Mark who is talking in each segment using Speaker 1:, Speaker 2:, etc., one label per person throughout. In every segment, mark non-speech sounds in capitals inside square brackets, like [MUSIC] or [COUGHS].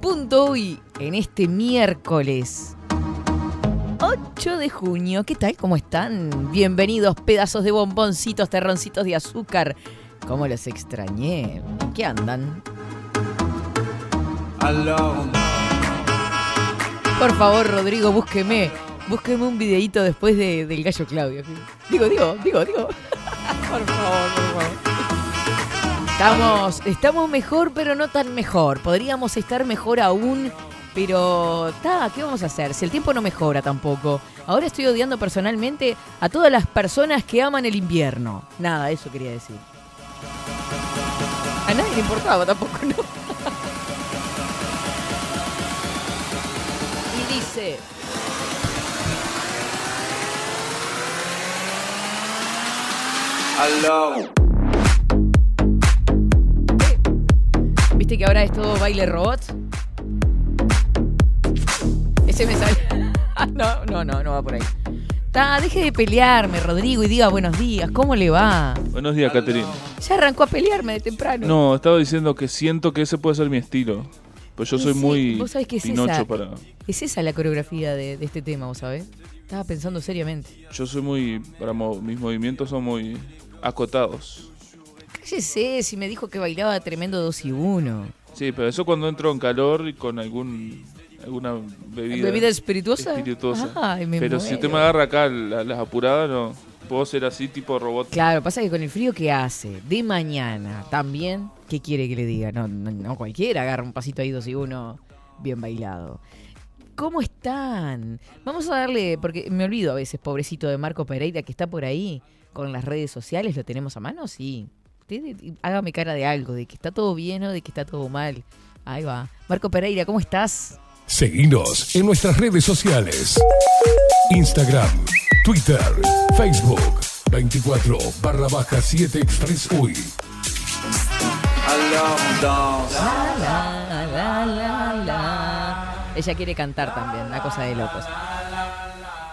Speaker 1: Punto hoy, en este miércoles 8 de junio. ¿Qué tal? ¿Cómo están? Bienvenidos, pedazos de bomboncitos, terroncitos de azúcar. ¿Cómo los extrañé? ¿En qué andan? Por favor, Rodrigo, búsqueme. Búsqueme un videíto después de- del gallo Claudio. Digo, digo, digo, digo. [LAUGHS] Por favor, por favor. Estamos, estamos mejor, pero no tan mejor. Podríamos estar mejor aún, pero ta, ¿qué vamos a hacer? Si el tiempo no mejora tampoco. Ahora estoy odiando personalmente a todas las personas que aman el invierno. Nada, eso quería decir. A nadie le importaba tampoco, ¿no? Y dice... ¿Viste que ahora es todo baile robot? Ese me sale. [LAUGHS] Ah, no, no, no, no va por ahí. Ta, deje de pelearme, Rodrigo, y diga buenos días, ¿cómo le va?
Speaker 2: Buenos días, Caterina.
Speaker 1: Ya arrancó a pelearme de temprano.
Speaker 2: No, estaba diciendo que siento que ese puede ser mi estilo. Pues yo
Speaker 1: Y
Speaker 2: soy
Speaker 1: sí,
Speaker 2: muy
Speaker 1: vos sabés que es
Speaker 2: pinocho
Speaker 1: esa.
Speaker 2: para.
Speaker 1: Es esa la coreografía de, de este tema, ¿vos sabés? Estaba pensando seriamente.
Speaker 2: Yo soy muy. Para mo- mis movimientos son muy acotados.
Speaker 1: Cállese, si me dijo que bailaba tremendo 2 y 1.
Speaker 2: Sí, pero eso cuando entro en calor y con algún alguna bebida.
Speaker 1: ¿Bebida espirituosa?
Speaker 2: espirituosa.
Speaker 1: Ay, me
Speaker 2: pero si
Speaker 1: muero.
Speaker 2: usted me agarra acá la- las apuradas, no. Puedo ser así tipo robot.
Speaker 1: Claro, pasa que con el frío que hace de mañana también, ¿qué quiere que le diga? No, no, no cualquiera agarra un pasito ahí dos y uno bien bailado. ¿Cómo están? Vamos a darle, porque me olvido a veces, pobrecito de Marco Pereira, que está por ahí con las redes sociales, ¿lo tenemos a mano? Sí. Usted, eh, hágame cara de algo, de que está todo bien o de que está todo mal. Ahí va. Marco Pereira, ¿cómo estás?
Speaker 3: Seguinos en nuestras redes sociales. Instagram, Twitter, Facebook. 24 barra baja 7 Express UI.
Speaker 1: La, la, la, la. Ella quiere cantar también, una cosa de locos.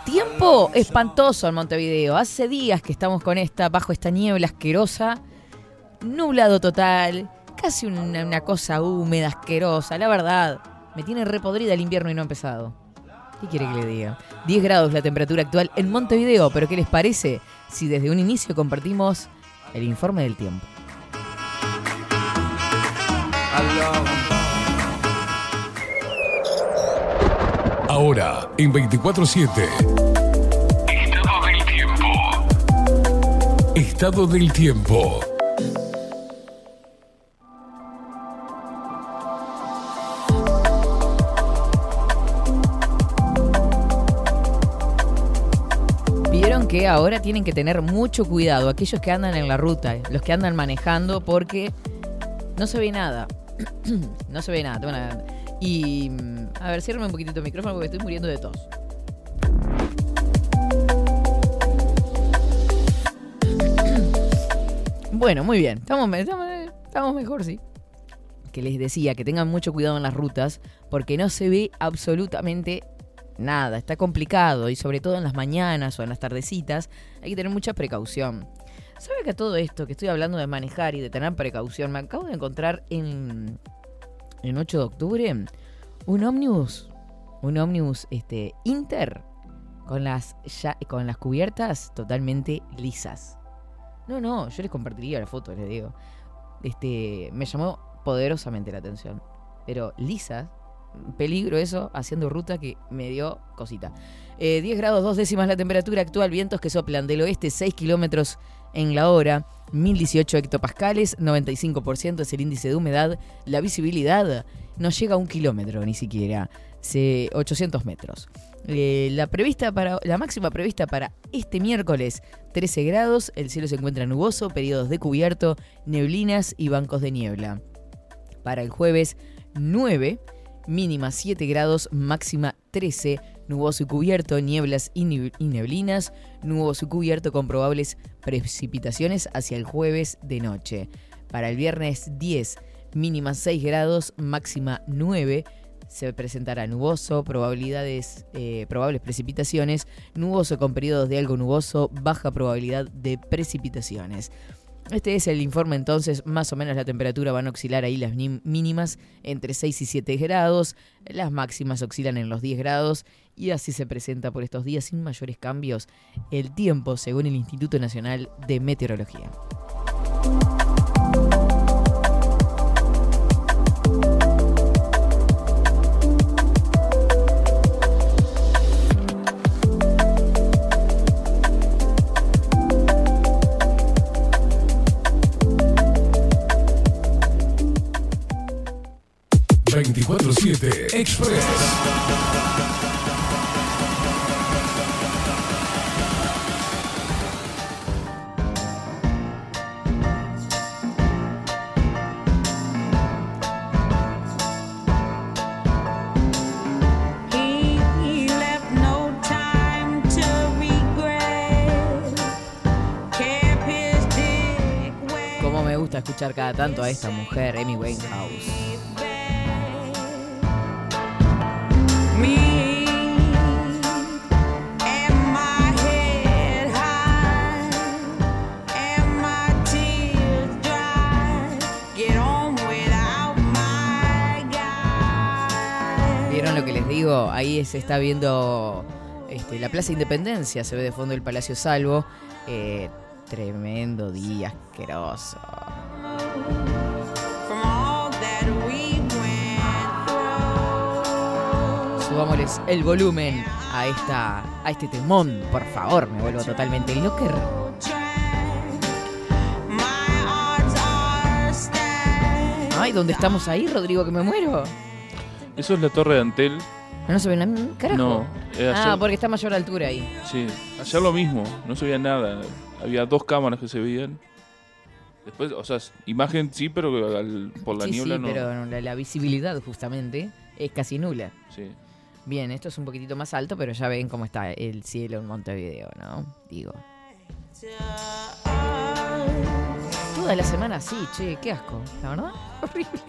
Speaker 1: Tiempo espantoso en Montevideo. Hace días que estamos con esta, bajo esta niebla asquerosa, nublado total, casi una, una cosa húmeda, asquerosa. La verdad, me tiene repodrida el invierno y no ha empezado. ¿Qué quiere que le diga? 10 grados la temperatura actual en Montevideo, pero ¿qué les parece si desde un inicio compartimos el informe del tiempo?
Speaker 3: Ahora, en 24-7. Estado del tiempo. Estado del tiempo.
Speaker 1: Vieron que ahora tienen que tener mucho cuidado aquellos que andan en la ruta, eh, los que andan manejando, porque no se ve nada. [CLEARS THROAT] no se ve nada. tengo una- Y. mm, A ver, ciérrame un poquitito el micrófono porque estoy muriendo de tos. [CLEARS THROAT] bueno, muy bien. Estamos, me- estamos, eh, estamos mejor, sí. Que les decía que tengan mucho cuidado en las rutas porque no se ve absolutamente nada, está complicado y sobre todo en las mañanas o en las tardecitas hay que tener mucha precaución. ¿Sabe que a todo esto que estoy hablando de manejar y de tener precaución, me acabo de encontrar en, en 8 de octubre un ómnibus, un ómnibus este, inter con las, ya- con las cubiertas totalmente lisas? No, no, yo les compartiría la foto, les digo. Este, me llamó poderosamente la atención, pero lisas peligro eso haciendo ruta que me dio cosita. Eh, 10 grados, dos décimas la temperatura actual, vientos que soplan del oeste 6 kilómetros en la hora, 1018 hectopascales, 95% es el índice de humedad, la visibilidad no llega a un kilómetro ni siquiera, se- 800 metros. Eh, la, prevista para, la máxima prevista para este miércoles, 13 grados, el cielo se encuentra nuboso, periodos de cubierto, neblinas y bancos de niebla. Para el jueves 9, mínima 7 grados, máxima 13, nuboso y cubierto, nieblas y, nib- y neblinas, nuboso y cubierto con probables precipitaciones hacia el jueves de noche. Para el viernes 10, mínima 6 grados, máxima 9. Se presentará nuboso, probabilidades, eh, probables precipitaciones, nuboso con periodos de algo nuboso, baja probabilidad de precipitaciones. Este es el informe entonces, más o menos la temperatura van a oscilar ahí las nim- mínimas entre 6 y 7 grados, las máximas oscilan en los 10 grados y así se presenta por estos días sin mayores cambios el tiempo según el Instituto Nacional de Meteorología.
Speaker 3: veinticuatro 24-7 Express.
Speaker 4: He left no time to regret. Kept his dick wet.
Speaker 1: Cómo me gusta escuchar cada tanto a esta mujer, Amy Winehouse.
Speaker 4: Me and my head high and my tears dry. Get on without my guy.
Speaker 1: ¿Vieron lo que les digo? Ahí se está viendo este, la Plaza Independencia, se ve de fondo el Palacio Salvo. Eh, tremendo día asqueroso.
Speaker 4: From all that we went through.
Speaker 1: Subámosles el volumen a, esta, a este temón, por favor, me vuelvo totalmente locker. Ay, ¿dónde estamos ahí, Rodrigo, que me muero?
Speaker 2: ¿Eso es la torre de Antel?
Speaker 1: ¿No se ven a mí? Carajo.
Speaker 2: No. eh,
Speaker 1: Ah,
Speaker 2: ayer-
Speaker 1: porque está a mayor altura ahí.
Speaker 2: Sí, ayer lo mismo, no se veía nada. Había dos cámaras que se veían. Después, o sea, imagen sí, pero al- por la
Speaker 1: sí,
Speaker 2: niebla
Speaker 1: sí,
Speaker 2: no.
Speaker 1: pero no, la, la visibilidad justamente es casi nula.
Speaker 2: Sí.
Speaker 1: Bien, esto es un poquitito más alto, pero ya ven cómo está el cielo en Montevideo, ¿no? Digo. Toda la semana sí, che, qué asco, la verdad. [LAUGHS] Horrible.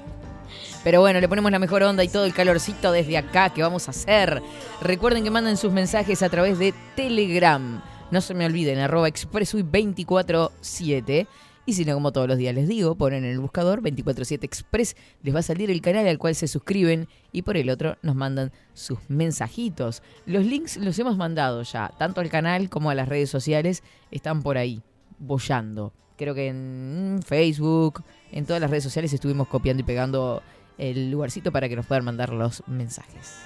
Speaker 1: Pero bueno, le ponemos la mejor onda y todo el calorcito desde acá que vamos a hacer. Recuerden que manden sus mensajes a través de Telegram. No se me olviden, arroba expressui247. Y si no, como todos los días les digo, ponen en el buscador 247 Express, les va a salir el canal al cual se suscriben y por el otro nos mandan sus mensajitos. Los links los hemos mandado ya, tanto al canal como a las redes sociales, están por ahí, bollando. Creo que en Facebook, en todas las redes sociales estuvimos copiando y pegando el lugarcito para que nos puedan mandar los mensajes.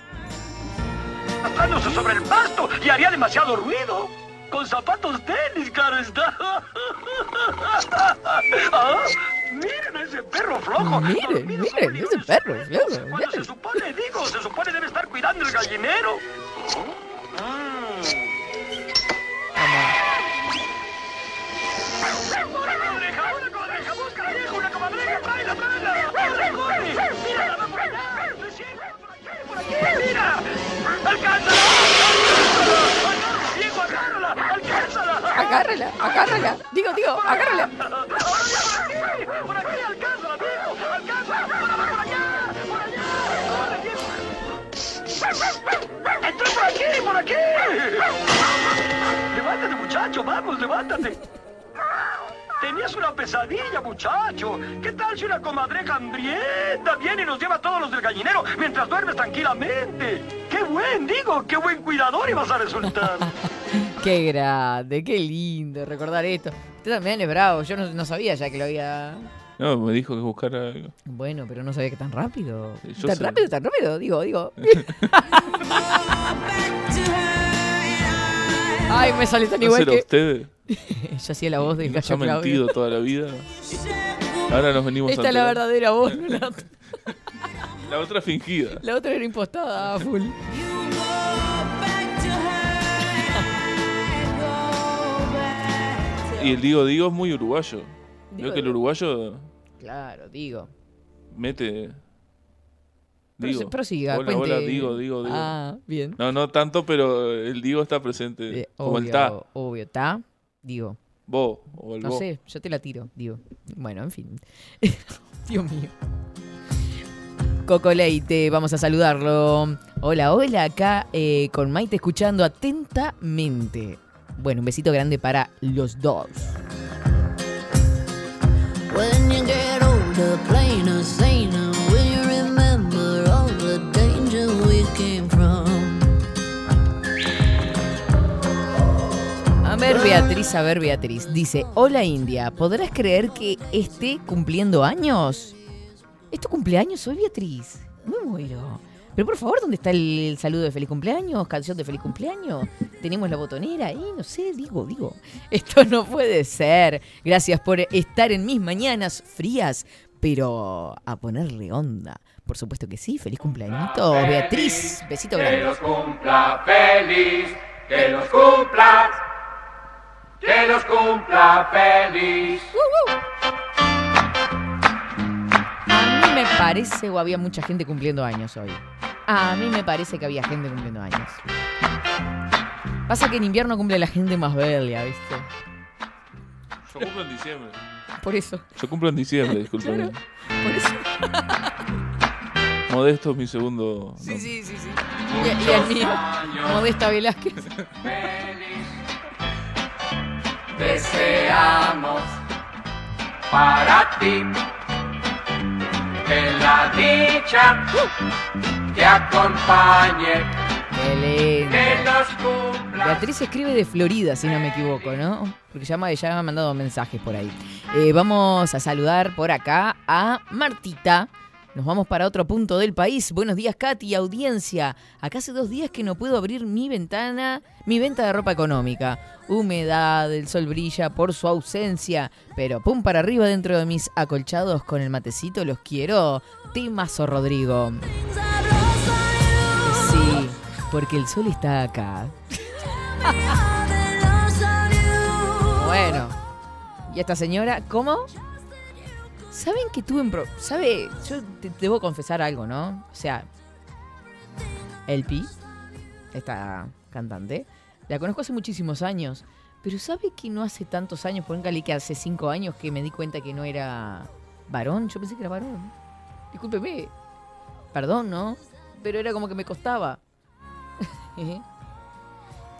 Speaker 5: Arrastrándose sobre el pasto y haría demasiado ruido. Con zapatos tenis, claro está. [LAUGHS] Ah, Miren ese perro flojo.
Speaker 1: Miren,
Speaker 5: dormido
Speaker 1: miren,
Speaker 5: sobre
Speaker 1: ese
Speaker 5: leones
Speaker 1: perro
Speaker 5: sueltos,
Speaker 1: flojo,
Speaker 5: Cuando se
Speaker 1: miren.
Speaker 5: supone, digo, se supone debe estar cuidando el gallinero. Mm.
Speaker 1: Agárrala, agárrala. Digo, digo, agárrala.
Speaker 5: ¡Estoy por aquí, por aquí! ¡Levántate, muchacho! ¡Vamos, levántate! Tenías una pesadilla, muchacho. ¿Qué tal si una comadreja hambrienta viene y nos lleva a todos los del gallinero mientras duermes tranquilamente? ¡Qué buen, digo! ¡Qué buen cuidador ibas a resultar!
Speaker 1: Qué Este grande, qué lindo recordar esto. Usted también es bravo, yo no, no sabía ya que lo había...
Speaker 2: No, me dijo que buscara algo.
Speaker 1: Bueno, pero no sabía que tan rápido.
Speaker 2: Sí, yo
Speaker 1: tan
Speaker 2: sé.
Speaker 1: rápido, tan rápido, digo,
Speaker 2: [LAUGHS]
Speaker 1: digo. Ay, me sale tan
Speaker 2: ¿No
Speaker 1: igual
Speaker 2: será
Speaker 1: que.
Speaker 2: usted?
Speaker 1: [LAUGHS] Yo hacía la voz del
Speaker 2: Nos
Speaker 1: gallo
Speaker 2: ha
Speaker 1: Claudio.
Speaker 2: mentido toda la vida. Ahora nos venimos
Speaker 1: Esta es la
Speaker 2: enterar.
Speaker 1: verdadera voz,
Speaker 2: [LAUGHS]
Speaker 1: no la otra.
Speaker 2: La otra fingida.
Speaker 1: La otra era impostada
Speaker 2: [LAUGHS]
Speaker 1: a full.
Speaker 2: Y el Digo Digo es muy uruguayo.
Speaker 1: Digo
Speaker 2: Creo que el
Speaker 1: Digo.
Speaker 2: uruguayo
Speaker 1: Claro, digo.
Speaker 2: mete.
Speaker 1: Pero
Speaker 2: Digo.
Speaker 1: prosiga,
Speaker 2: hola,
Speaker 1: cuente.
Speaker 2: hola, digo, digo, digo.
Speaker 1: Ah, bien.
Speaker 2: No, no tanto, pero el Digo está presente.
Speaker 1: Eh,
Speaker 2: como el
Speaker 1: obvio,
Speaker 2: Ta,
Speaker 1: Obvio, ta, digo.
Speaker 2: Bo o el
Speaker 1: No
Speaker 2: Bo.
Speaker 1: sé, yo te la tiro, digo. Bueno, en fin. [LAUGHS] Dios mío. Coco Leite, vamos a saludarlo. Hola, hola, acá eh, con Maite escuchando atentamente. Bueno, un besito grande para los dos.
Speaker 6: When you get older, plainer, saner, will you remember all the danger we came from?
Speaker 1: A ver, Beatriz, a ver, Beatriz. Dice, hola India, ¿podrás creer que esté cumpliendo años? ¿Es tu cumpleaños hoy, Beatriz? Me muero. Pero por favor, ¿dónde está el saludo de feliz cumpleaños? ¿Canción de feliz cumpleaños? ¿Tenemos la botonera? Eh, no sé, digo, digo. [LAUGHS] Esto no puede ser. Gracias por estar en mis mañanas frías, pero a ponerle onda. Por supuesto que sí, feliz cumpleañito, Beatriz. Besito
Speaker 7: Que
Speaker 1: grande.
Speaker 7: los cumpla feliz, que los cumpla, que los cumpla feliz.
Speaker 1: A mí me parece o había mucha gente cumpliendo años hoy. A mí me parece que había gente cumpliendo años. Pasa que en invierno cumple la gente más bella, ¿viste?
Speaker 2: Yo cumplo en diciembre.
Speaker 1: Por eso,
Speaker 2: Yo cumplo
Speaker 1: [LAUGHS]
Speaker 2: en diciembre, disculpen.
Speaker 1: por eso. [LAUGHS]
Speaker 2: Modesto es mi segundo.
Speaker 1: Sí,
Speaker 2: nombre.
Speaker 1: sí, sí, sí. Y, y el mío, Modesta Velázquez.
Speaker 7: Deseamos para ti que la dicha te acompañe, que
Speaker 1: Qué lindo.
Speaker 7: los cumpla.
Speaker 1: Beatriz escribe de Florida, si no me equivoco, ¿no? Porque ya me, ya me han mandado mensajes por ahí. Eh, vamos a saludar por acá a Martita. Nos vamos para otro punto del país. Buenos días, Katy, audiencia. Acá hace dos días que no puedo abrir mi ventana, mi venta de ropa económica. Humedad, el sol brilla por su ausencia. Pero pum para arriba dentro de mis acolchados con el matecito, los quiero. Timazo, Rodrigo. Sí, porque el sol está acá. Bueno. ¿Y esta señora cómo? ¿Saben que tuve un pro... ¿Sabe? Yo te debo confesar algo, ¿no? O sea, El Pi, esta cantante, la conozco hace muchísimos años, pero ¿sabe que no hace tantos años, póngale que hace cinco años que me di cuenta que no era varón? Yo pensé que era varón. Discúlpeme. Perdón, ¿no? Pero era como que me costaba. [LAUGHS]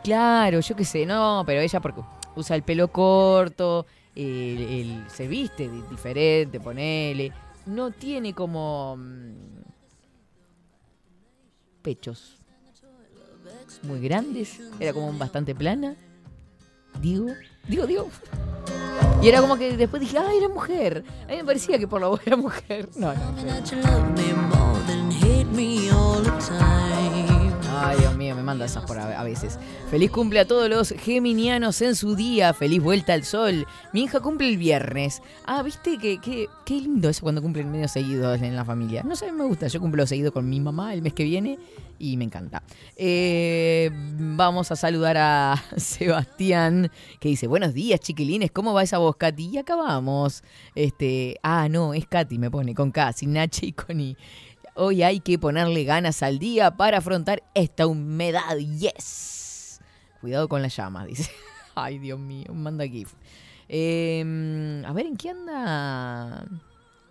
Speaker 1: Claro, yo qué sé, no, pero ella porque usa el pelo corto, el- el- se viste di- diferente, ponele. No tiene como mm, pechos muy grandes, era como bastante plana. Digo, digo, digo. Y era como que después dije, ah, era mujer. A mí me parecía que por la voz [LAUGHS] era mujer. No, no.
Speaker 6: Tell me that you love me more than hate me all the time.
Speaker 1: Ay, Dios mío, me manda esas por a a veces. Feliz cumple a todos los geminianos en su día. Feliz vuelta al sol. Mi hija cumple el viernes. Ah, viste que, que- qué lindo eso cuando cumplen medio seguido en la familia. No sé, me gusta. Yo cumplo seguido con mi mamá el mes que viene y me encanta. Eh, vamos a saludar a [LAUGHS] Sebastián que dice: Buenos días, chiquilines. ¿Cómo va esa voz, Katy? Y acabamos. Este, ah, no, es Katy, me pone con K, sin H y con I. Hoy hay que ponerle ganas al día para afrontar esta humedad. Yes. Cuidado con las llamas, dice. [LAUGHS] Ay, Dios mío, manda GIF. Eh, a ver, ¿en qué anda?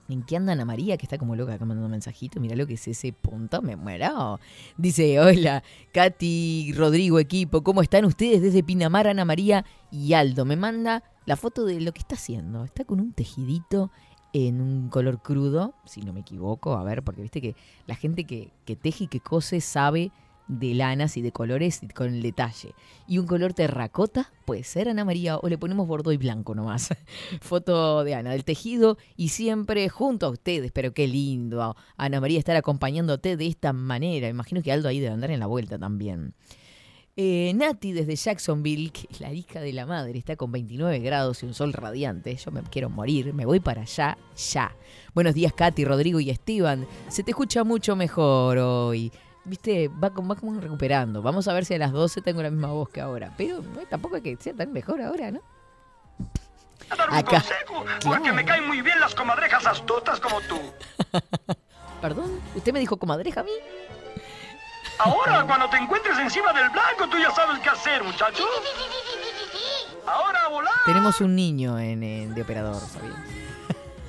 Speaker 1: ¿En qué anda Ana María, que está como loca acá mandando mensajitos? Mirá lo que es ese punto, me muero. Dice, hola, Katy, Rodrigo, equipo, ¿cómo están ustedes desde Pinamar, Ana María y Aldo? Me manda la foto de lo que está haciendo. Está con un tejidito en un color crudo, si no me equivoco, a ver, porque viste que la gente que, que teje y que cose sabe de lanas y de colores y con el detalle. Y un color terracota puede ser Ana María o le ponemos bordo y blanco nomás. [LAUGHS] Foto de Ana, del tejido y siempre junto a ustedes. Pero qué lindo, Ana María, estar acompañándote de esta manera. Imagino que Aldo ahí debe andar en la vuelta también. Eh, Nati desde Jacksonville, que es la hija de la madre, está con 29 grados y un sol radiante. Yo me quiero morir, me voy para allá, ya. Buenos días, Katy, Rodrigo y Esteban. Se te escucha mucho mejor hoy. Viste, va, como- va como recuperando. Vamos a ver si a las 12 tengo la misma voz que ahora. Pero eh, tampoco es que sea tan mejor ahora, ¿no?
Speaker 5: a dar un
Speaker 1: Acá.
Speaker 5: consejo, porque
Speaker 1: Claro.
Speaker 5: me caen muy bien las comadrejas astutas como tú.
Speaker 1: Perdón, ¿usted me dijo comadreja a mí?
Speaker 5: Ahora, cuando te encuentres encima del blanco, tú ya sabes qué hacer, muchacho. Ahora a volar.
Speaker 1: Tenemos un niño en, en- de operador, ¿sabías?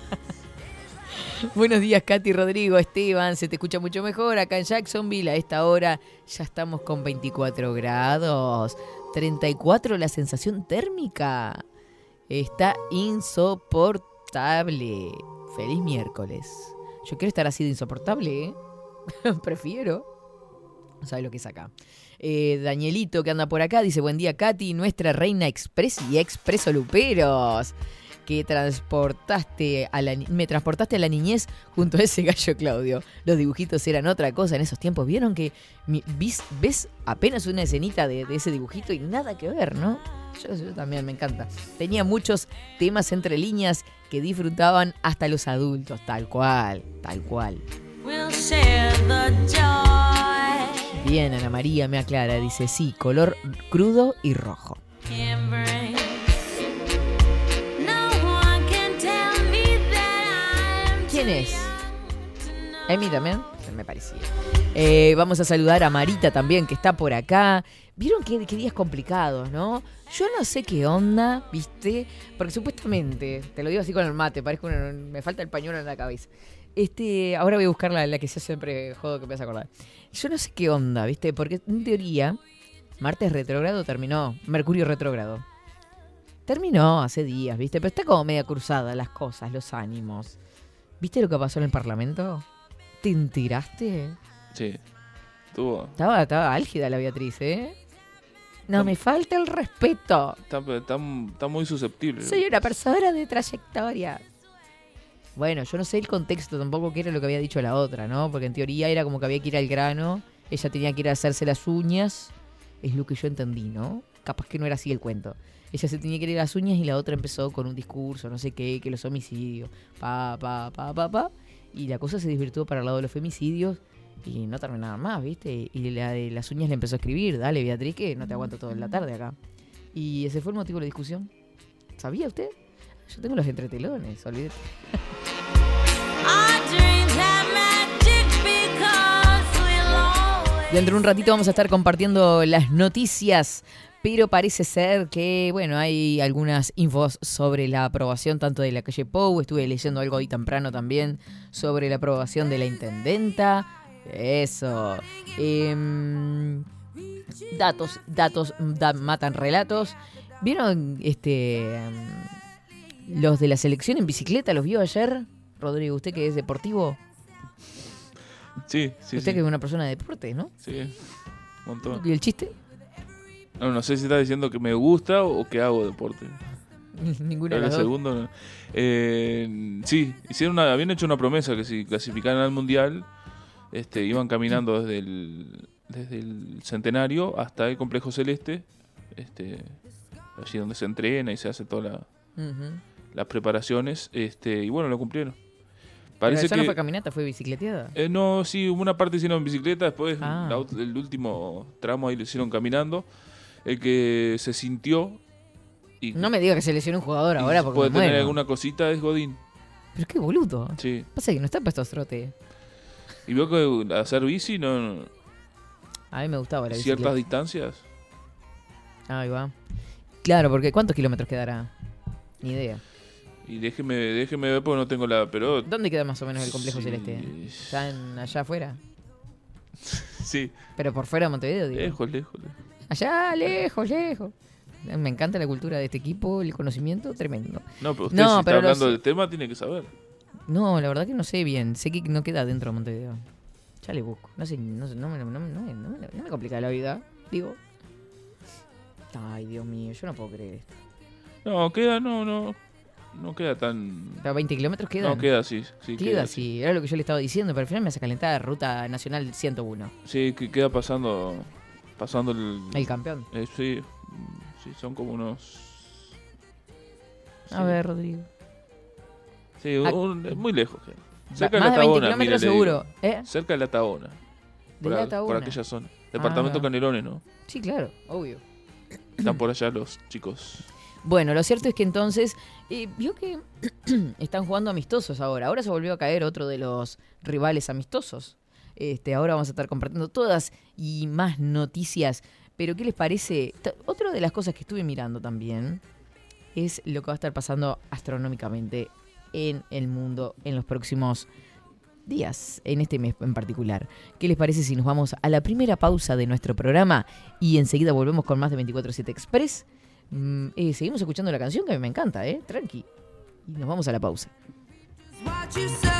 Speaker 1: [LAUGHS] Buenos días, Katy, Rodrigo, Esteban. Se te escucha mucho mejor acá en Jacksonville. A esta hora ya estamos con 24 grados. 34 la sensación térmica. Está insoportable. Feliz miércoles. Yo quiero estar así de insoportable, ¿eh? [LAUGHS] Prefiero. No sabe lo que es acá. Eh, Danielito, que anda por acá, dice: Buen día, Katy, nuestra reina express y expreso luperos. Que transportaste a la ni- me transportaste a la niñez junto a ese gallo Claudio. Los dibujitos eran otra cosa en esos tiempos. ¿Vieron que mi- vis- ves apenas una escenita de, de ese dibujito y nada que ver, no? Yo, yo también me encanta. Tenía muchos temas entre líneas que disfrutaban hasta los adultos, tal cual, tal cual.
Speaker 4: We'll share the joy
Speaker 1: Bien, Ana María me aclara, dice sí, color crudo y rojo.
Speaker 4: it brings. No one can tell me that I'm
Speaker 1: ¿Quién
Speaker 4: too
Speaker 1: es?
Speaker 4: young to know.
Speaker 1: Emi también, me parecía. Eh, vamos a saludar a Marita también, que está por acá. Vieron qué, qué días complicados, ¿no? Yo no sé qué onda, ¿viste? Porque supuestamente, te lo digo así con el mate, parezco una- me falta el pañuelo en la cabeza. Este, ahora voy a buscar la, la que yo siempre jodo que me vas a acordar. Yo no sé qué onda, ¿viste? Porque en teoría, martes retrógrado terminó, Mercurio retrógrado. Terminó hace días, ¿viste? Pero está como media cruzada las cosas, los ánimos. ¿Viste lo que pasó en el Parlamento? ¿Te enteraste?
Speaker 2: Sí. Estuvo.
Speaker 1: Estaba, estaba álgida la Beatriz, ¿eh? No me falta el respeto.
Speaker 2: Está, está- está muy susceptible.
Speaker 1: Soy una persona de trayectoria. Bueno, yo no sé el contexto tampoco que era lo que había dicho la otra, ¿no? Porque en teoría era como que había que ir al grano, ella tenía que ir a hacerse las uñas, es lo que yo entendí, ¿no? Capaz que no era así el cuento. Ella se tenía que ir a las uñas y la otra empezó con un discurso, no sé qué, que los homicidios, pa, pa, pa, pa, pa. Y la cosa se desvirtuó para el lado de los femicidios y no terminaban más, ¿viste? Y la de las uñas le empezó a escribir, dale Beatriz, que no te aguanto toda la tarde acá. Y ese fue el motivo de la discusión. ¿Sabía usted? Yo tengo los entretelones, olvídate.
Speaker 4: Our dreams have magic because we'll always
Speaker 1: Dentro de un ratito vamos a estar compartiendo las noticias, pero parece ser que, bueno, hay algunas infos sobre la aprobación tanto de la calle Pou, estuve leyendo algo hoy temprano también sobre la aprobación de la intendenta. Eso. Em, datos, datos da- matan relatos. ¿Vieron este em, los de la selección en bicicleta? ¿Los vio ayer? Rodrigo, usted que es deportivo,
Speaker 2: Sí, sí.
Speaker 1: usted
Speaker 2: sí. Ah.
Speaker 1: que es una persona de deporte, ¿no?
Speaker 2: Sí. Un montón.
Speaker 1: ¿Y el chiste? [LAUGHS]
Speaker 2: No, no sé si está diciendo que me gusta o que hago deporte.
Speaker 1: Ninguna de las
Speaker 2: Pero el
Speaker 1: dos.
Speaker 2: segundo no. Eh, sí, hicieron una, habían hecho una promesa que si clasificaran al mundial, este, iban caminando desde el, desde el centenario hasta el complejo celeste, este, allí donde se entrena y se hace todas la-
Speaker 1: Ujú.
Speaker 2: las preparaciones, este, y bueno, lo cumplieron.
Speaker 1: Pero
Speaker 2: Parece
Speaker 1: eso
Speaker 2: que
Speaker 1: no fue caminata, fue bicicleteada.
Speaker 2: eh, no, sí, hubo una parte hicieron en bicicleta, después
Speaker 1: Ah.
Speaker 2: la ot- el último tramo ahí lo hicieron caminando. El que se sintió y,
Speaker 1: No me diga que se lesionó un jugador
Speaker 2: y
Speaker 1: ahora porque
Speaker 2: puede
Speaker 1: me
Speaker 2: tener
Speaker 1: muero.
Speaker 2: alguna cosita es Godín.
Speaker 1: Pero qué boludo.
Speaker 2: Sí.
Speaker 1: Pasa que no está para estos trotes.
Speaker 2: Y veo que hacer bici, no, no-
Speaker 1: A mí me gustaba la
Speaker 2: ciertas
Speaker 1: bicicleta.
Speaker 2: distancias.
Speaker 1: Ahí va. Claro, porque ¿cuántos kilómetros quedará? Ni idea.
Speaker 2: Y déjeme, déjeme ver porque no tengo la pelota.
Speaker 1: ¿Dónde queda más o menos el complejo
Speaker 2: Sí.
Speaker 1: celeste? ¿Están allá afuera?
Speaker 2: Sí,
Speaker 1: Pero por fuera de Montevideo, digo.
Speaker 2: lejos, lejos. lejos.
Speaker 1: Allá, lejos, lejos. Me encanta la cultura de este equipo, el conocimiento, tremendo.
Speaker 2: No, pero usted
Speaker 1: No,
Speaker 2: si
Speaker 1: pero
Speaker 2: está hablando
Speaker 1: los-
Speaker 2: del tema tiene que saber.
Speaker 1: No, la verdad que no sé bien. Sé que no queda dentro de Montevideo. Ya le busco. No sé, no, sé, no, me- no, me- no me- no me- no me complica la vida. Digo. Ay, Dios mío, yo no puedo creer esto.
Speaker 2: No, queda, no, no. No queda tan.
Speaker 1: O sea, 20 kilómetros quedan.
Speaker 2: No, queda así. Sí,
Speaker 1: Queda,
Speaker 2: queda,
Speaker 1: sí. Era lo que yo le estaba diciendo, pero al final me hace calentar Ruta Nacional 101.
Speaker 2: Sí, que queda pasando. Pasando el.
Speaker 1: El campeón.
Speaker 2: eh, sí, mm, sí, son como unos.
Speaker 1: A
Speaker 2: sí,
Speaker 1: ver, Rodrigo.
Speaker 2: Sí,
Speaker 1: Ah.
Speaker 2: un- muy lejos. queda.
Speaker 1: Va-
Speaker 2: Cerca de
Speaker 1: más
Speaker 2: la
Speaker 1: de 20
Speaker 2: Tabona, mire,
Speaker 1: kilómetros
Speaker 2: le digo.
Speaker 1: seguro. ¿Eh?
Speaker 2: Cerca de la Tabona.
Speaker 1: De
Speaker 2: Por,
Speaker 1: la
Speaker 2: a- por
Speaker 1: Tabona.
Speaker 2: aquella zona. Departamento
Speaker 1: Ah.
Speaker 2: Canelones,
Speaker 1: [CLEARS THROAT]
Speaker 2: ¿no?
Speaker 1: Sí, claro, obvio.
Speaker 2: Están por allá los chicos.
Speaker 1: Bueno, lo cierto es que entonces, eh, vio que [CLEARS THROAT] están jugando amistosos ahora. Ahora se volvió a caer otro de los rivales amistosos. Este, ahora vamos a estar compartiendo todas y más noticias. Pero, ¿qué les parece? T- Otra de las cosas que estuve mirando también es lo que va a estar pasando astronómicamente en el mundo en los próximos días, en este mes en particular. ¿Qué les parece si nos vamos a la primera pausa de nuestro programa y enseguida volvemos con más de 24-7 Express? Mm, eh, seguimos escuchando la canción que a mí me encanta, ¿eh? Tranqui. Y nos vamos a la pausa.
Speaker 4: What you said.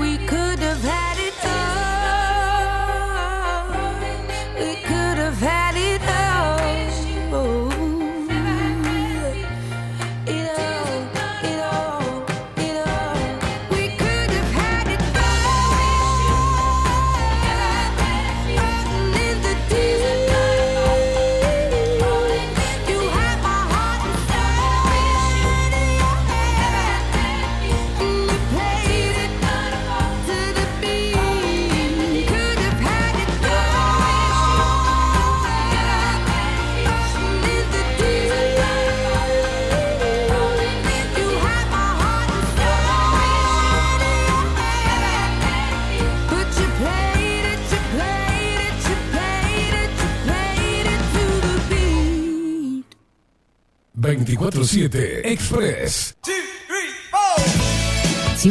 Speaker 4: We could have had it all. We could have had it all. It all, it all, it all. We could have had it all. Rolling in the deep. You had my heart Beat.
Speaker 3: 24-7 Express.
Speaker 8: Si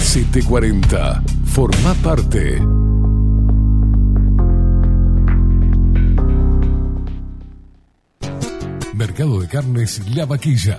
Speaker 3: CT40. Forma parte. Mercado de Carnes La Vaquilla.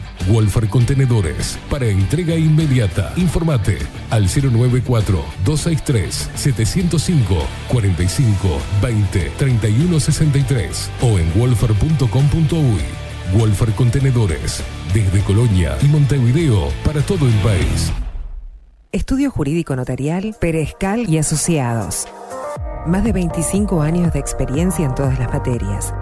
Speaker 3: Wolfer Contenedores para entrega inmediata. Informate al 094 263 705 45 20 31 63 o en wolfer.com.uy. Wolfer Contenedores desde Colonia y Montevideo para todo el país.
Speaker 9: Estudio Jurídico Notarial, Perezcal y Asociados. Más de 25 años de experiencia en todas las materias,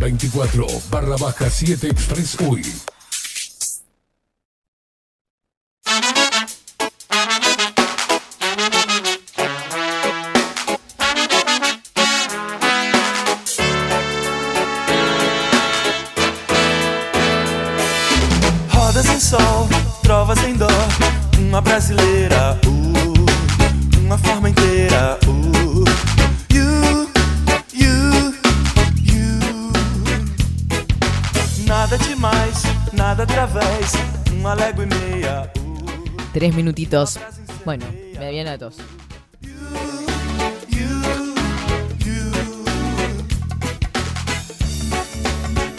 Speaker 3: 24 barra baja 7 Express Uy.
Speaker 10: Rodas em sol, trovas em dó. Uma brasileira, uh, uma forma inteira, uh. You, you, you. Nada demais, nada através. Uma légua e meia, uh.
Speaker 1: Tres minutitos. Bueno, me viene a tos.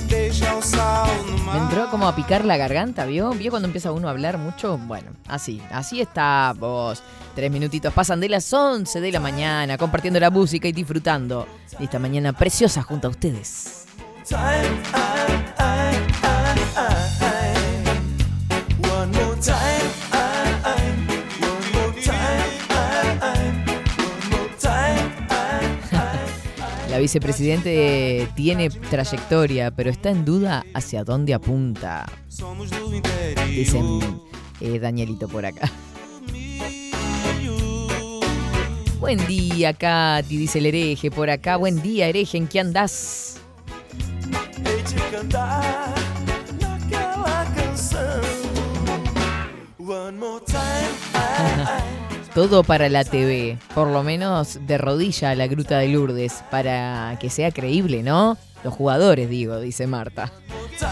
Speaker 10: Deixa o sal no
Speaker 1: Me entró como a picar la garganta, ¿vio? ¿Vio cuando empieza uno a hablar mucho? Bueno, así, así está vos. Tres minutitos pasan de las 11 de la mañana, compartiendo la música y disfrutando de esta mañana preciosa junto a ustedes.
Speaker 10: time. I, I, I, I, I. One more time. I, I. One more time. I, I. One more time. I,
Speaker 1: La vicepresidente tiene trayectoria, pero está en duda hacia dónde apunta.
Speaker 10: Somos do interior.
Speaker 1: Dicen eh, Danielito por acá. Buen día, Katy, dice el hereje por acá. Buen día, hereje, ¿en qué andás?
Speaker 10: Hei de cantar naquela canção. One more time. I, I.
Speaker 1: Todo para la TV, por lo menos de rodilla a la gruta de Lourdes, para que sea creíble, ¿no? Los jugadores, digo, dice Marta.
Speaker 10: time.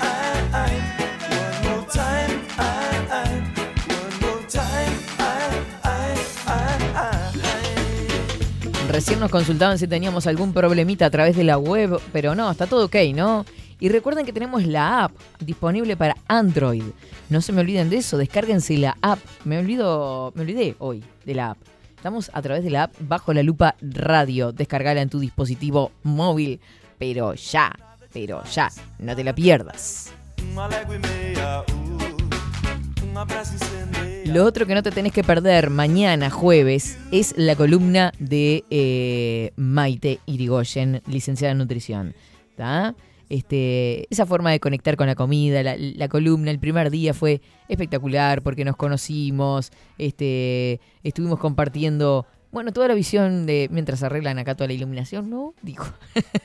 Speaker 10: I, I. One more time. I, I. One more time. I, I. I, I.
Speaker 1: Recién nos consultaban si teníamos algún problemita a través de la web, pero no, está todo ok, ¿no? Y recuerden que tenemos la app disponible para Android. No se me olviden de eso, descárguense la app. Me olvido, me olvidé hoy de la app. Estamos a través de la app bajo la lupa radio. Descargala en tu dispositivo móvil, pero ya, pero ya, no te la pierdas.
Speaker 10: Uma légua e meia. uh, Uma brasa incendeia.
Speaker 1: Lo otro que no te tenés que perder mañana jueves es la columna de eh, Maite Irigoyen, licenciada en nutrición. ¿tá? Este, esa forma de conectar con la comida, la, la columna, el primer día fue espectacular porque nos conocimos, este, estuvimos compartiendo, bueno, toda la visión de mientras arreglan acá toda la iluminación, ¿no? Digo.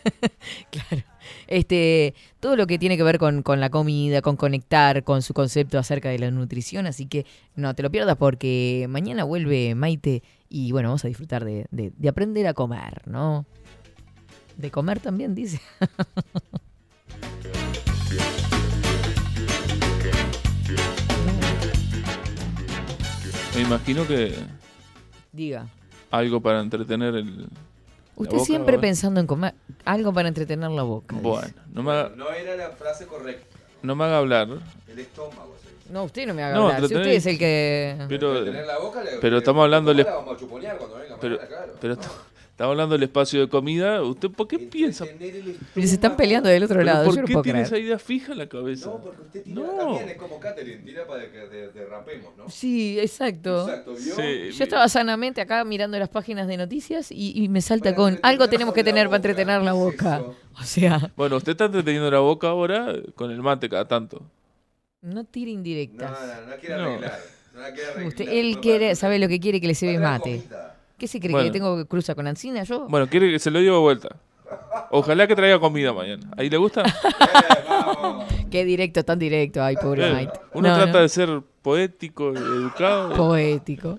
Speaker 1: [LAUGHS] claro. Este, todo lo que tiene que ver con, con la comida, con conectar, con su concepto acerca de la nutrición. Así que no te lo pierdas porque mañana vuelve Maite y bueno, vamos a disfrutar de, de- de aprender a comer, ¿no? De comer también, dice. [LAUGHS]
Speaker 2: Me imagino que
Speaker 1: Diga.
Speaker 2: algo para entretener el.
Speaker 1: Usted
Speaker 2: boca,
Speaker 1: siempre
Speaker 2: ¿verdad?
Speaker 1: pensando en comer algo para entretener la boca. dice.
Speaker 2: Bueno, no me, haga,
Speaker 11: No era la frase correcta.
Speaker 2: no me haga hablar.
Speaker 11: El estómago. se dice.
Speaker 1: No, usted no me haga
Speaker 2: No,
Speaker 1: hablar. Si
Speaker 2: entretener-
Speaker 1: usted es el que.
Speaker 2: Pero,
Speaker 11: Entretener la boca, le-
Speaker 2: pero
Speaker 11: le-
Speaker 2: estamos hablando.
Speaker 11: ¿cómo
Speaker 2: del-
Speaker 11: la vamos a chuponear cuando venga
Speaker 2: pero,
Speaker 11: mañana? Claro.
Speaker 2: pero est- estamos hablando del espacio de comida. ¿Usted por qué piensa?
Speaker 1: Y se están peleando del otro
Speaker 2: Pero
Speaker 1: lado.
Speaker 2: ¿Por
Speaker 1: yo no
Speaker 2: qué
Speaker 1: puedo
Speaker 2: tiene
Speaker 1: creer.
Speaker 2: esa idea fija en la cabeza? No,
Speaker 11: porque usted tira, también es como Catherine, tira para que de- derrapemos, ¿no?
Speaker 1: Sí, exacto.
Speaker 11: Exacto, ¿vio?
Speaker 2: Sí,
Speaker 1: Yo estaba sanamente acá mirando las páginas de noticias y, y me salta con algo tenemos que tener para entretener la boca. [LAUGHS] O sea,
Speaker 2: Bueno, usted está entreteniendo la boca ahora con el mate cada tanto.
Speaker 1: no tire indirectas.
Speaker 11: No quiere
Speaker 2: No.
Speaker 11: arreglar. No quiere arreglar.
Speaker 1: Usted, él quiere, sabe lo que quiere que le sirve mate. ¿Qué se cree
Speaker 2: Bueno.
Speaker 1: que tengo que cruzar con Ancina yo?
Speaker 2: Bueno, quiere que se lo lleve a vuelta. Ojalá que traiga comida mañana. ¿Ahí
Speaker 1: [LAUGHS]
Speaker 2: le gusta?
Speaker 1: Qué directo, tan directo. Ay, pobre
Speaker 2: Eh,
Speaker 1: Maite.
Speaker 2: Uno
Speaker 1: No,
Speaker 2: trata
Speaker 1: no.
Speaker 2: de ser poético, educado.
Speaker 1: Poético.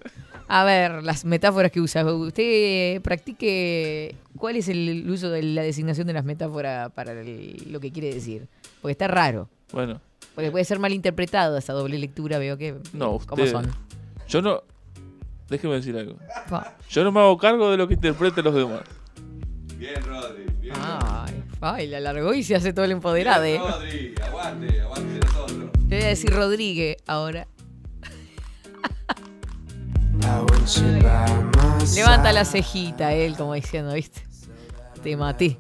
Speaker 1: A ver, las metáforas que usa. Usted eh, practique. ¿Cuál es el uso de la designación de las metáforas para el- lo que quiere decir? Porque está raro.
Speaker 2: Bueno,
Speaker 1: Porque puede ser malinterpretado esa doble lectura, veo que.
Speaker 2: no, usted.
Speaker 1: ¿Cómo son?
Speaker 2: Yo no. Déjeme decir algo.
Speaker 1: Fa-
Speaker 2: Yo no me hago cargo de lo que interpreten los demás.
Speaker 11: Bien, Rodri. Bien.
Speaker 1: Ay, ay, la largó y se hace todo el empoderado. eh.
Speaker 11: Rodri, aguante, aguante de nosotros.
Speaker 1: Yo voy a decir Rodríguez ahora. Levanta la cejita él, como diciendo, ¿viste? Te maté.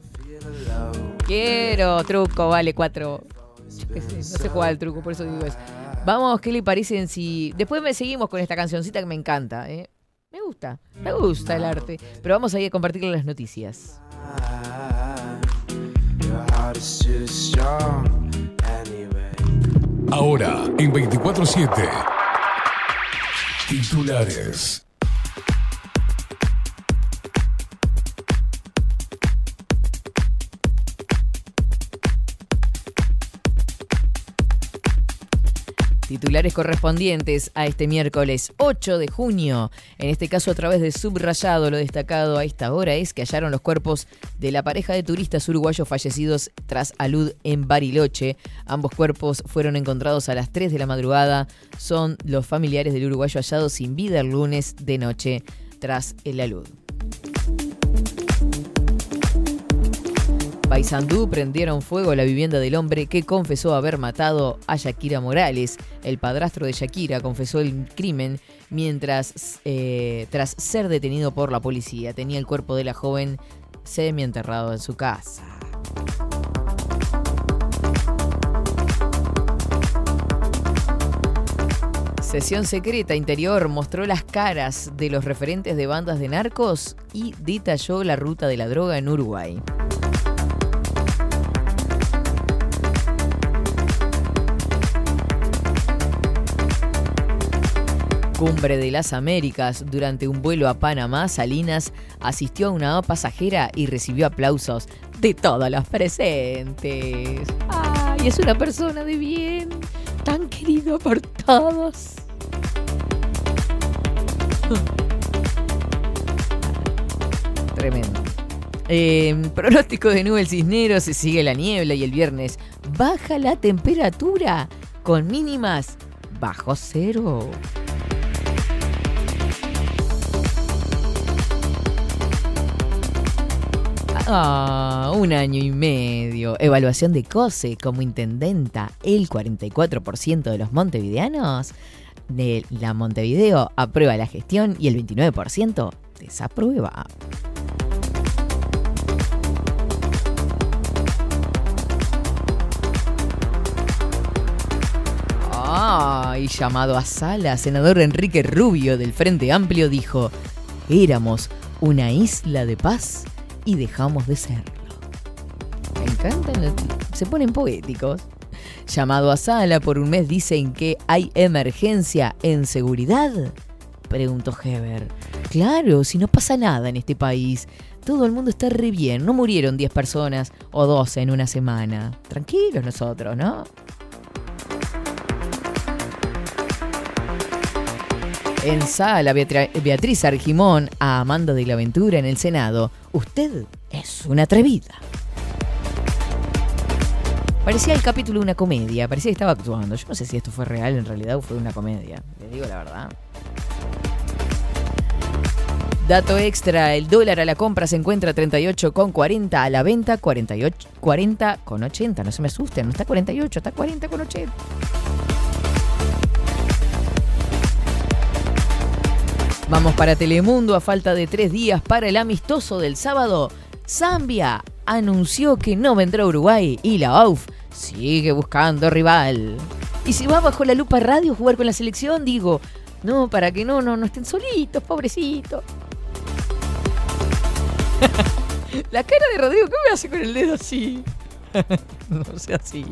Speaker 1: Quiero truco, vale, cuatro. Yo qué sé, No sé jugar al truco, por eso digo eso. Vamos, ¿qué le parecen si. Después me seguimos con esta cancioncita que me encanta, ¿eh? Me gusta, me gusta el arte. Pero vamos a ir a compartirle las noticias.
Speaker 10: Your heart is too strong anyway.
Speaker 3: Ahora, en 24-7. Titulares.
Speaker 1: Titulares correspondientes a este miércoles 8 de junio. En este caso, a través de subrayado, lo destacado a esta hora es que hallaron los cuerpos de la pareja de turistas uruguayos fallecidos tras alud en Bariloche. Ambos cuerpos fueron encontrados a las 3 de la madrugada. Son los familiares del uruguayo hallado sin vida el lunes de noche tras el alud. Paysandú prendieron fuego a la vivienda del hombre que confesó haber matado a Shakira Morales. El padrastro de Shakira confesó el crimen mientras eh, tras ser detenido por la policía. Tenía el cuerpo de la joven semienterrado en su casa. Sesión secreta interior mostró las caras de los referentes de bandas de narcos y detalló la ruta de la droga en Uruguay. Cumbre de las Américas, durante un vuelo a Panamá, Salinas asistió a una pasajera y recibió aplausos de todos los presentes. ¡Ay, es una persona de bien! Tan querida por todos. [LAUGHS] Tremendo. Eh, pronóstico de nubes cisneros, se sigue la niebla y el viernes baja la temperatura con mínimas bajo cero. Ah, un año y medio. Evaluación de COSE como intendenta. El 44% de los montevideanos de la Montevideo aprueba la gestión y el 29% desaprueba. Ay, llamado a sala, senador Enrique Rubio del Frente Amplio dijo, éramos una isla de paz y dejamos de serlo. Me encantan, los- se ponen poéticos. Llamado a sala por un mes dicen que hay emergencia en seguridad. Preguntó Heber. Claro, si no pasa nada en este país. Todo el mundo está re bien. No murieron 10 personas o 12 en una semana. Tranquilos nosotros, ¿no? En sala, Beatra- Beatriz Argimón a Amanda de la Ventura en el Senado. Usted es una atrevida. Parecía el capítulo de una comedia, parecía que estaba actuando. Yo no sé si esto fue real en realidad o fue una comedia. Les digo la verdad. Dato extra, el dólar a la compra se encuentra 38,40, a la venta 48, 40,80. No se me asusten, no está 48, está 40,80. Vamos para Telemundo, a falta de tres días para el amistoso del sábado. Zambia anunció que no vendrá a Uruguay y la AUF sigue buscando rival. Y si va bajo la lupa radio a jugar con la selección, digo, no, para que no, no, no estén solitos, pobrecitos. [LAUGHS] La cara de Rodrigo, ¿cómo me hace con el dedo así? [LAUGHS] no sea así.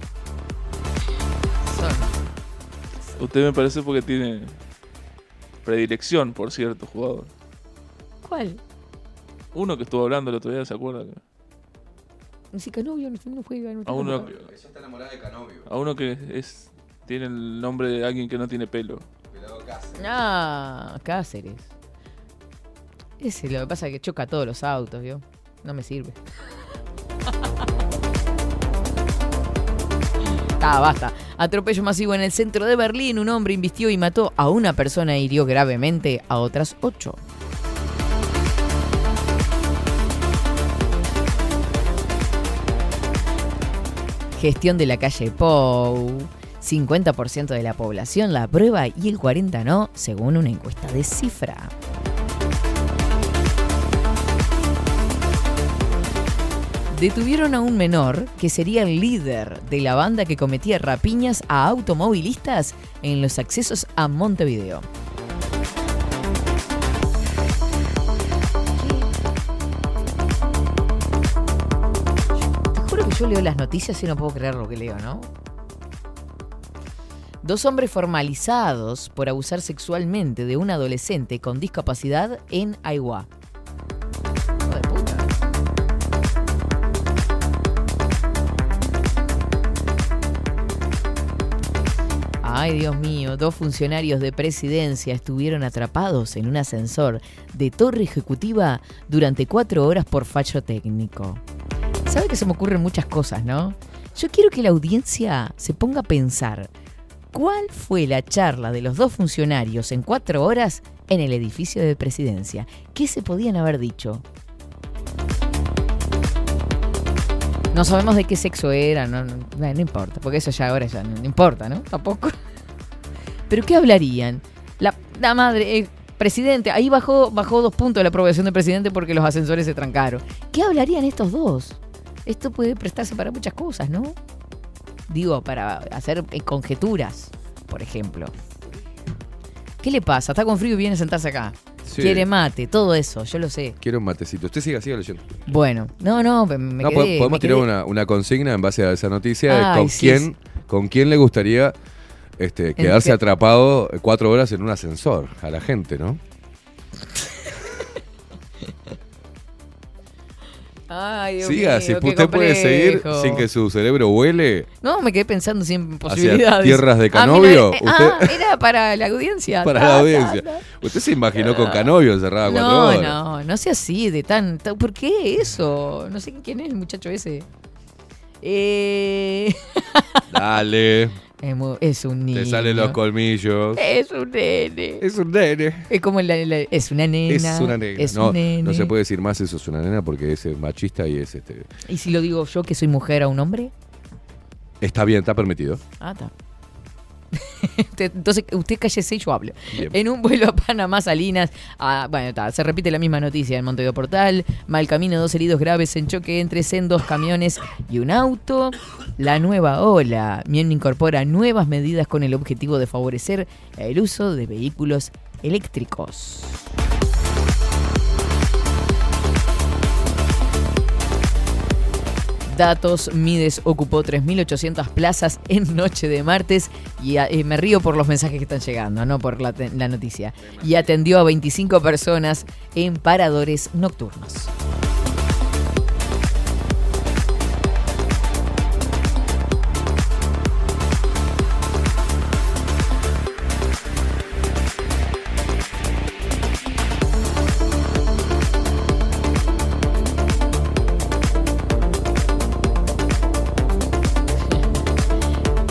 Speaker 2: Usted me parece porque tiene predilección por cierto jugador.
Speaker 1: ¿Cuál?
Speaker 2: Uno que estuvo hablando el otro día, ¿se acuerda?
Speaker 1: Si Canovio no, no juega, no
Speaker 2: A uno,
Speaker 1: tiene-
Speaker 11: Ella está enamorada de Canovio.
Speaker 2: a uno que es tiene el nombre de alguien que no tiene pelo.
Speaker 1: Ah, Cáceres. Ese lo que pasa es que choca todos los autos, ¿vio? No me sirve. [LAUGHS] Ah, basta. Atropello masivo en el centro de Berlín. Un hombre invistió y mató a una persona e hirió gravemente a otras ocho. Gestión de la calle Pou. 50% de la población la aprueba y el 40% no, según una encuesta de cifra. Detuvieron a un menor que sería el líder de la banda que cometía rapiñas a automovilistas en los accesos a Montevideo. Te juro que yo leo las noticias y no puedo creer lo que leo, ¿no? Dos hombres formalizados por abusar sexualmente de un adolescente con discapacidad en Aiguá. Ay, Dios mío, dos funcionarios de presidencia estuvieron atrapados en un ascensor de torre ejecutiva durante cuatro horas por fallo técnico. ¿Sabe que se me ocurren muchas cosas, no? Yo quiero que la audiencia se ponga a pensar cuál fue la charla de los dos funcionarios en cuatro horas en el edificio de presidencia. ¿Qué se podían haber dicho? No sabemos de qué sexo era, no, no, bueno, no importa, porque eso ya ahora ya no, no importa, ¿no? Tampoco. ¿Pero qué hablarían? La, la madre, eh, presidente, ahí bajó, bajó dos puntos la aprobación del presidente porque los ascensores se trancaron. ¿Qué hablarían estos dos? Esto puede prestarse para muchas cosas, ¿no? Digo, para hacer eh, conjeturas, por ejemplo. ¿Qué le pasa? Está con frío y viene a sentarse acá.
Speaker 12: Sí.
Speaker 1: Quiere mate, todo eso, yo lo sé.
Speaker 12: Quiero un matecito. Usted siga, siga leyendo.
Speaker 1: Bueno, no, no, me me
Speaker 12: No, po-
Speaker 1: quedé,
Speaker 12: podemos
Speaker 1: me
Speaker 12: tirar
Speaker 1: quedé.
Speaker 12: una, una consigna en base a esa noticia
Speaker 1: Ay,
Speaker 12: de con,
Speaker 1: sí,
Speaker 12: quién, con quién le gustaría este, quedarse
Speaker 1: qué?
Speaker 12: atrapado cuatro horas en un ascensor a la gente, ¿no?
Speaker 1: Ay, Dios
Speaker 12: siga,
Speaker 1: mío,
Speaker 12: si
Speaker 1: qué
Speaker 12: usted puede seguir
Speaker 1: complejo.
Speaker 12: sin que su cerebro huele.
Speaker 1: No, me quedé pensando sin posibilidades.
Speaker 12: tierras de
Speaker 1: Ah, mira,
Speaker 12: Canovio,
Speaker 1: eh,
Speaker 12: usted-
Speaker 1: Ah, era para la audiencia.
Speaker 12: [LAUGHS] Para
Speaker 1: Ta,
Speaker 12: la
Speaker 1: ta, [LAUGHS]
Speaker 12: audiencia.
Speaker 1: ta.
Speaker 12: Usted se imaginó con Canovio encerrada cuatro
Speaker 1: No,
Speaker 12: horas.
Speaker 1: no, no sea así, de tan, tan- ¿Por qué eso? No sé quién es el muchacho ese. Eh,
Speaker 12: Dale.
Speaker 1: Es, mu- es un niño.
Speaker 12: Te salen los colmillos.
Speaker 1: Es un nene.
Speaker 12: Es un nene.
Speaker 1: Es como la- la- es una nena.
Speaker 12: Es una nena.
Speaker 1: Es
Speaker 12: no,
Speaker 1: un nene.
Speaker 12: no se puede decir más eso es una nena porque es eh, machista y es este.
Speaker 1: ¿Y si lo digo yo que soy mujer a un hombre?
Speaker 12: Está bien, está permitido.
Speaker 1: Ah, está. Usted- [LAUGHS] Entonces, usted cállese y yo hablo.
Speaker 12: Bien.
Speaker 1: En un vuelo a Panamá, Salinas, ah, bueno, está, se repite la misma noticia en Montevideo Portal. Mal camino, dos heridos graves en choque entre sendos, camiones y un auto. La nueva ola. Mien incorpora nuevas medidas con el objetivo de favorecer el uso de vehículos eléctricos. Datos, Mides ocupó 3.800 plazas en noche de martes y a- eh, me río por los mensajes que están llegando, no por la, te- la noticia. Y atendió a 25 personas en paradores nocturnos.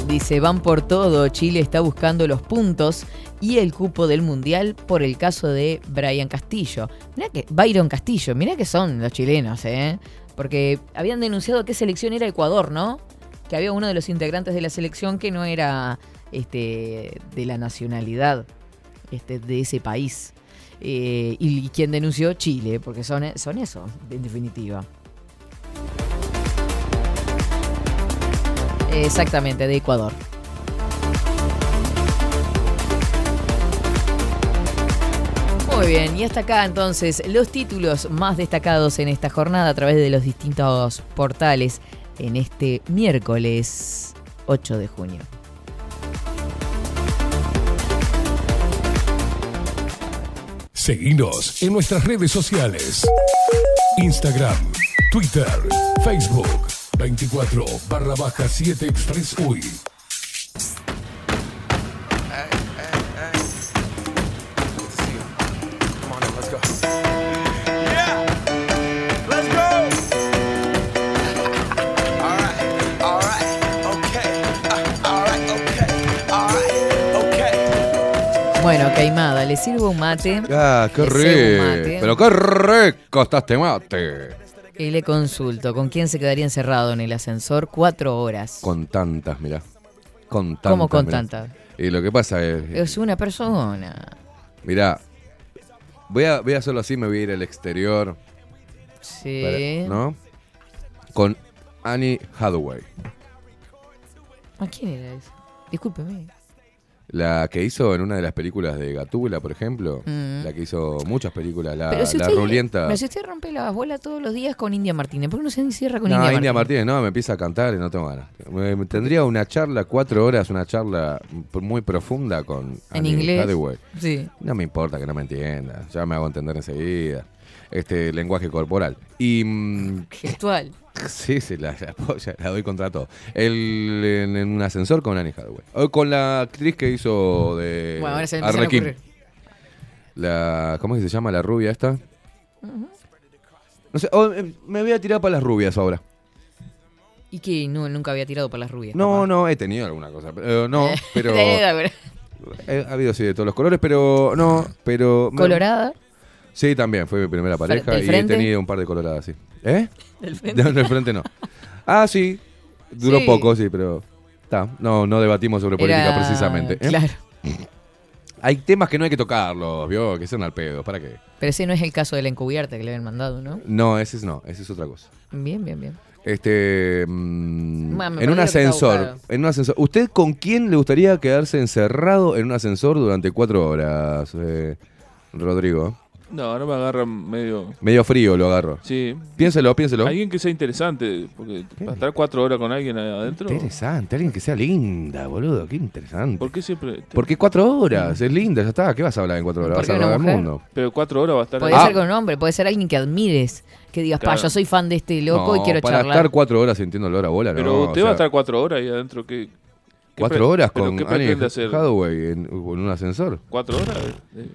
Speaker 1: Dice, van por todo, Chile está buscando los puntos y el cupo del Mundial por el caso de Brian Castillo. Mirá que, Byron Castillo, mirá que son los chilenos, ¿eh? Porque habían denunciado qué selección era Ecuador, ¿no? Que había uno de los integrantes de la selección que no era este, de la nacionalidad este, de ese país. Eh, y, quien denunció Chile, porque son, son eso, en definitiva. Exactamente, de Ecuador. Muy bien, y hasta acá entonces los títulos más destacados en esta jornada a través de los distintos portales en este miércoles 8 de junio.
Speaker 3: Seguinos en nuestras redes sociales. Instagram, Twitter, Facebook. 24 barra baja 7 Express UI.
Speaker 10: Let's go. all right, all right, okay. Uh, all right, okay, all right, okay.
Speaker 1: Bueno, Caimada, le sirvo un mate
Speaker 12: Ah, qué
Speaker 1: Deseo
Speaker 12: rico.
Speaker 1: mate.
Speaker 12: Pero qué rico está este mate.
Speaker 1: y le consulto con quién se quedaría encerrado en el ascensor cuatro horas.
Speaker 12: Con tantas, mirá. Con tantas.
Speaker 1: ¿Cómo con
Speaker 12: mirá.
Speaker 1: tantas?
Speaker 12: Y lo que pasa es,
Speaker 1: Es una persona.
Speaker 12: mirá, voy a, voy a hacerlo así, me voy a ir al exterior,
Speaker 1: Sí.
Speaker 12: para- ¿no? Con Annie Hathaway,
Speaker 1: ¿A quién era eso? Discúlpeme.
Speaker 12: la que hizo en una de las películas de Gatula, por ejemplo,
Speaker 1: Mm.
Speaker 12: la que hizo muchas películas, la,
Speaker 1: Pero si
Speaker 12: Ah, la
Speaker 1: usted-
Speaker 12: Rulienta.
Speaker 1: Pero si usted rompe las bolas todos los días con India Martínez, ¿por qué no se encierra con
Speaker 12: no,
Speaker 1: India,
Speaker 12: India Martínez, no, me empieza a cantar y no tengo ganas. Me- me tendría una charla, cuatro horas, una charla p- muy profunda con
Speaker 1: En
Speaker 12: Annie
Speaker 1: inglés.
Speaker 12: Hathaway.
Speaker 1: Sí.
Speaker 12: No me importa que no me entienda, ya me hago entender enseguida. Este lenguaje corporal. Y. mm, [LAUGHS]
Speaker 1: Gestual.
Speaker 12: Sí, sí, la, la polla, la doy contra todo. El, en, en un ascensor con Annie Hathaway. O con la actriz que hizo de
Speaker 1: Bueno, ahora se me empiezan a
Speaker 12: Arlequín.
Speaker 1: ocurrir.
Speaker 12: La, ¿Cómo es que se llama la rubia esta? No sé, oh, eh, me voy a tirar para las rubias ahora.
Speaker 1: Y que no, nunca había tirado por las rubias.
Speaker 12: No, no, he tenido alguna cosa. Pero, eh, no,
Speaker 1: [LAUGHS]
Speaker 12: pero...
Speaker 1: Debe
Speaker 12: eh, ha habido, sí, de todos los colores, pero no, pero... me-
Speaker 1: Colorada.
Speaker 12: Sí, también, fue mi primera pareja
Speaker 1: ¿Del
Speaker 12: y he
Speaker 1: frente?
Speaker 12: tenido un par de coloradas, sí. ¿Eh?
Speaker 1: [LAUGHS] Del
Speaker 12: frente. No, del frente no. Ah, sí, duró
Speaker 1: Sí.
Speaker 12: poco, sí, pero... ta, no, no debatimos sobre política
Speaker 1: Era-
Speaker 12: precisamente. ¿eh?
Speaker 1: claro.
Speaker 12: Hay temas que no hay que tocarlos, ¿vio? Que sean al pedo, ¿para qué?
Speaker 1: Pero ese no es el caso de la encubierta que le habían mandado, ¿no?
Speaker 12: No, ese es no, ese es otra cosa.
Speaker 1: Bien, bien, bien.
Speaker 12: Este. mm,
Speaker 1: Ma, me
Speaker 12: en
Speaker 1: perdí lo
Speaker 12: un
Speaker 1: que estaba
Speaker 12: ascensor.
Speaker 1: buscando.
Speaker 12: En un ascensor. ¿Usted con quién le gustaría quedarse encerrado en un ascensor durante cuatro horas, eh, Rodrigo?
Speaker 2: No, ahora me agarran medio.
Speaker 12: Medio frío lo agarro.
Speaker 2: Sí.
Speaker 12: Piénselo, piénselo.
Speaker 2: Alguien que sea interesante, porque para estar cuatro horas con alguien adentro.
Speaker 12: Interesante, alguien que sea linda, boludo. Qué interesante.
Speaker 2: ¿Por qué siempre? te-
Speaker 12: ¿Por qué cuatro horas? Es linda, ya está. ¿Qué vas a hablar en cuatro horas? Vas
Speaker 2: Porque una
Speaker 12: a hablar del
Speaker 2: mujer.
Speaker 12: mundo.
Speaker 2: Pero cuatro horas va a estar.
Speaker 1: Puede
Speaker 2: ahí.
Speaker 12: Ah.
Speaker 1: ser con un hombre, puede ser alguien que admires. Que digas, pa,
Speaker 2: Claro.
Speaker 1: yo soy fan de este loco y
Speaker 12: No,
Speaker 1: quiero
Speaker 12: para
Speaker 1: charlar.
Speaker 12: estar cuatro horas sintiendo olor a bola,
Speaker 2: Pero
Speaker 12: no, o
Speaker 2: usted va a
Speaker 12: sea,
Speaker 2: estar cuatro horas ahí adentro. ¿Qué, qué pre-
Speaker 12: cuatro horas
Speaker 2: pero
Speaker 12: con
Speaker 2: ¿Qué
Speaker 12: Annie
Speaker 2: pretende hacer?
Speaker 12: Hathaway en, en un ascensor.
Speaker 2: ¿Cuatro horas? Eh,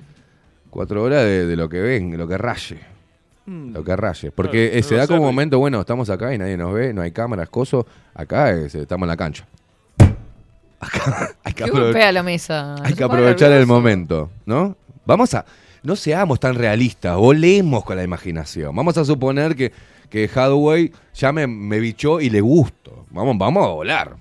Speaker 12: Cuatro horas de, de lo que ven, de lo que raye.
Speaker 2: mm.
Speaker 12: Lo que raye. Porque
Speaker 2: Claro,
Speaker 12: eh, se
Speaker 2: no
Speaker 12: da
Speaker 2: sé,
Speaker 12: como
Speaker 2: Rick.
Speaker 12: un momento, bueno, estamos acá y nadie nos ve, no hay cámaras, coso. Acá es, estamos en la cancha. [LAUGHS] Acá, hay que,
Speaker 1: Que
Speaker 12: aprove-
Speaker 1: golpea la mesa.
Speaker 12: hay
Speaker 1: No
Speaker 12: que
Speaker 1: se ponga
Speaker 12: aprovechar el
Speaker 1: nervioso.
Speaker 12: momento, ¿no? Vamos a. No seamos tan realistas, volemos con la imaginación. Vamos a suponer que, que Hathaway ya me, me bichó y le gusto. Vamos, vamos a volar.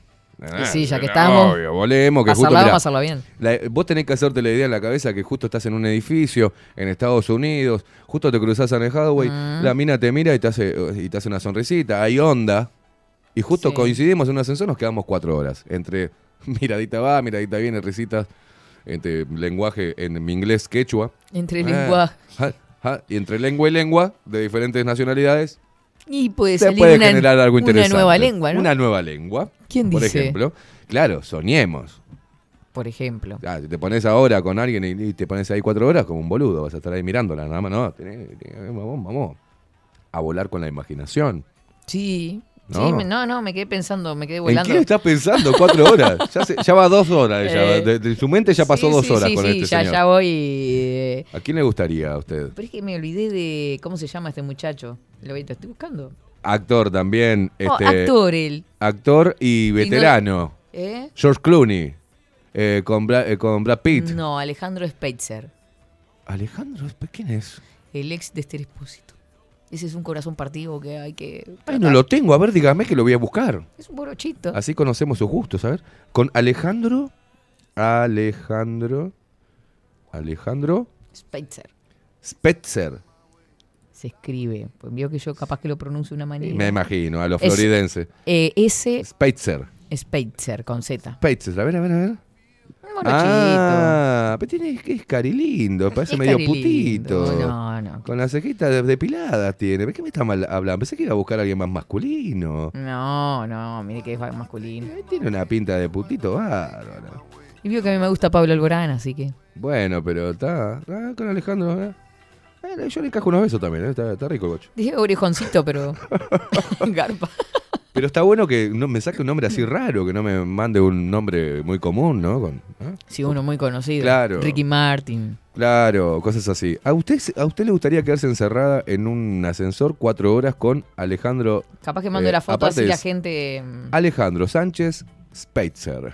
Speaker 1: Y sí, ya que
Speaker 12: Ah,
Speaker 1: estamos.
Speaker 12: obvio, volemos, que justo,
Speaker 1: Pasarla,
Speaker 12: mirá,
Speaker 1: pasarla bien.
Speaker 12: la- vos tenés que hacerte la idea en la cabeza que justo estás en un edificio en Estados Unidos, justo te cruzás a Anne Hathaway,
Speaker 1: Ah.
Speaker 12: la mina te mira y te hace y te hace una sonrisita, hay onda y justo
Speaker 1: Sí.
Speaker 12: coincidimos en un ascensor, nos quedamos cuatro horas entre [LAUGHS] miradita va, miradita viene, risitas, entre lenguaje en mi inglés quechua,
Speaker 1: Entre
Speaker 12: Ah,
Speaker 1: lenguaje.
Speaker 12: ja, ja, y entre lengua y lengua de diferentes nacionalidades
Speaker 1: Y puede
Speaker 12: se
Speaker 1: salir
Speaker 12: puede
Speaker 1: una,
Speaker 12: generar algo
Speaker 1: una
Speaker 12: interesante,
Speaker 1: nueva lengua, ¿no?
Speaker 12: una nueva lengua,
Speaker 1: ¿Quién
Speaker 12: por
Speaker 1: dice?
Speaker 12: ejemplo, claro, soñemos.
Speaker 1: Por ejemplo.
Speaker 12: Ah, si te pones ahora con alguien y, y te pones ahí cuatro horas como un boludo, vas a estar ahí mirándola, nada más, no, tenés- tenés- vamos, vamos a volar con la imaginación.
Speaker 1: Sí.
Speaker 12: No.
Speaker 1: Sí, me- no, no, me quedé pensando, me quedé
Speaker 12: ¿En
Speaker 1: volando.
Speaker 12: quién estás pensando cuatro
Speaker 1: [LAUGHS]
Speaker 12: horas? Ya, se- ya va dos horas, ella,
Speaker 1: Eh,
Speaker 12: de, de su mente ya pasó
Speaker 1: Sí,
Speaker 12: dos
Speaker 1: sí,
Speaker 12: horas
Speaker 1: sí,
Speaker 12: con
Speaker 1: sí,
Speaker 12: este
Speaker 1: ya,
Speaker 12: señor.
Speaker 1: ya voy. eh,
Speaker 12: ¿A quién le gustaría a usted?
Speaker 1: Pero es que me olvidé de. ¿Cómo se llama este muchacho? Lo voy- lo estoy buscando.
Speaker 12: Actor también,
Speaker 1: Oh,
Speaker 12: este,
Speaker 1: actor él.
Speaker 12: actor y
Speaker 1: no-
Speaker 12: veterano,
Speaker 1: ¿Eh?
Speaker 12: George Clooney. eh, con, Bra- eh, con Brad Pitt.
Speaker 1: No, Alejandro Speitzer,
Speaker 12: Alejandro, ¿quién es?
Speaker 1: el ex de este Espósito. Ese es un corazón partido que hay que.
Speaker 12: Ay, no lo tengo. A ver, dígame que lo voy a buscar.
Speaker 1: Es un brochito.
Speaker 12: Así conocemos sus gustos, a ver. Con Alejandro. Alejandro. Alejandro.
Speaker 1: Speitzer.
Speaker 12: Spetzer.
Speaker 1: Se escribe. Pues vio que yo capaz que lo pronuncio de una manera.
Speaker 12: Me imagino, a los
Speaker 1: Es-
Speaker 12: floridenses.
Speaker 1: Eh, ese
Speaker 12: Spetzer.
Speaker 1: Speitzer con Z.
Speaker 12: Spetzer, a ver, a ver, a ver.
Speaker 1: Un monochito.
Speaker 12: Ah, pero tiene, es carilindo, parece
Speaker 1: Es
Speaker 12: medio
Speaker 1: carilindo,
Speaker 12: putito.
Speaker 1: no, no.
Speaker 12: Con las cejitas de- depiladas tiene. ¿Por qué me está mal hablando? Pensé que iba a buscar a alguien más masculino. Eh,
Speaker 1: No, no, mire que es masculino.
Speaker 12: Tiene una pinta de putito bárbaro.
Speaker 1: Y vio que a mí me gusta Pablo Alborán, así que.
Speaker 12: Bueno, pero está. ah, con Alejandro. ah. Eh, yo le encajo unos besos también, eh, está, está rico el bocho.
Speaker 1: Dije "Oh, orejoncito,
Speaker 12: [LAUGHS]
Speaker 1: pero. Garpa.
Speaker 12: Pero está bueno que no me saque un nombre así raro, que no me mande un nombre muy común, ¿no? Con, ¿eh?
Speaker 1: Sí, uno muy conocido.
Speaker 12: Claro.
Speaker 1: Ricky Martin.
Speaker 12: Claro, cosas así. ¿A usted, se- ¿A usted le gustaría quedarse encerrada en un ascensor cuatro horas con Alejandro?
Speaker 1: Capaz que mando
Speaker 12: eh,
Speaker 1: la foto
Speaker 12: aparte
Speaker 1: así la
Speaker 12: es
Speaker 1: gente. mm,
Speaker 12: Alejandro Sánchez Speitzer.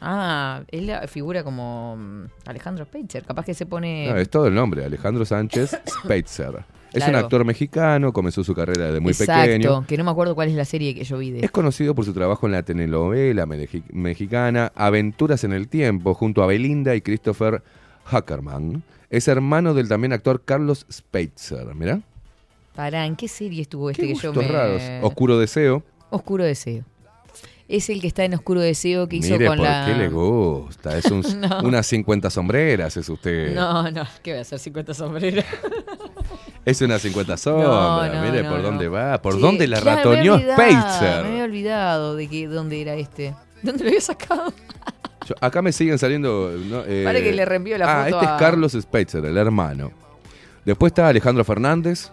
Speaker 1: Ah, él la- figura como mm, Alejandro Speitzer. Capaz que se pone.
Speaker 12: No, Ah, es todo el nombre, Alejandro Sánchez Speitzer. Es un
Speaker 1: Claro.
Speaker 12: actor mexicano, comenzó su carrera desde muy
Speaker 1: Exacto,
Speaker 12: pequeño.
Speaker 1: que no me acuerdo cuál es la serie que yo vi de.
Speaker 12: Es conocido por su trabajo en la telenovela meji- mexicana Aventuras en el Tiempo junto a Belinda y Christopher Hackerman. Es hermano del también actor Carlos Speitzer, mirá.
Speaker 1: Pará, ¿en qué serie estuvo este que yo
Speaker 12: Estos
Speaker 1: me.
Speaker 12: raros. Oscuro Deseo.
Speaker 1: Oscuro Deseo. Es el que está en Oscuro Deseo que hizo
Speaker 12: Mire,
Speaker 1: con
Speaker 12: ¿por
Speaker 1: la.
Speaker 12: qué le gusta? Es
Speaker 1: [LAUGHS]
Speaker 12: un,
Speaker 1: No.
Speaker 12: unas 50 sombreras, es usted.
Speaker 1: No, no, ¿qué voy a hacer 50 sombreras?
Speaker 12: Es unas 50 sombras.
Speaker 1: no,
Speaker 12: Mire
Speaker 1: no,
Speaker 12: por
Speaker 1: no.
Speaker 12: dónde va, por
Speaker 1: Che,
Speaker 12: dónde
Speaker 1: [LAUGHS]
Speaker 12: la
Speaker 1: claro,
Speaker 12: ratoneó
Speaker 1: me había olvidado, Me
Speaker 12: Speitzer.
Speaker 1: había olvidado de que dónde era este. ¿Dónde lo había sacado? [LAUGHS]
Speaker 12: Yo- acá me siguen saliendo. ¿no? Eh,
Speaker 1: Para que le reenvío la
Speaker 12: ah,
Speaker 1: foto
Speaker 12: Este
Speaker 1: a-
Speaker 12: es Carlos Speitzer, el hermano. Después está Alejandro Fernández.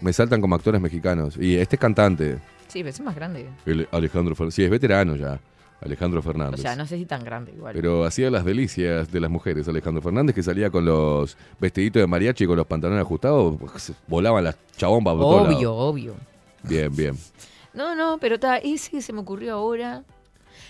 Speaker 12: Me saltan como actores mexicanos. Y este es cantante.
Speaker 1: Sí, pero es más grande.
Speaker 12: el Alejandro Fernández. Sí, es veterano ya. Alejandro
Speaker 1: O
Speaker 12: Fernández.
Speaker 1: sea, no sé si tan grande igual.
Speaker 12: Pero hacía las delicias de las mujeres, Alejandro Fernández, que salía con los vestiditos de mariachi y con los pantalones ajustados, pues, volaban las chabombas por todos
Speaker 1: obvio,
Speaker 12: lados.
Speaker 1: obvio.
Speaker 12: Bien, bien.
Speaker 1: No, no, pero está, ese se me ocurrió ahora.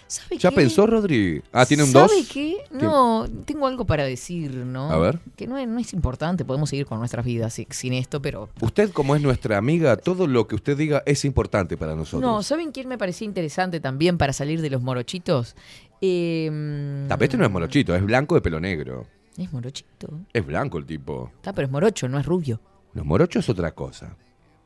Speaker 1: ¿Sabe
Speaker 12: ¿Ya
Speaker 1: qué?
Speaker 12: pensó, Rodri? Ah, ¿tiene un 2?
Speaker 1: ¿Sabe qué? No, tengo algo para decir, ¿no?
Speaker 12: A ver.
Speaker 1: Que no es, no es importante, podemos seguir con nuestras vidas si- sin esto, pero...
Speaker 12: Usted, como es nuestra amiga, todo lo que usted diga es importante para
Speaker 1: No,
Speaker 12: nosotros.
Speaker 1: ¿saben quién me parecía interesante también para salir de los morochitos? Eh, mm,
Speaker 12: Tal vez este no es morochito, es blanco de pelo negro.
Speaker 1: es morochito.
Speaker 12: Es blanco el tipo.
Speaker 1: Está, pero es morocho, no es rubio.
Speaker 12: No, morocho es otra cosa.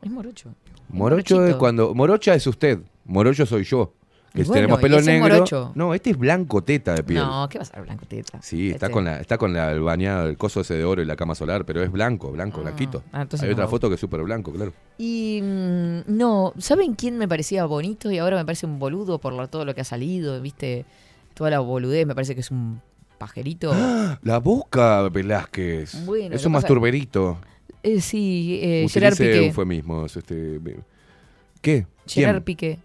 Speaker 1: Es morocho.
Speaker 12: Morocho es
Speaker 1: morochito.
Speaker 12: cuando. Morocha es usted. Morocho soy yo. Que
Speaker 1: Y bueno,
Speaker 12: tenemos
Speaker 1: y
Speaker 12: pelo
Speaker 1: ese es
Speaker 12: negro.
Speaker 1: morocho.
Speaker 12: No, este es blanco teta de piel.
Speaker 1: No, ¿qué va a ser blanco teta?
Speaker 12: Sí, está
Speaker 1: Este.
Speaker 12: con la, está con la el bañado, el coso ese de oro y la cama solar, pero es blanco, blanco, blanquito.
Speaker 1: ah, entonces
Speaker 12: Hay
Speaker 1: no
Speaker 12: otra
Speaker 1: me
Speaker 12: foto que es súper blanco, claro.
Speaker 1: Y mm, no, ¿saben quién me parecía bonito y ahora me parece un boludo por lo- todo lo que ha salido? ¿Viste? Toda la boludez, me parece que es un
Speaker 12: [GASPS]
Speaker 1: pajerito.
Speaker 12: La boca, Velázquez.
Speaker 1: Bueno,
Speaker 12: es
Speaker 1: lo
Speaker 12: un
Speaker 1: pasa-
Speaker 12: masturberito.
Speaker 1: Eh, sí, eh, Gerard
Speaker 12: Utilice
Speaker 1: Piqué.
Speaker 12: eufemismos. Este, ¿Qué?
Speaker 1: Gerard
Speaker 12: ¿Quién?
Speaker 1: Piqué.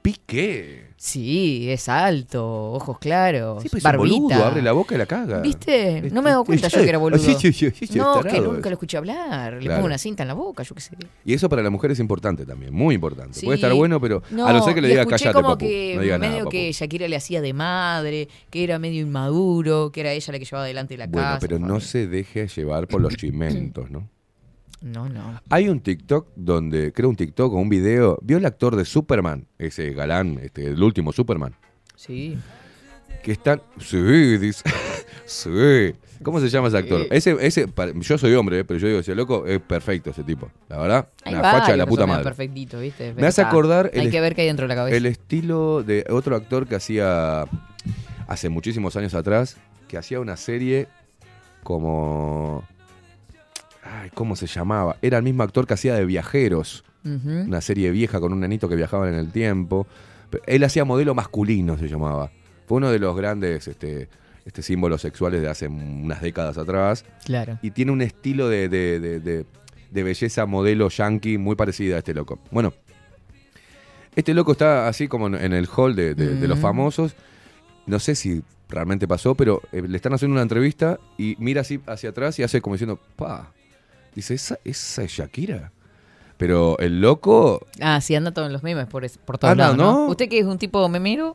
Speaker 12: Piqué.
Speaker 1: Sí, es alto, ojos claros,
Speaker 12: Sí, pues es un
Speaker 1: barbita.
Speaker 12: boludo, abre la boca y la caga.
Speaker 1: ¿Viste? No me he dado
Speaker 12: Este,
Speaker 1: cuenta yo que era boludo.
Speaker 12: [LAUGHS] Sí, sí, sí, sí, sí,
Speaker 1: no, que
Speaker 12: tarado
Speaker 1: nunca
Speaker 12: es.
Speaker 1: lo escuché hablar. Le
Speaker 12: Claro.
Speaker 1: pongo una cinta en la boca, yo qué sé.
Speaker 12: Y eso para la mujer es importante también, muy importante.
Speaker 1: Sí.
Speaker 12: Puede estar bueno, pero
Speaker 1: No,
Speaker 12: a no ser que le
Speaker 1: y
Speaker 12: diga
Speaker 1: escuché
Speaker 12: cállate,
Speaker 1: como
Speaker 12: papu.
Speaker 1: que
Speaker 12: no diga
Speaker 1: medio
Speaker 12: nada, papu".
Speaker 1: que Shakira le hacía de madre, que era medio inmaduro, que era ella la que llevaba adelante la
Speaker 12: Bueno,
Speaker 1: casa.
Speaker 12: pero no se deje llevar por
Speaker 1: [CLEARS THROAT]
Speaker 12: los chimentos, ¿no?
Speaker 1: No, no.
Speaker 12: Hay un TikTok donde, creo un TikTok o un video, vio el actor de Superman, ese galán, este, el último Superman,
Speaker 1: Sí.
Speaker 12: que están, sí, dice, [LAUGHS] sí. ¿Cómo se llama ese actor?
Speaker 1: Sí.
Speaker 12: Ese, ese, pa- yo soy hombre, eh, pero yo digo, ese loco es perfecto ese tipo, la verdad,
Speaker 1: Hay
Speaker 12: una facha de la
Speaker 1: varios
Speaker 12: puta
Speaker 1: más o menos
Speaker 12: madre.
Speaker 1: Perfectito, ¿viste?
Speaker 12: Me
Speaker 1: Pero
Speaker 12: hace
Speaker 1: está,
Speaker 12: acordar
Speaker 1: Hay
Speaker 12: el
Speaker 1: que
Speaker 12: est-
Speaker 1: ver qué hay dentro de la cabeza.
Speaker 12: El estilo de otro actor que hacía hace muchísimos años atrás, que hacía una serie como, ay, ¿cómo se llamaba? Era el mismo actor que hacía de viajeros.
Speaker 1: Ujú.
Speaker 12: una serie vieja con un nenito que viajaba en el tiempo. Pero Él hacía modelo masculino, se llamaba. Fue uno de los grandes este, este, símbolos sexuales de hace unas décadas atrás.
Speaker 1: Claro.
Speaker 12: Y tiene un estilo de, de- de- de- de belleza modelo yankee muy parecida a este loco. Bueno, este loco está así como en- en el hall de, de- de los
Speaker 1: Mm.
Speaker 12: famosos. No sé si realmente pasó, pero eh, le están haciendo una entrevista y mira así hacia atrás y hace como diciendo, pa. Dice, ¿esa, esa es Shakira? Pero el loco
Speaker 1: Ah, sí, anda todo en los memes por, es- por todos
Speaker 12: Anda,
Speaker 1: lados, ¿no?
Speaker 12: ¿no?
Speaker 1: ¿Usted que es un tipo memero?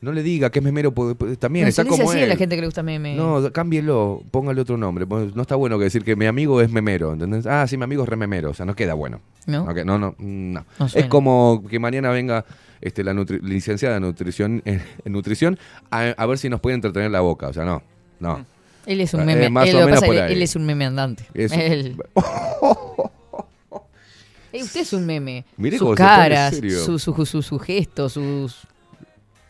Speaker 12: No le diga que es memero, porque- porque también
Speaker 1: No,
Speaker 12: está
Speaker 1: se le dice
Speaker 12: como
Speaker 1: así a
Speaker 12: él.
Speaker 1: la gente que le gusta meme.
Speaker 12: No, cámbielo, póngale otro nombre. Pues No está bueno que decir que mi amigo es memero, ¿entendés? Ah, sí, mi amigo es rememero, o sea, no queda bueno.
Speaker 1: ¿No?
Speaker 12: Ok, no, no, mm, no.
Speaker 1: No
Speaker 12: es
Speaker 1: suena.
Speaker 12: como que mañana venga este, la nutri- licenciada en nutrición, [LAUGHS] en, nutrición a, a ver si nos puede entretener la boca, o sea, no,
Speaker 1: Mm.
Speaker 12: no.
Speaker 1: Él es un
Speaker 12: Eh,
Speaker 1: meme.
Speaker 12: más
Speaker 1: él,
Speaker 12: o
Speaker 1: lo que
Speaker 12: menos
Speaker 1: pasa es
Speaker 12: por
Speaker 1: que
Speaker 12: ahí.
Speaker 1: él es un meme andante.
Speaker 12: Es- [LAUGHS]
Speaker 1: Él- Eh, usted es un meme.
Speaker 12: Mirá
Speaker 1: sus
Speaker 12: cómo se pone
Speaker 1: caras,
Speaker 12: serio.
Speaker 1: sus su, su- su gestos, sus.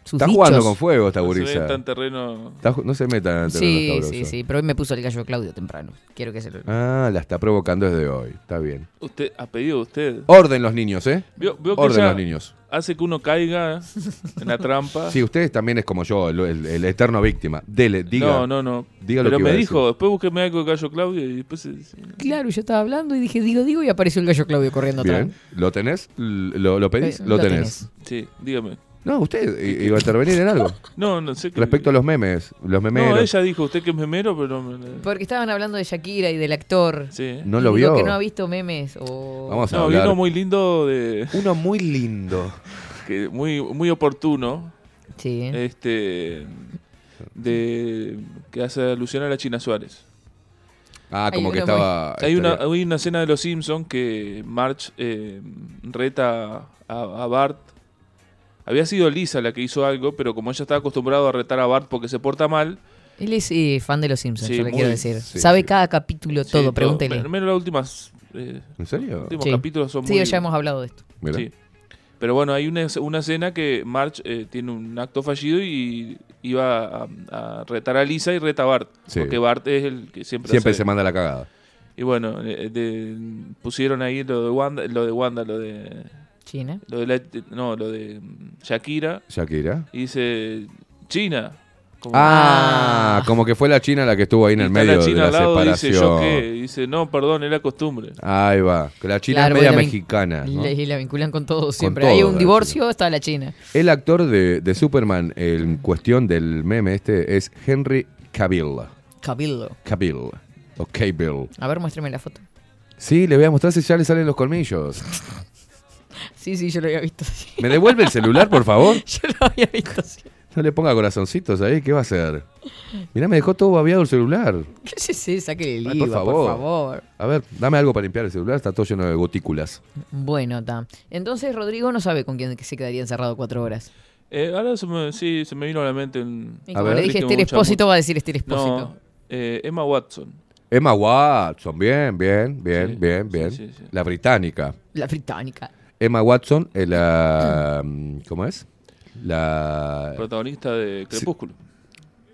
Speaker 1: sus
Speaker 12: Está jugando
Speaker 1: dichos.
Speaker 12: con fuego esta
Speaker 2: No se
Speaker 12: gurisa.
Speaker 2: meta en terreno-
Speaker 12: Está ju- no se metan en el terreno
Speaker 1: Sí,
Speaker 12: escabroso.
Speaker 1: sí, sí. Pero hoy me puso el gallo Claudio temprano. Quiero que se lo.
Speaker 12: Ah, la está provocando desde hoy, está bien.
Speaker 2: Usted, a pedido de usted.
Speaker 12: Orden los niños, ¿eh?
Speaker 2: Veo- veo que
Speaker 12: Orden
Speaker 2: ella
Speaker 12: los niños.
Speaker 2: Hace que uno caiga en la trampa.
Speaker 12: Sí, ustedes también es como yo, el, el- el eterno víctima. Dele, diga.
Speaker 2: No, no, no.
Speaker 12: Diga lo
Speaker 2: Pero
Speaker 12: que
Speaker 2: me
Speaker 12: iba a
Speaker 2: dijo, después búsqueme algo de Gallo Claudio y después... se-
Speaker 1: Claro, yo estaba hablando y dije, digo, digo, y apareció el gallo Claudio corriendo
Speaker 12: decir.
Speaker 1: atrás.
Speaker 12: Bien. ¿Lo tenés? L- ¿Lo, lo pedís?
Speaker 1: Eh,
Speaker 12: lo
Speaker 1: lo
Speaker 12: tenés.
Speaker 2: Sí, dígame.
Speaker 12: No, usted i- iba a intervenir en algo.
Speaker 2: No, no sé qué-
Speaker 12: Respecto a los memes, los
Speaker 2: No,
Speaker 12: memeros.
Speaker 2: ella dijo, usted que es memero, pero... no me-
Speaker 1: Porque estaban hablando de Shakira y del actor.
Speaker 2: Sí. ¿eh?
Speaker 12: No
Speaker 1: Y
Speaker 12: lo
Speaker 1: digo
Speaker 12: vio.
Speaker 1: que no ha visto memes o.
Speaker 12: Vamos a
Speaker 2: No, vi
Speaker 12: hablar.
Speaker 2: uno muy lindo de... [LAUGHS]
Speaker 12: Uno muy lindo.
Speaker 2: que muy, muy oportuno.
Speaker 1: Sí.
Speaker 2: Este... De... Que hace alusión a la China Suárez.
Speaker 12: Ah, como que estaba.
Speaker 2: Hay
Speaker 12: este,
Speaker 2: una, hay una escena de Los Simpsons que March eh, reta a, a Bart. Había sido Lisa la que hizo algo, pero como ella estaba acostumbrada a retar a Bart porque se porta mal.
Speaker 1: Él es eh, fan de los Simpsons,
Speaker 2: Sí,
Speaker 1: yo le
Speaker 2: muy-
Speaker 1: quiero decir.
Speaker 2: sí,
Speaker 1: Sabe
Speaker 2: sí.
Speaker 1: cada capítulo,
Speaker 2: sí,
Speaker 1: todo, pregúntele.
Speaker 2: men- Menos las últimas. eh,
Speaker 12: ¿En serio?
Speaker 2: Los últimos
Speaker 1: Sí.
Speaker 2: capítulos son
Speaker 1: Sí,
Speaker 2: muy.
Speaker 1: ya hemos hablado de esto.
Speaker 12: Mirá.
Speaker 2: Sí. Pero bueno, hay una, una escena que March eh, tiene un acto fallido y iba a, a retar a Lisa y reta a Bart.
Speaker 12: Sí.
Speaker 2: Porque Bart es el que siempre,
Speaker 12: Siempre
Speaker 2: hace-
Speaker 12: se manda la cagada.
Speaker 2: Y bueno, eh, de- pusieron ahí lo de Wanda, lo de Wanda, lo de
Speaker 1: China.
Speaker 2: lo de la- no, lo de mm, Shakira
Speaker 12: Shakira.
Speaker 2: y dice China. Como-
Speaker 12: Ah, como que fue la China la que estuvo ahí en el
Speaker 2: Está
Speaker 12: medio
Speaker 2: la
Speaker 12: de
Speaker 2: China
Speaker 12: la
Speaker 2: al lado y dice yo
Speaker 12: separación.
Speaker 2: qué, y dice no, perdón, era costumbre.
Speaker 12: Ahí va. Que la China
Speaker 1: Claro,
Speaker 12: es media
Speaker 1: porque la vin-
Speaker 12: mexicana. ¿no?
Speaker 1: Y la vinculan con todo siempre.
Speaker 12: todo,
Speaker 1: Hay
Speaker 12: la
Speaker 1: un divorcio, está la China.
Speaker 12: El actor de, de Superman en cuestión del meme este es Henry Cavill.
Speaker 1: Cabildo.
Speaker 12: Cavill. O Cavill.
Speaker 1: A ver, muéstrame la foto.
Speaker 12: Sí, le voy a mostrar si ya le salen los colmillos.
Speaker 1: Sí, sí, yo lo había visto. [LAUGHS]
Speaker 12: ¿Me devuelve el celular, por favor?
Speaker 1: Yo lo había visto así.
Speaker 12: No le ponga corazoncitos ahí, ¿qué va a hacer? Mirá, me dejó todo babeado el celular.
Speaker 1: Cállese, saque el
Speaker 12: Ay,
Speaker 1: IVA,
Speaker 12: por favor.
Speaker 1: Por favor.
Speaker 12: A ver, dame algo para limpiar el celular, está todo lleno de gotículas.
Speaker 1: Bueno, está. Entonces Rodrigo no sabe con quién se quedaría encerrado cuatro horas.
Speaker 2: Eh, ahora se me, sí, se me vino a la mente un-
Speaker 1: Y A como ver. le dije, Esther Espósito, va a decir Esther Espósito.
Speaker 2: No, eh, Emma Watson.
Speaker 12: Emma Watson, bien, bien, bien, bien, bien. La británica.
Speaker 1: La británica.
Speaker 12: Emma Watson, eh, la... ¿Cómo es? La...
Speaker 2: Protagonista de Crepúsculo.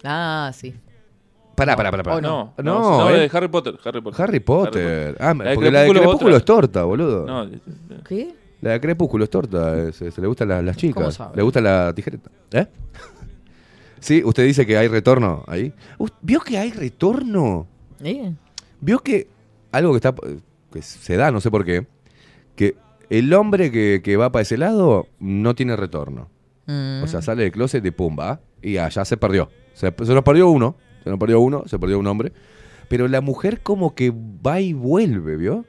Speaker 1: Ah, sí.
Speaker 12: Pará, pará, pará. pará.
Speaker 2: Oh, no.
Speaker 12: no,
Speaker 2: No, no,
Speaker 12: eh.
Speaker 2: de Harry Potter, Harry Potter.
Speaker 12: Harry Potter. Ah,
Speaker 2: La de
Speaker 12: porque la de
Speaker 2: Crepúsculo es
Speaker 12: Crepúsculo
Speaker 2: otra.
Speaker 12: es torta, boludo.
Speaker 2: No, de-
Speaker 1: ¿Qué?
Speaker 12: La de Crepúsculo es torta, eh, se, se le gustan las, las chicas.
Speaker 1: sabe?
Speaker 12: Le gusta la tijereta. ¿Eh? [LAUGHS] sí, usted dice que hay retorno ahí. Uf, ¿Vio que hay retorno?
Speaker 1: Bien.
Speaker 12: ¿Vio que algo que está que se da, no sé por qué, que el hombre que, que va para ese lado no tiene retorno?
Speaker 1: Mm.
Speaker 12: O sea, sale del closet de pumba y allá se perdió. Se, se nos perdió uno, se nos perdió uno, se perdió un hombre. Pero la mujer como que va y vuelve, ¿vio?
Speaker 1: Mm.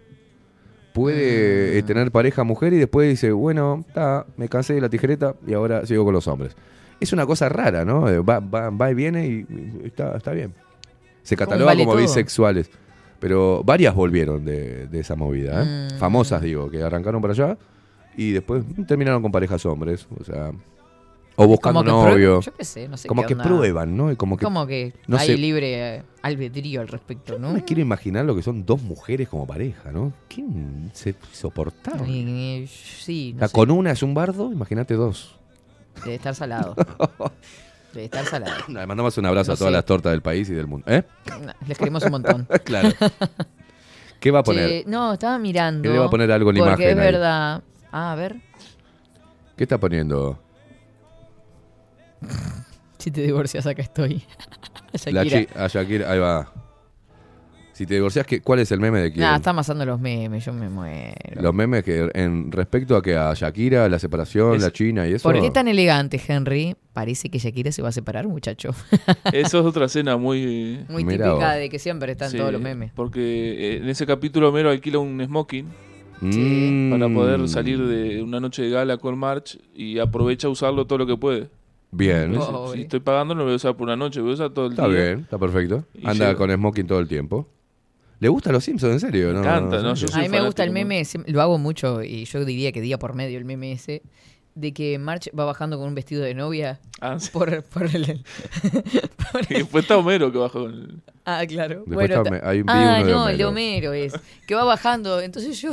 Speaker 12: Puede eh, tener pareja mujer y después dice, bueno, ta, me cansé de la tijereta y ahora sigo con los hombres. Es una cosa rara, ¿no? Eh, Va, va, va y viene y, y está, está bien. Se cataloga
Speaker 1: vale
Speaker 12: como
Speaker 1: todo.
Speaker 12: bisexuales. Pero varias volvieron de, de esa movida, ¿eh?
Speaker 1: Mm.
Speaker 12: Famosas, digo, que arrancaron para allá y después mm, terminaron con parejas hombres. O sea, o buscando
Speaker 1: Como que prue-
Speaker 12: novio.
Speaker 1: yo qué sé, no sé
Speaker 12: Como
Speaker 1: qué
Speaker 12: que
Speaker 1: onda.
Speaker 12: prueban, ¿no? Y como que,
Speaker 1: Como que
Speaker 12: no
Speaker 1: hay
Speaker 12: sé,
Speaker 1: libre eh, albedrío al respecto,
Speaker 12: no
Speaker 1: ¿no?
Speaker 12: me quiero imaginar lo que son dos mujeres como pareja, ¿no? Qué insoportable.
Speaker 1: Eh, eh, sí,
Speaker 12: O
Speaker 1: no
Speaker 12: sea,
Speaker 1: sé.
Speaker 12: con una es un bardo, imagínate dos.
Speaker 1: Debe estar
Speaker 12: [LAUGHS]
Speaker 1: salado. Debe estar salado.
Speaker 12: Le mandamos un abrazo
Speaker 1: No
Speaker 12: a todas
Speaker 1: sé.
Speaker 12: las tortas del país y del mundo. ¿Eh? [LAUGHS]
Speaker 1: No, Les queremos un montón.
Speaker 12: claro. ¿Qué va a [LAUGHS] poner?
Speaker 1: Che, no, estaba mirando.
Speaker 12: Él le va a poner algo en la
Speaker 1: Porque es
Speaker 12: imagen ahí.
Speaker 1: verdad. Ah, a ver.
Speaker 12: ¿Qué está poniendo?
Speaker 1: Si te divorcias, acá estoy. [LAUGHS]
Speaker 12: La
Speaker 1: Shakira.
Speaker 12: chi- a Shakira, ahí va. Si te divorcias, ¿qué- ¿cuál es el meme de quién?
Speaker 1: Nah, está amasando los memes, yo me muero.
Speaker 12: Los memes que en respecto a que a Shakira, la separación,
Speaker 1: Es-
Speaker 12: la China y eso.
Speaker 1: ¿Por qué tan elegante, Henry? Parece que Shakira se va a separar, muchacho. [LAUGHS]
Speaker 2: Eso es otra escena muy...
Speaker 1: Muy típica de que siempre están
Speaker 2: Sí,
Speaker 1: todos los memes.
Speaker 2: Porque eh, en ese capítulo Homero alquila un smoking
Speaker 12: Mm.
Speaker 2: para poder salir de una noche de gala con March y aprovecha a usarlo todo lo que puede.
Speaker 12: Bien.
Speaker 2: Pues, si- si estoy pagando, no lo voy a usar por una noche, lo voy a usar todo el
Speaker 12: Está
Speaker 2: día.
Speaker 12: bien, está perfecto.
Speaker 2: Y
Speaker 12: Anda
Speaker 2: llego.
Speaker 12: con smoking todo el tiempo. ¿Le gustan los Simpsons, en serio? Me
Speaker 2: encanta, no, yo
Speaker 1: A mí me gusta el meme, ese, lo hago mucho y yo diría que día por medio el meme ese, de que March va bajando con un vestido de
Speaker 12: [LAUGHS]
Speaker 1: novia por, por el...
Speaker 2: Ah, [LAUGHS] Y después está Homero que bajó con el-
Speaker 1: Ah, claro.
Speaker 2: Después
Speaker 1: Bueno,
Speaker 2: está
Speaker 1: ta-
Speaker 2: Home- hay un- vi
Speaker 1: ah,
Speaker 2: uno de
Speaker 1: no, el de
Speaker 2: Homero.
Speaker 1: Homero es. Que va bajando. Entonces
Speaker 12: [LAUGHS]
Speaker 1: yo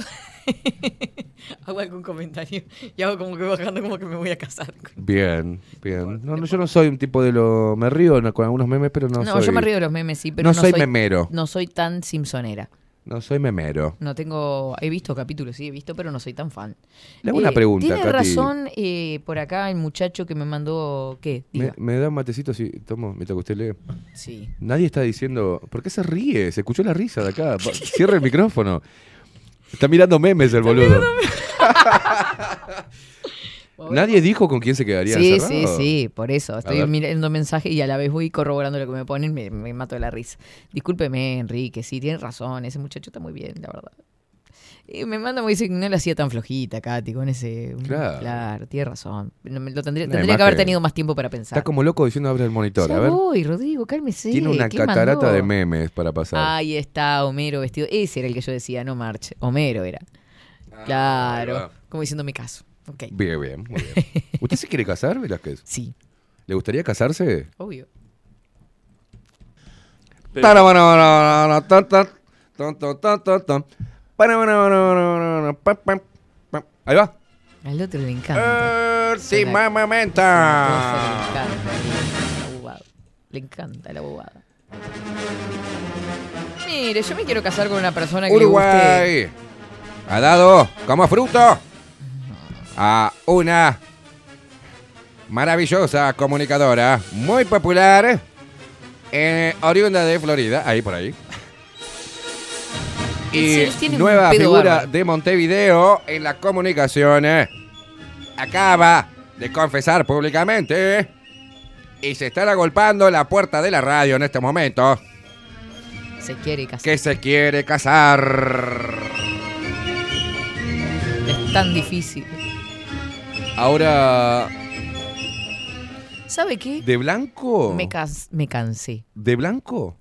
Speaker 1: hago algún comentario y hago como que voy bajando como que me voy a casar.
Speaker 12: Bien, bien. No, no, yo no soy un tipo de lo... Me río no- con algunos memes, pero no,
Speaker 1: No,
Speaker 12: soy...
Speaker 1: yo me río de los memes, sí, pero
Speaker 12: no,
Speaker 1: no,
Speaker 12: soy memero.
Speaker 1: No soy tan simpsonera.
Speaker 12: No soy memero.
Speaker 1: No tengo. He visto capítulos, sí, he visto, pero no soy tan fan. Eh,
Speaker 12: Le hago una pregunta,
Speaker 1: Tiene
Speaker 12: Katy.
Speaker 1: razón eh, por acá el muchacho que me mandó. ¿Qué?
Speaker 12: Me,
Speaker 1: Diga.
Speaker 12: me da un matecito si tomo mientras que usted lee.
Speaker 1: Sí.
Speaker 12: Nadie está diciendo... ¿Por qué se ríe? Se escuchó la risa
Speaker 1: [LAUGHS]
Speaker 12: de acá. Pa- Cierra el micrófono. Está mirando memes el boludo. [LAUGHS]
Speaker 1: [LAUGHS]
Speaker 12: Nadie dijo con quién se quedaría
Speaker 1: Sí, sí,
Speaker 12: encerrado.
Speaker 1: sí, por eso.
Speaker 12: A
Speaker 1: Estoy
Speaker 12: ver.
Speaker 1: mirando mensajes y a la vez voy corroborando lo que me ponen, me, me mato de la risa. Discúlpeme, Enrique, sí, tienes razón, ese muchacho está muy bien, la verdad. Y me manda, me dice que no la hacía tan flojita, Katy, con ese...
Speaker 12: Claro.
Speaker 1: tiene razón. No, me- lo tendría
Speaker 12: Una
Speaker 1: tendría que haber
Speaker 12: imagen.
Speaker 1: tenido más tiempo para
Speaker 12: Está
Speaker 1: pensar.
Speaker 12: como loco diciendo abre el monitor.
Speaker 1: Ya
Speaker 12: a ver.
Speaker 1: voy, Rodrigo, cálmese.
Speaker 12: Tiene una
Speaker 1: ¿qué
Speaker 12: catarata
Speaker 1: mandó?
Speaker 12: de memes para pasar.
Speaker 1: Ahí está Homero vestido. Ese era el que yo decía, no March. Homero era.
Speaker 12: Ah, ahí va.
Speaker 1: claro. Como diciendo mi caso. Ok.
Speaker 12: Bien, bien, muy bien. ¿Usted se quiere casar, Velázquez?
Speaker 1: Sí.
Speaker 12: ¿Le gustaría casarse?
Speaker 1: Obvio.
Speaker 2: Pero-
Speaker 12: Tarabarabarabara, tan, tan, tan, tan, tan, tan, tan. Parabarabarabara, pam, pam, pam. Ahí va.
Speaker 1: Al otro le
Speaker 12: Eh.
Speaker 1: encanta.
Speaker 12: Última
Speaker 1: Suena-
Speaker 12: momenta.
Speaker 1: Suena cosa, Le encanta la bobada. Le encanta la bobada. Mire, yo me quiero casar con una persona que le guste.
Speaker 12: Uruguay ha dado como fruto a una maravillosa comunicadora muy popular, eh, oriunda de Florida, ahí por ahí. Y
Speaker 1: Sí, tiene un
Speaker 12: nueva
Speaker 1: pedo
Speaker 12: figura
Speaker 1: bárbaro.
Speaker 12: de Montevideo en la comunicación. eh, Acaba de confesar públicamente y se están agolpando la puerta de la radio en este momento
Speaker 1: Se quiere casar.
Speaker 12: que se quiere casar.
Speaker 1: Es tan difícil.
Speaker 12: Ahora,
Speaker 1: ¿Sabe qué?
Speaker 12: ¿de blanco?
Speaker 1: Me, cas- me cansé.
Speaker 12: ¿De blanco?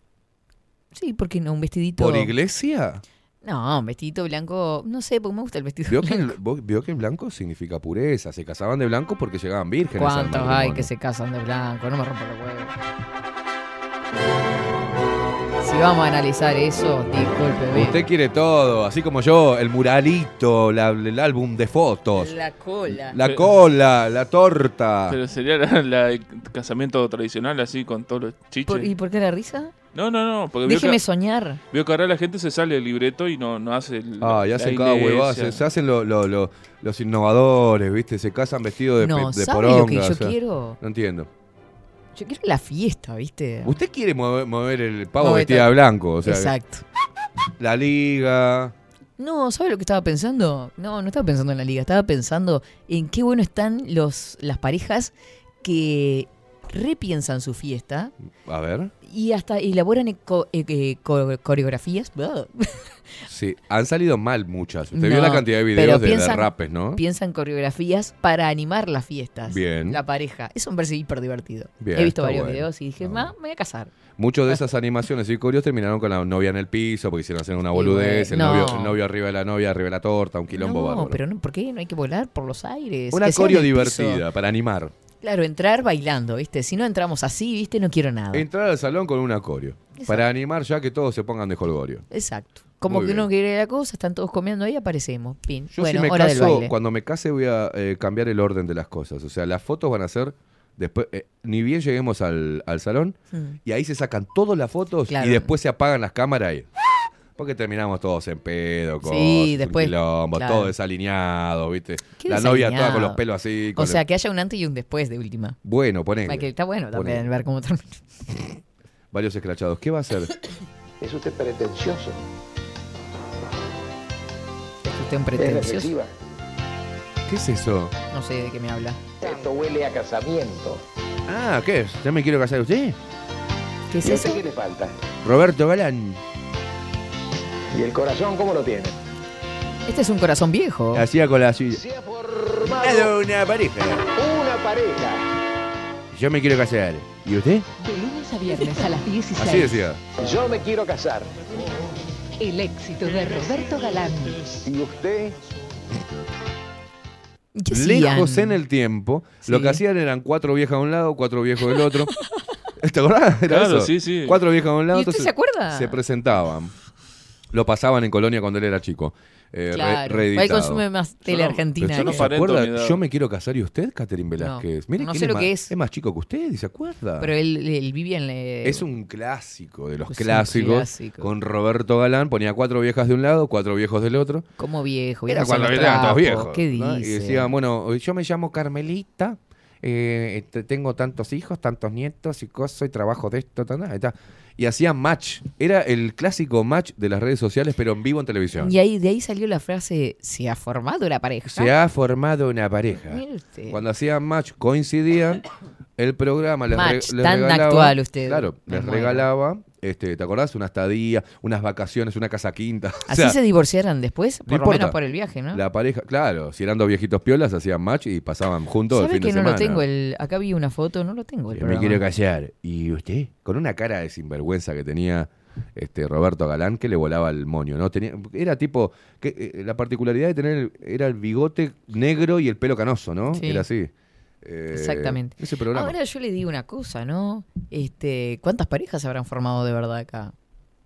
Speaker 1: Sí, porque no, un vestidito.
Speaker 12: ¿Por iglesia?
Speaker 1: No, un vestidito blanco. No sé, porque me gusta el vestido
Speaker 12: Vio que,
Speaker 1: blanco.
Speaker 12: el, vos- vio que el blanco significa pureza. Se casaban de blanco porque llegaban vírgenes. al
Speaker 1: ¿Cuántos hay
Speaker 12: matrimonio.
Speaker 1: que se casan de blanco? No me rompo los huevos. Si vamos a analizar eso, discúlpeme.
Speaker 12: Usted quiere todo, así como yo, el muralito, la- el álbum de fotos,
Speaker 1: La cola.
Speaker 12: la cola, la torta.
Speaker 2: Pero sería la, la de casamiento tradicional, así, con todos los chiches.
Speaker 1: Por- ¿Y por qué la risa?
Speaker 2: No, no, no. Porque veo
Speaker 1: Déjeme
Speaker 2: que,
Speaker 1: soñar.
Speaker 2: veo que ahora la gente se sale del libreto y no, no hace el.
Speaker 12: Ah, y
Speaker 2: la
Speaker 12: hacen cada
Speaker 2: iglesia.
Speaker 12: huevada, se, se hacen lo- lo- lo- los innovadores, ¿viste? Se casan vestidos de,
Speaker 1: No,
Speaker 12: pe- de
Speaker 1: ¿sabe
Speaker 12: poronga,
Speaker 1: lo que yo
Speaker 12: o sea,
Speaker 1: quiero?
Speaker 12: No entiendo.
Speaker 1: Yo quiero la fiesta, ¿viste?
Speaker 12: Usted quiere mover, mover el pavo
Speaker 1: Mover
Speaker 12: vestido
Speaker 1: todo.
Speaker 12: de blanco, o sea.
Speaker 1: Exacto.
Speaker 12: La liga.
Speaker 1: No, ¿sabe lo que estaba pensando? No, no estaba pensando en la liga, estaba pensando en qué bueno están los, las parejas que repiensan su fiesta
Speaker 12: A ver.
Speaker 1: y hasta elaboran eco- eh, eh, co- coreografías. Blah.
Speaker 12: Sí, han salido mal muchas. Usted vio
Speaker 1: No,
Speaker 12: la cantidad de
Speaker 1: pero
Speaker 12: videos de
Speaker 1: piensan-
Speaker 12: derrapes, ¿no?
Speaker 1: Piensan coreografías para animar las fiestas.
Speaker 12: Bien.
Speaker 1: La pareja. Eso me parece hiper divertido.
Speaker 12: Bien,
Speaker 1: He visto
Speaker 12: está
Speaker 1: varios
Speaker 12: bueno.
Speaker 1: videos y dije, ma, me voy a casar.
Speaker 12: Muchas de esas animaciones y corios terminaron con la novia en el piso porque hicieron hacer una boludez, el,
Speaker 1: no.
Speaker 12: novio, el novio arriba de la novia, arriba de la torta, un quilombo
Speaker 1: no,
Speaker 12: bárbaro.
Speaker 1: pero no, ¿por qué no hay que volar por los aires?
Speaker 12: Una
Speaker 1: Que sea en
Speaker 12: corio
Speaker 1: el piso.
Speaker 12: divertida para animar.
Speaker 1: Claro, entrar bailando, ¿viste? Si no entramos así, ¿viste? No quiero nada.
Speaker 12: Entrar al salón con una corio.
Speaker 1: Ah. Exacto.
Speaker 12: Para animar ya que todos se pongan de jolgorio.
Speaker 1: Exacto. Como
Speaker 12: Muy
Speaker 1: que uno quiere la cosa, están todos comiendo ahí, aparecemos. Pin. bueno, hora del baile.
Speaker 12: cuando me case voy a eh, cambiar el orden de las cosas. O sea, las fotos van a ser después, eh, ni bien lleguemos al, al salón,
Speaker 1: Mm.
Speaker 12: y ahí se sacan todas las fotos
Speaker 1: Claro.
Speaker 12: y después se apagan las cámaras y... Porque terminamos todos en pedo, con
Speaker 1: Sí, después, claro.
Speaker 12: todo desalineado, ¿viste?
Speaker 1: Qué
Speaker 12: La novia toda
Speaker 1: desalineado.
Speaker 12: con los pelos así. con
Speaker 1: O
Speaker 12: el-
Speaker 1: sea, que haya un antes y un después de última.
Speaker 12: Bueno, ponen
Speaker 1: Que está bueno también
Speaker 12: Ponele.
Speaker 1: ver cómo termina.
Speaker 12: varios escrachados. ¿Qué va a hacer? [COUGHS]
Speaker 13: Es usted pretencioso.
Speaker 1: Es usted un pretencioso.
Speaker 12: ¿Qué es eso?
Speaker 1: No sé de qué me habla.
Speaker 13: Esto huele a casamiento.
Speaker 12: Ah, ¿qué es? ¿Ya me quiero casar usted?
Speaker 1: ¿Qué
Speaker 13: ¿Y a usted qué le falta?
Speaker 12: Roberto Galán.
Speaker 13: ¿Y el corazón cómo lo tiene?
Speaker 1: Este es un corazón viejo.
Speaker 12: Hacía con la...
Speaker 13: Formado
Speaker 12: una pareja.
Speaker 13: Una pareja.
Speaker 12: Yo me quiero casar. ¿Y usted?
Speaker 14: De lunes a viernes a las 16.
Speaker 12: Así decía.
Speaker 13: Yo me quiero casar.
Speaker 14: El éxito de Roberto Galán.
Speaker 13: ¿Y usted?
Speaker 1: ¿Qué hacían?
Speaker 12: Lejos en el tiempo, lo
Speaker 1: Sí.
Speaker 12: que hacían eran cuatro viejas de un lado, cuatro viejos del otro. [LAUGHS] ¿Te acordás? Era
Speaker 2: Claro,
Speaker 12: eso.
Speaker 2: sí, sí.
Speaker 12: Cuatro viejas de un lado.
Speaker 1: ¿Y usted
Speaker 12: entonces
Speaker 1: se acuerda?
Speaker 12: Se presentaban. Lo pasaban en Colonia cuando él era chico. Eh, re-
Speaker 1: Claro.
Speaker 12: reeditado.
Speaker 1: Él consume más tele argentina eh.
Speaker 12: Pero yo no
Speaker 1: que-
Speaker 12: se acuerda,
Speaker 1: Aparento mi edad.
Speaker 12: yo me quiero casar y usted, Catherine Velázquez.
Speaker 1: No.
Speaker 12: Mire
Speaker 1: No
Speaker 12: que
Speaker 1: sé
Speaker 12: él
Speaker 1: lo
Speaker 12: es
Speaker 1: que
Speaker 12: ma-
Speaker 1: es.
Speaker 12: Es más chico que usted y se acuerda.
Speaker 1: Pero él, él vivía en... eh, le-
Speaker 12: Es un clásico de los
Speaker 1: Es un
Speaker 12: clásicos.
Speaker 1: clásico.
Speaker 12: Con Roberto Galán ponía cuatro viejas de un lado, cuatro viejos del otro.
Speaker 1: Como viejo.
Speaker 12: Era
Speaker 1: viejo
Speaker 12: cuando
Speaker 1: sin
Speaker 12: eran todos
Speaker 1: trapo.
Speaker 12: viejos.
Speaker 1: ¿Qué
Speaker 12: ¿no?
Speaker 1: dice?
Speaker 12: Y decían, bueno, yo me llamo Carmelita, eh, este, tengo tantos hijos, tantos nietos y cosas, y trabajo de esto, tan, tan, tan. Y hacían match. Era el clásico match de las redes sociales, pero en vivo en televisión.
Speaker 1: Y ahí, de ahí salió la frase, se ha formado la pareja.
Speaker 12: Se ha formado una pareja.
Speaker 1: Mire usted.
Speaker 12: Cuando hacían match, coincidían. El programa les, re-
Speaker 1: Match,
Speaker 12: les
Speaker 1: tan
Speaker 12: regalaba.
Speaker 1: actual usted.
Speaker 12: Claro,
Speaker 1: Me
Speaker 12: les
Speaker 1: muero.
Speaker 12: regalaba. Este, ¿Te acordás? Una estadía, unas vacaciones, una casa quinta. [LAUGHS] O
Speaker 1: Así
Speaker 12: sea,
Speaker 1: se divorciaron después, por
Speaker 12: no
Speaker 1: lo
Speaker 12: importa.
Speaker 1: menos por el viaje, ¿no?
Speaker 12: La pareja, claro, si eran dos viejitos piolas, hacían match y pasaban juntos el
Speaker 1: ¿Sabe
Speaker 12: fin
Speaker 1: que
Speaker 12: de
Speaker 1: no
Speaker 12: semana.
Speaker 1: lo tengo? El, acá vi una foto, no lo tengo. El
Speaker 12: Me
Speaker 1: programa.
Speaker 12: quiero callar. ¿Y usted? Con una cara de sinvergüenza que tenía este Roberto Galán, que le volaba el moño, ¿no? Tenía, era tipo. Que, eh, la particularidad de tener el- era el bigote negro y el pelo canoso, ¿no?
Speaker 1: Sí.
Speaker 12: Era así. Eh,
Speaker 1: Exactamente.
Speaker 12: Ese programa.
Speaker 1: Ahora yo le digo una cosa, ¿no? Este, ¿Cuántas parejas se habrán formado de verdad acá?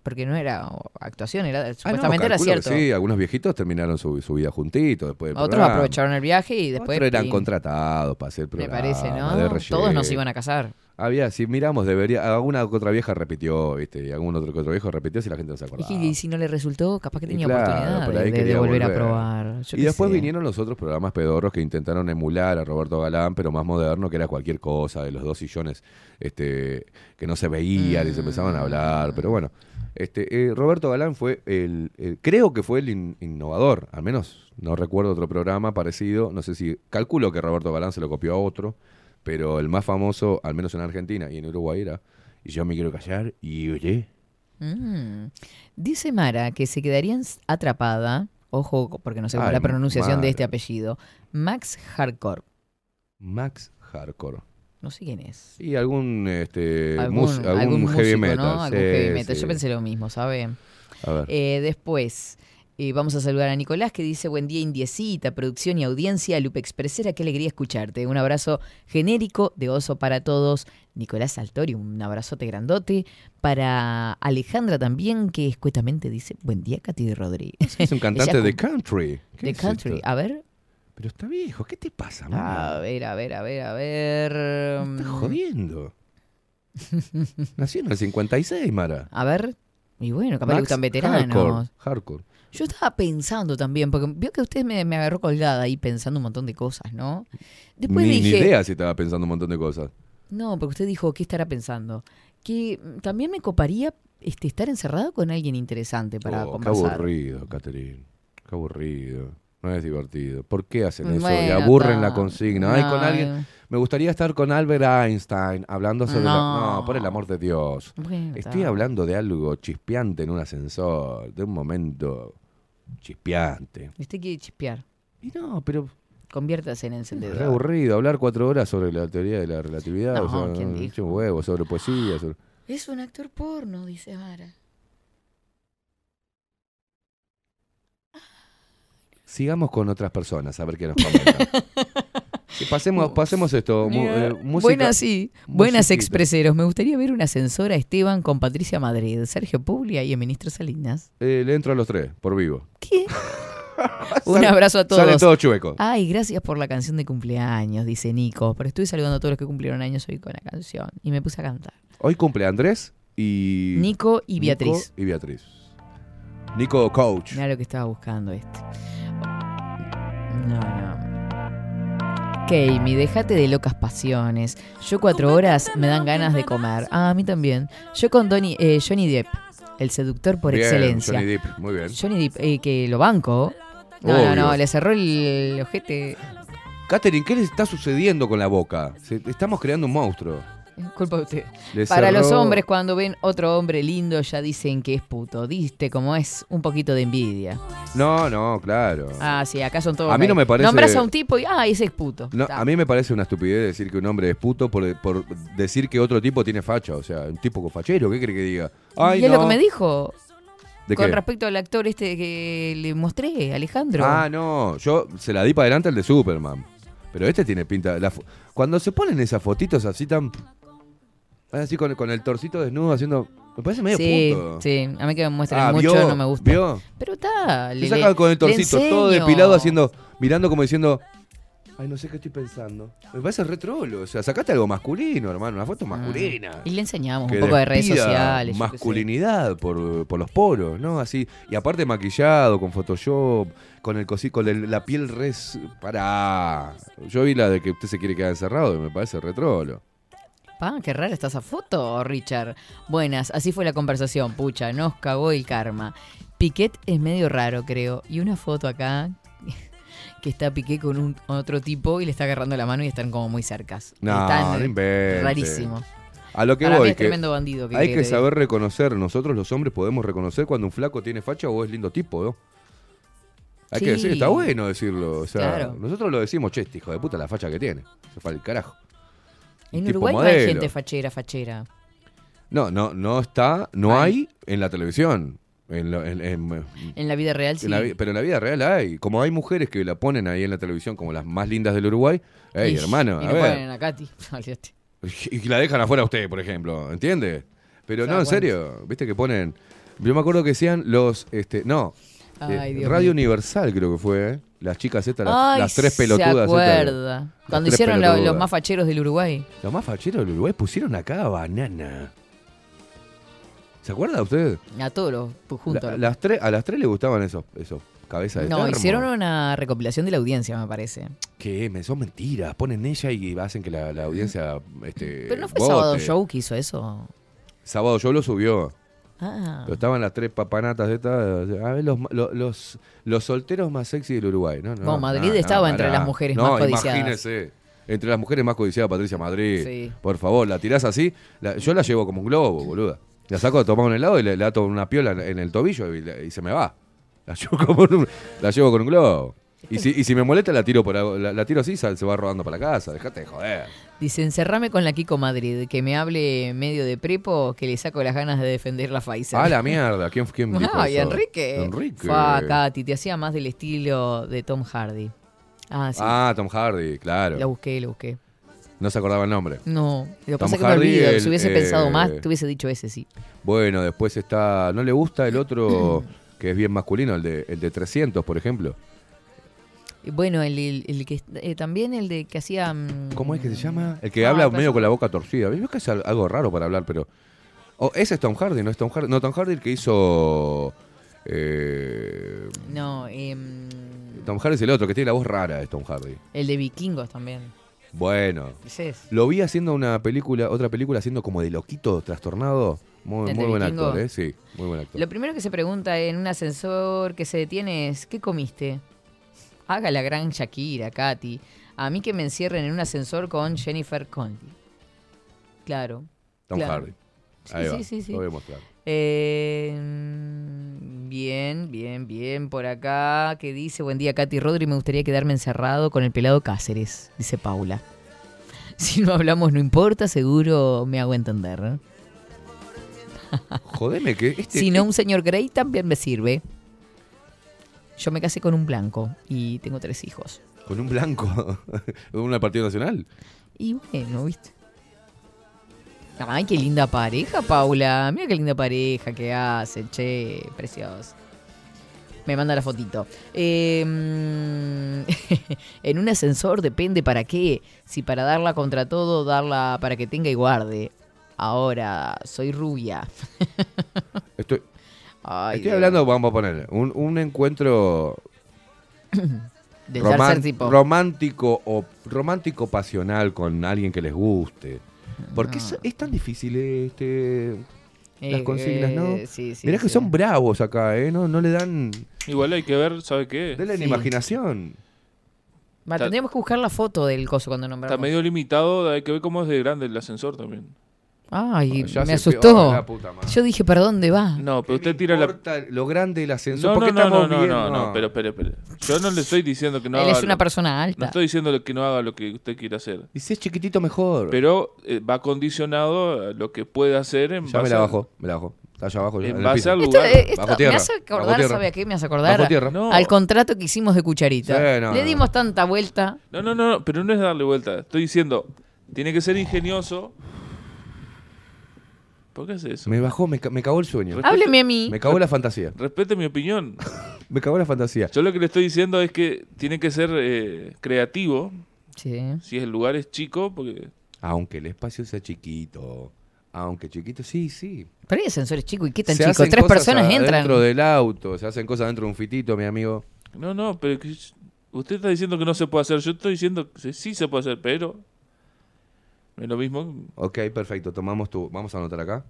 Speaker 1: Porque no era o, actuación, era
Speaker 12: Ah, no,
Speaker 1: supuestamente era
Speaker 12: calculo que
Speaker 1: cierto.
Speaker 12: Sí, algunos viejitos terminaron su, su vida juntitos después del
Speaker 1: Otros
Speaker 12: programa.
Speaker 1: aprovecharon el viaje y después.
Speaker 12: Otros eran
Speaker 1: pin,
Speaker 12: contratados para hacer
Speaker 1: Me
Speaker 12: programa.
Speaker 1: parece,
Speaker 12: de
Speaker 1: ¿no?
Speaker 12: relleno.
Speaker 1: Todos nos iban a casar.
Speaker 12: Había, si miramos, debería. Alguna que otra vieja repitió, ¿viste? Y algún otro que otro viejo repitió si la gente no se acordaba.
Speaker 1: Y, que- y si no le resultó, capaz que
Speaker 12: Y
Speaker 1: tenía
Speaker 12: claro,
Speaker 1: oportunidad
Speaker 12: por
Speaker 1: de,
Speaker 12: ahí
Speaker 1: de- de
Speaker 12: quería
Speaker 1: volver, a
Speaker 12: volver.
Speaker 1: probar. Yo
Speaker 12: y
Speaker 1: qué
Speaker 12: después
Speaker 1: sé.
Speaker 12: vinieron los otros programas pedorros que intentaron emular a Roberto Galán, pero más moderno, que era cualquier cosa, de los dos sillones este, que no se veían y se empezaban a hablar. Pero bueno, este, eh, Roberto Galán fue el, el- creo que fue el in- innovador, al menos no recuerdo otro programa parecido, no sé si, calculo que Roberto Galán se lo copió a otro, pero el más famoso, al menos en Argentina y en Uruguay era, y yo me quiero callar, y oye,
Speaker 1: Mm. Dice Mara que se quedarían s- atrapada, ojo, porque no sé cómo
Speaker 12: Ay,
Speaker 1: es la pronunciación
Speaker 12: Mara.
Speaker 1: de este apellido, Max Hardcore.
Speaker 12: Max Hardcore.
Speaker 1: No sé quién es.
Speaker 12: Y algún, este,
Speaker 1: Algún,
Speaker 12: mus- algún
Speaker 1: algún
Speaker 12: heavy
Speaker 1: músico,
Speaker 12: metal.
Speaker 1: ¿no? Algún
Speaker 12: sí,
Speaker 1: heavy metal.
Speaker 12: sí.
Speaker 1: Yo pensé lo mismo, ¿sabe?
Speaker 12: A ver.
Speaker 1: Eh, después, eh, vamos a saludar a Nicolás que dice, buen día indiecita, producción y audiencia, Lupe Expresera, qué alegría escucharte. Un abrazo genérico de oso para todos. Nicolás Saltori, un abrazote grandote. Para Alejandra también, que escuetamente dice, buen día, Katy Rodríguez.
Speaker 12: [LAUGHS]
Speaker 1: [LAUGHS]
Speaker 12: Es un cantante
Speaker 1: Ella
Speaker 12: de
Speaker 1: cum-
Speaker 12: country. ¿Qué
Speaker 1: De
Speaker 12: es
Speaker 1: country. Ah,
Speaker 12: esto? Ah,
Speaker 1: A ver.
Speaker 12: Pero está viejo, ¿qué te pasa,
Speaker 1: A ver, a ver, a ver, a ver. mm, [LAUGHS]
Speaker 12: Estás jodiendo. Nació en el 56, Mara.
Speaker 1: A ver. Y bueno, Ah, capaz le
Speaker 12: Max
Speaker 1: gustan veteranos.
Speaker 12: Hardcore. hardcore.
Speaker 1: Yo estaba pensando también, porque vio que usted me, me agarró colgada ahí pensando un montón de cosas, ¿no? Después
Speaker 12: ni, ni
Speaker 1: dije,
Speaker 12: idea si estaba pensando un montón de cosas.
Speaker 1: no, porque usted dijo, ¿qué estará pensando? Que mm, también me coparía este, estar encerrado con alguien interesante para
Speaker 12: Oh, qué
Speaker 1: conversar.
Speaker 12: aburrido, Catherine. Qué aburrido. No es divertido. ¿Por qué hacen eso? y
Speaker 1: Bueno,
Speaker 12: aburren
Speaker 1: está.
Speaker 12: la consigna. Ay, con
Speaker 1: No, eh.
Speaker 12: alguien. Me gustaría estar con Albert Einstein hablando sobre. La...
Speaker 1: No.
Speaker 12: No, por el amor de Dios.
Speaker 1: Bueno,
Speaker 12: Estoy
Speaker 1: está.
Speaker 12: hablando de algo chispeante en un ascensor, de un momento chispeante.
Speaker 1: Usted quiere chispear.
Speaker 12: Y no, pero...
Speaker 1: Conviértase en
Speaker 12: Es
Speaker 1: encendedor.
Speaker 12: aburrido hablar cuatro horas sobre la teoría de la relatividad,
Speaker 1: No,
Speaker 12: o sea,
Speaker 1: ¿quién
Speaker 12: no,
Speaker 1: dijo?
Speaker 12: es un huevo, sobre poesía, sobre...
Speaker 1: Es un actor porno, dice Mara.
Speaker 12: Sigamos con otras personas a ver qué nos comentan.
Speaker 1: [LAUGHS]
Speaker 12: Sí, pasemos, pasemos esto. mu- eh, música-
Speaker 1: Buenas, sí. Buenas
Speaker 12: musiquita.
Speaker 1: expreseros. Me gustaría ver un ascensor a Esteban con Patricia Madrid, Sergio Puglia y el ministro Salinas.
Speaker 12: Eh, le entro a los tres, por vivo. [LAUGHS]
Speaker 1: Un
Speaker 12: Sale-
Speaker 1: abrazo a todos. Ah.
Speaker 12: Sale todo chueco.
Speaker 1: Ay, gracias por la canción de cumpleaños, dice Nico. Pero estoy saludando a todos los que cumplieron años hoy con la canción. Y me puse a cantar.
Speaker 12: Hoy cumple Andrés y...
Speaker 1: Nico y
Speaker 12: Nico
Speaker 1: Beatriz.
Speaker 12: y Beatriz. Nico Coach.
Speaker 1: Mira lo que estaba buscando este. No, no. Kami, déjate de locas pasiones. Yo cuatro horas me dan ganas de comer. Ah, a mí también. Yo con Tony, eh, Johnny Depp, el seductor por
Speaker 12: Bien,
Speaker 1: excelencia.
Speaker 12: Johnny Depp, muy bien.
Speaker 1: Johnny Depp, eh, que lo banco. No, no, no,
Speaker 12: Obvio.
Speaker 1: le cerró el ojete.
Speaker 12: Catherine, ¿qué les está sucediendo con la boca? Se- estamos creando un monstruo.
Speaker 1: Es culpa de ustedes.
Speaker 12: Le
Speaker 1: Para los
Speaker 12: cerró-
Speaker 1: hombres, cuando ven otro hombre lindo, ya dicen que es puto. Diste como es un poquito de envidia.
Speaker 12: No, no, claro.
Speaker 1: Ah, sí, acá son todos.
Speaker 12: A mí no
Speaker 1: gays.
Speaker 12: me parece-
Speaker 1: Nombras a un tipo y, ah, ese es puto.
Speaker 12: No,
Speaker 1: Está.
Speaker 12: a mí me parece una estupidez decir que un hombre es puto por, por decir que otro tipo tiene facha. O sea, un tipo con fachero, ¿qué cree que diga? Ay,
Speaker 1: y es
Speaker 12: no.
Speaker 1: lo que me dijo.
Speaker 12: ¿De
Speaker 1: con
Speaker 12: qué?
Speaker 1: respecto al actor este que le mostré, Alejandro.
Speaker 12: Ah, no, yo se la di para adelante al de Superman. Pero este tiene pinta. la fo- Cuando se ponen esas fotitos así tan. Así con, con el torcito desnudo haciendo. Me parece medio
Speaker 1: sí,
Speaker 12: puto.
Speaker 1: sí, a mí que me muestran
Speaker 12: Ah,
Speaker 1: mucho
Speaker 12: ¿vio?
Speaker 1: no me gusta.
Speaker 12: ¿Vio?
Speaker 1: Pero está,
Speaker 12: Se
Speaker 1: le-
Speaker 12: saca
Speaker 1: le-
Speaker 12: con el
Speaker 1: le
Speaker 12: torcito, todo
Speaker 1: enseño.
Speaker 12: depilado haciendo. Mirando como diciendo. Ay, no sé qué estoy pensando. Me parece retrolo. O sea, sacate algo masculino, hermano. Una
Speaker 1: Ah.
Speaker 12: foto masculina.
Speaker 1: Y le enseñamos
Speaker 12: que
Speaker 1: un poco de redes
Speaker 12: despida
Speaker 1: sociales. yo qué sé.
Speaker 12: Masculinidad por, por los poros, ¿no? Así. Y aparte maquillado, con Photoshop, con el cosí, con el- la piel res. Pará. Yo vi la de que usted se quiere quedar encerrado, y me parece retrolo.
Speaker 1: Pa, qué rara está esa foto, Richard. Buenas, así fue la conversación, pucha, nos cagó el karma. Piquet es medio raro, creo. Y una foto acá [LAUGHS] que está Piquet con un otro tipo y le está agarrando la mano y están como muy cercas.
Speaker 12: No,
Speaker 1: Están, eh,
Speaker 12: no invente.
Speaker 1: Rarísimo.
Speaker 12: A lo que
Speaker 1: Para
Speaker 12: voy.
Speaker 1: mí es
Speaker 12: que
Speaker 1: tremendo bandido. ¿qué
Speaker 12: hay
Speaker 1: querés
Speaker 12: que
Speaker 1: te
Speaker 12: saber reconocer. Nosotros los hombres podemos reconocer cuando un flaco tiene facha o es lindo tipo, ¿no? Hay que
Speaker 1: Sí.
Speaker 12: decir, está bueno decirlo. O sea,
Speaker 1: Claro.
Speaker 12: nosotros lo decimos, che, este hijo de puta la facha que tiene. Se fue al carajo.
Speaker 1: digo? En
Speaker 12: tipo
Speaker 1: Uruguay no hay
Speaker 12: modelo.
Speaker 1: gente fachera, fachera.
Speaker 12: No, no, no está, no hay en la televisión. En lo- en- en-
Speaker 1: En la vida real sí.
Speaker 12: en la vi- pero en la vida real hay. Como hay mujeres que la ponen ahí en la televisión como las más lindas del Uruguay. Ey,
Speaker 1: Y-
Speaker 12: hermano,
Speaker 1: y
Speaker 12: a
Speaker 1: lo
Speaker 12: ver.
Speaker 1: ponen a Katy. [LAUGHS] Olvídate.
Speaker 12: Y que la dejan afuera a usted, por ejemplo, ¿entiende? Pero
Speaker 1: Ah,
Speaker 12: no, en
Speaker 1: bueno.
Speaker 12: serio, viste que ponen. Yo me acuerdo que decían los. este No,
Speaker 1: Ay,
Speaker 12: eh,
Speaker 1: Dios
Speaker 12: Radio
Speaker 1: mío.
Speaker 12: Universal creo que fue, ¿eh? Las chicas estas, las,
Speaker 1: Ay,
Speaker 12: las tres
Speaker 1: Se
Speaker 12: pelotudas. estas.
Speaker 1: acuerda.
Speaker 12: Las
Speaker 1: Cuando
Speaker 12: tres
Speaker 1: hicieron lo- los
Speaker 12: pelotudas.
Speaker 1: más facheros del Uruguay.
Speaker 12: Los más facheros del Uruguay pusieron acá a banana. ¿Se acuerda usted?
Speaker 1: A todos los juntos.
Speaker 12: La- las tres, a las tres le gustaban esos, esos cabezas de
Speaker 1: no,
Speaker 12: termo. Eh,
Speaker 1: hicieron una recopilación de la audiencia, me parece.
Speaker 12: Que me son mentiras. Ponen ella y hacen que la, la audiencia. Este,
Speaker 1: Pero no fue
Speaker 12: vote.
Speaker 1: Sábado Show que hizo eso.
Speaker 12: Sábado Show lo subió.
Speaker 1: Ah.
Speaker 12: Pero estaban las tres papanatas de estas. A ver, los, lo- los, los solteros más sexy del Uruguay. No, no,
Speaker 1: No, Madrid
Speaker 12: no,
Speaker 1: estaba
Speaker 12: no,
Speaker 1: entre
Speaker 12: pará.
Speaker 1: las mujeres
Speaker 12: No,
Speaker 1: más codiciadas.
Speaker 12: Imagínese. Entre las mujeres más codiciadas, Patricia Madrid.
Speaker 1: Sí.
Speaker 12: Por favor, la tirás así. la- yo la llevo como un globo, boluda. La saco a tomar un helado y le, le ato una piola en, en el tobillo y, la- y se me va. La llevo, [LAUGHS] como un, la llevo con un globo. Y si, y si me molesta, la tiro por algo- la, la tiro así, sal- se va rodando para la casa. Dejate de joder.
Speaker 1: Dice, encerrame con la Kiko Madrid, que me hable medio de prepo, que le saco las ganas de defender la Pfizer. [LAUGHS]
Speaker 12: A Ah, la mierda. ¿Quién, quién dijo
Speaker 1: Ah, y
Speaker 12: eso?
Speaker 1: Enrique.
Speaker 12: Enrique.
Speaker 1: Fua, Katy, te hacía más del estilo de Tom Hardy. Ah, sí.
Speaker 12: Ah, Tom Hardy, claro.
Speaker 1: Lo busqué, lo busqué.
Speaker 12: No se acordaba el nombre.
Speaker 1: No, lo que
Speaker 12: Tom
Speaker 1: pasa es que me
Speaker 12: Hardy,
Speaker 1: olvido.
Speaker 12: el,
Speaker 1: si hubiese
Speaker 12: eh,
Speaker 1: pensado más, te hubiese dicho ese, sí.
Speaker 12: Bueno, después está. ¿No le gusta el
Speaker 1: [CLEARS THROAT]
Speaker 12: otro que es bien masculino, el de, el de 300, por ejemplo?
Speaker 1: Y Bueno, el, el- el que eh, también el de que hacía. mm,
Speaker 12: ¿Cómo es que se llama? El que
Speaker 1: Ah,
Speaker 12: habla
Speaker 1: perdón.
Speaker 12: medio con la boca torcida. Yo que es al- algo raro para hablar, pero. Oh, ese es Tom Hardy, no es Tom Hardy. No, Tom Hardy el que hizo. eh,
Speaker 1: No, em,
Speaker 12: Tom Hardy es el otro, que tiene la voz rara, es Tom Hardy.
Speaker 1: el de vikingos también.
Speaker 12: Bueno.
Speaker 1: Ese es.
Speaker 12: Lo vi haciendo una película, otra película haciendo como de loquito, trastornado. Muy,
Speaker 1: ¿El
Speaker 12: muy
Speaker 1: de
Speaker 12: buen
Speaker 1: Vikingo?
Speaker 12: actor, ¿eh? Sí, muy buen actor.
Speaker 1: Lo primero que se pregunta en un ascensor que se detiene es: ¿Qué comiste? Haga la gran Shakira, Katy. A mí que me encierren en un ascensor con Jennifer Conley. Claro.
Speaker 12: Tom
Speaker 1: claro.
Speaker 12: Hardy.
Speaker 1: Sí,
Speaker 12: Ahí va.
Speaker 1: sí, sí, sí.
Speaker 12: Lo voy a mostrar.
Speaker 1: Eh, mm, bien, bien, bien. Por acá, que dice, buen día, Katy Rodri, me gustaría quedarme encerrado con el pelado Cáceres, dice Paula. [LAUGHS] Si no hablamos, no importa, seguro me hago entender. ¿eh?
Speaker 12: Jodeme
Speaker 1: [LAUGHS]
Speaker 12: que este.
Speaker 1: Si no, un señor Grey también me sirve. Yo me casé con un blanco y tengo tres hijos.
Speaker 12: Con un blanco. [LAUGHS] ¿Un partido nacional?
Speaker 1: Y bueno, ¿viste? Ay, qué linda pareja, Paula. Mira qué linda pareja que hace, che, precioso. Me manda la fotito. Eh, mm, [LAUGHS] en un ascensor depende para qué. Si para darla contra todo, darla para que tenga y guarde. Ahora, soy rubia. [LAUGHS]
Speaker 12: Estoy,
Speaker 1: Ay,
Speaker 12: estoy
Speaker 1: Dios.
Speaker 12: hablando, vamos a poner, un, un encuentro
Speaker 1: Del
Speaker 12: roman-
Speaker 1: tercer tipo.
Speaker 12: romántico o romántico pasional con alguien que les guste. ¿Por qué es, es tan difícil este, las
Speaker 1: Ah. Eh,
Speaker 12: consignas, no?
Speaker 1: eh, sí, sí,
Speaker 12: Mirá que
Speaker 1: sí.
Speaker 12: son bravos acá, ¿eh? No, no le dan...
Speaker 2: Igual hay que ver, ¿sabe qué?
Speaker 12: Denle la imaginación.
Speaker 1: Va,
Speaker 2: Está-
Speaker 1: tendríamos que buscar la foto del coso cuando
Speaker 2: Está
Speaker 1: nombramos.
Speaker 2: medio limitado, hay que ver cómo es de grande el ascensor también.
Speaker 1: Ay,
Speaker 12: Ya
Speaker 1: me
Speaker 12: se
Speaker 1: asustó.
Speaker 12: pegó la puta madre.
Speaker 1: Yo dije, ¿para dónde va?
Speaker 2: No, pero usted tira la...
Speaker 12: Lo grande del ascensor.
Speaker 2: No,
Speaker 12: ¿Por
Speaker 2: no,
Speaker 12: qué
Speaker 2: no,
Speaker 12: estamos
Speaker 2: no, no,
Speaker 12: viendo?
Speaker 2: no, no, pero espere, espere. Yo no le estoy diciendo que no
Speaker 1: Él
Speaker 2: haga...
Speaker 1: es una
Speaker 2: lo-
Speaker 1: persona alta.
Speaker 2: No estoy diciendo que no haga lo que usted quiere hacer.
Speaker 12: Y si es chiquitito, mejor.
Speaker 2: Pero eh, va condicionado a lo que puede hacer en
Speaker 12: ya me
Speaker 2: base
Speaker 12: la
Speaker 2: a-
Speaker 12: bajo, me la bajo. Está allá abajo. ya,
Speaker 2: En
Speaker 12: el
Speaker 2: base
Speaker 12: piso.
Speaker 2: al Esto, lugar. eh,
Speaker 1: Esto
Speaker 12: bajo
Speaker 1: me
Speaker 12: tierra,
Speaker 1: hace
Speaker 12: bajo
Speaker 1: acordar,
Speaker 12: tierra.
Speaker 1: ¿sabe a qué me hace acordar?
Speaker 12: Bajo tierra.
Speaker 1: Al contrato que hicimos de cucharita.
Speaker 12: Sí, no,
Speaker 1: Le
Speaker 12: no.
Speaker 1: dimos tanta vuelta.
Speaker 2: No, no, no, no, pero no es darle vuelta. Estoy diciendo, tiene que ser ingenioso. ¿Por qué hace eso?
Speaker 12: Me bajó, me, ca- me cagó el sueño.
Speaker 2: Respete- Hábleme a mí.
Speaker 12: Me cagó la fantasía.
Speaker 2: Respete mi opinión.
Speaker 12: Me cagó la fantasía.
Speaker 2: Yo lo que le estoy diciendo es que tiene que ser eh, creativo.
Speaker 1: Sí.
Speaker 2: Si el lugar es chico, porque
Speaker 12: Aunque el espacio sea chiquito. Aunque chiquito, sí, sí.
Speaker 1: Pero hay ascensores chicos, ¿y qué tan
Speaker 12: Se
Speaker 1: chicos?
Speaker 12: hacen
Speaker 1: Tres
Speaker 12: cosas
Speaker 1: personas entran.
Speaker 12: Dentro del auto, se hacen cosas dentro de un fitito, mi amigo.
Speaker 2: No, no, pero que- usted está diciendo que no se puede hacer. Yo estoy diciendo que sí se puede hacer, pero. no Es lo mismo.
Speaker 12: Ok, perfecto, tomamos tu. Vamos a anotar acá.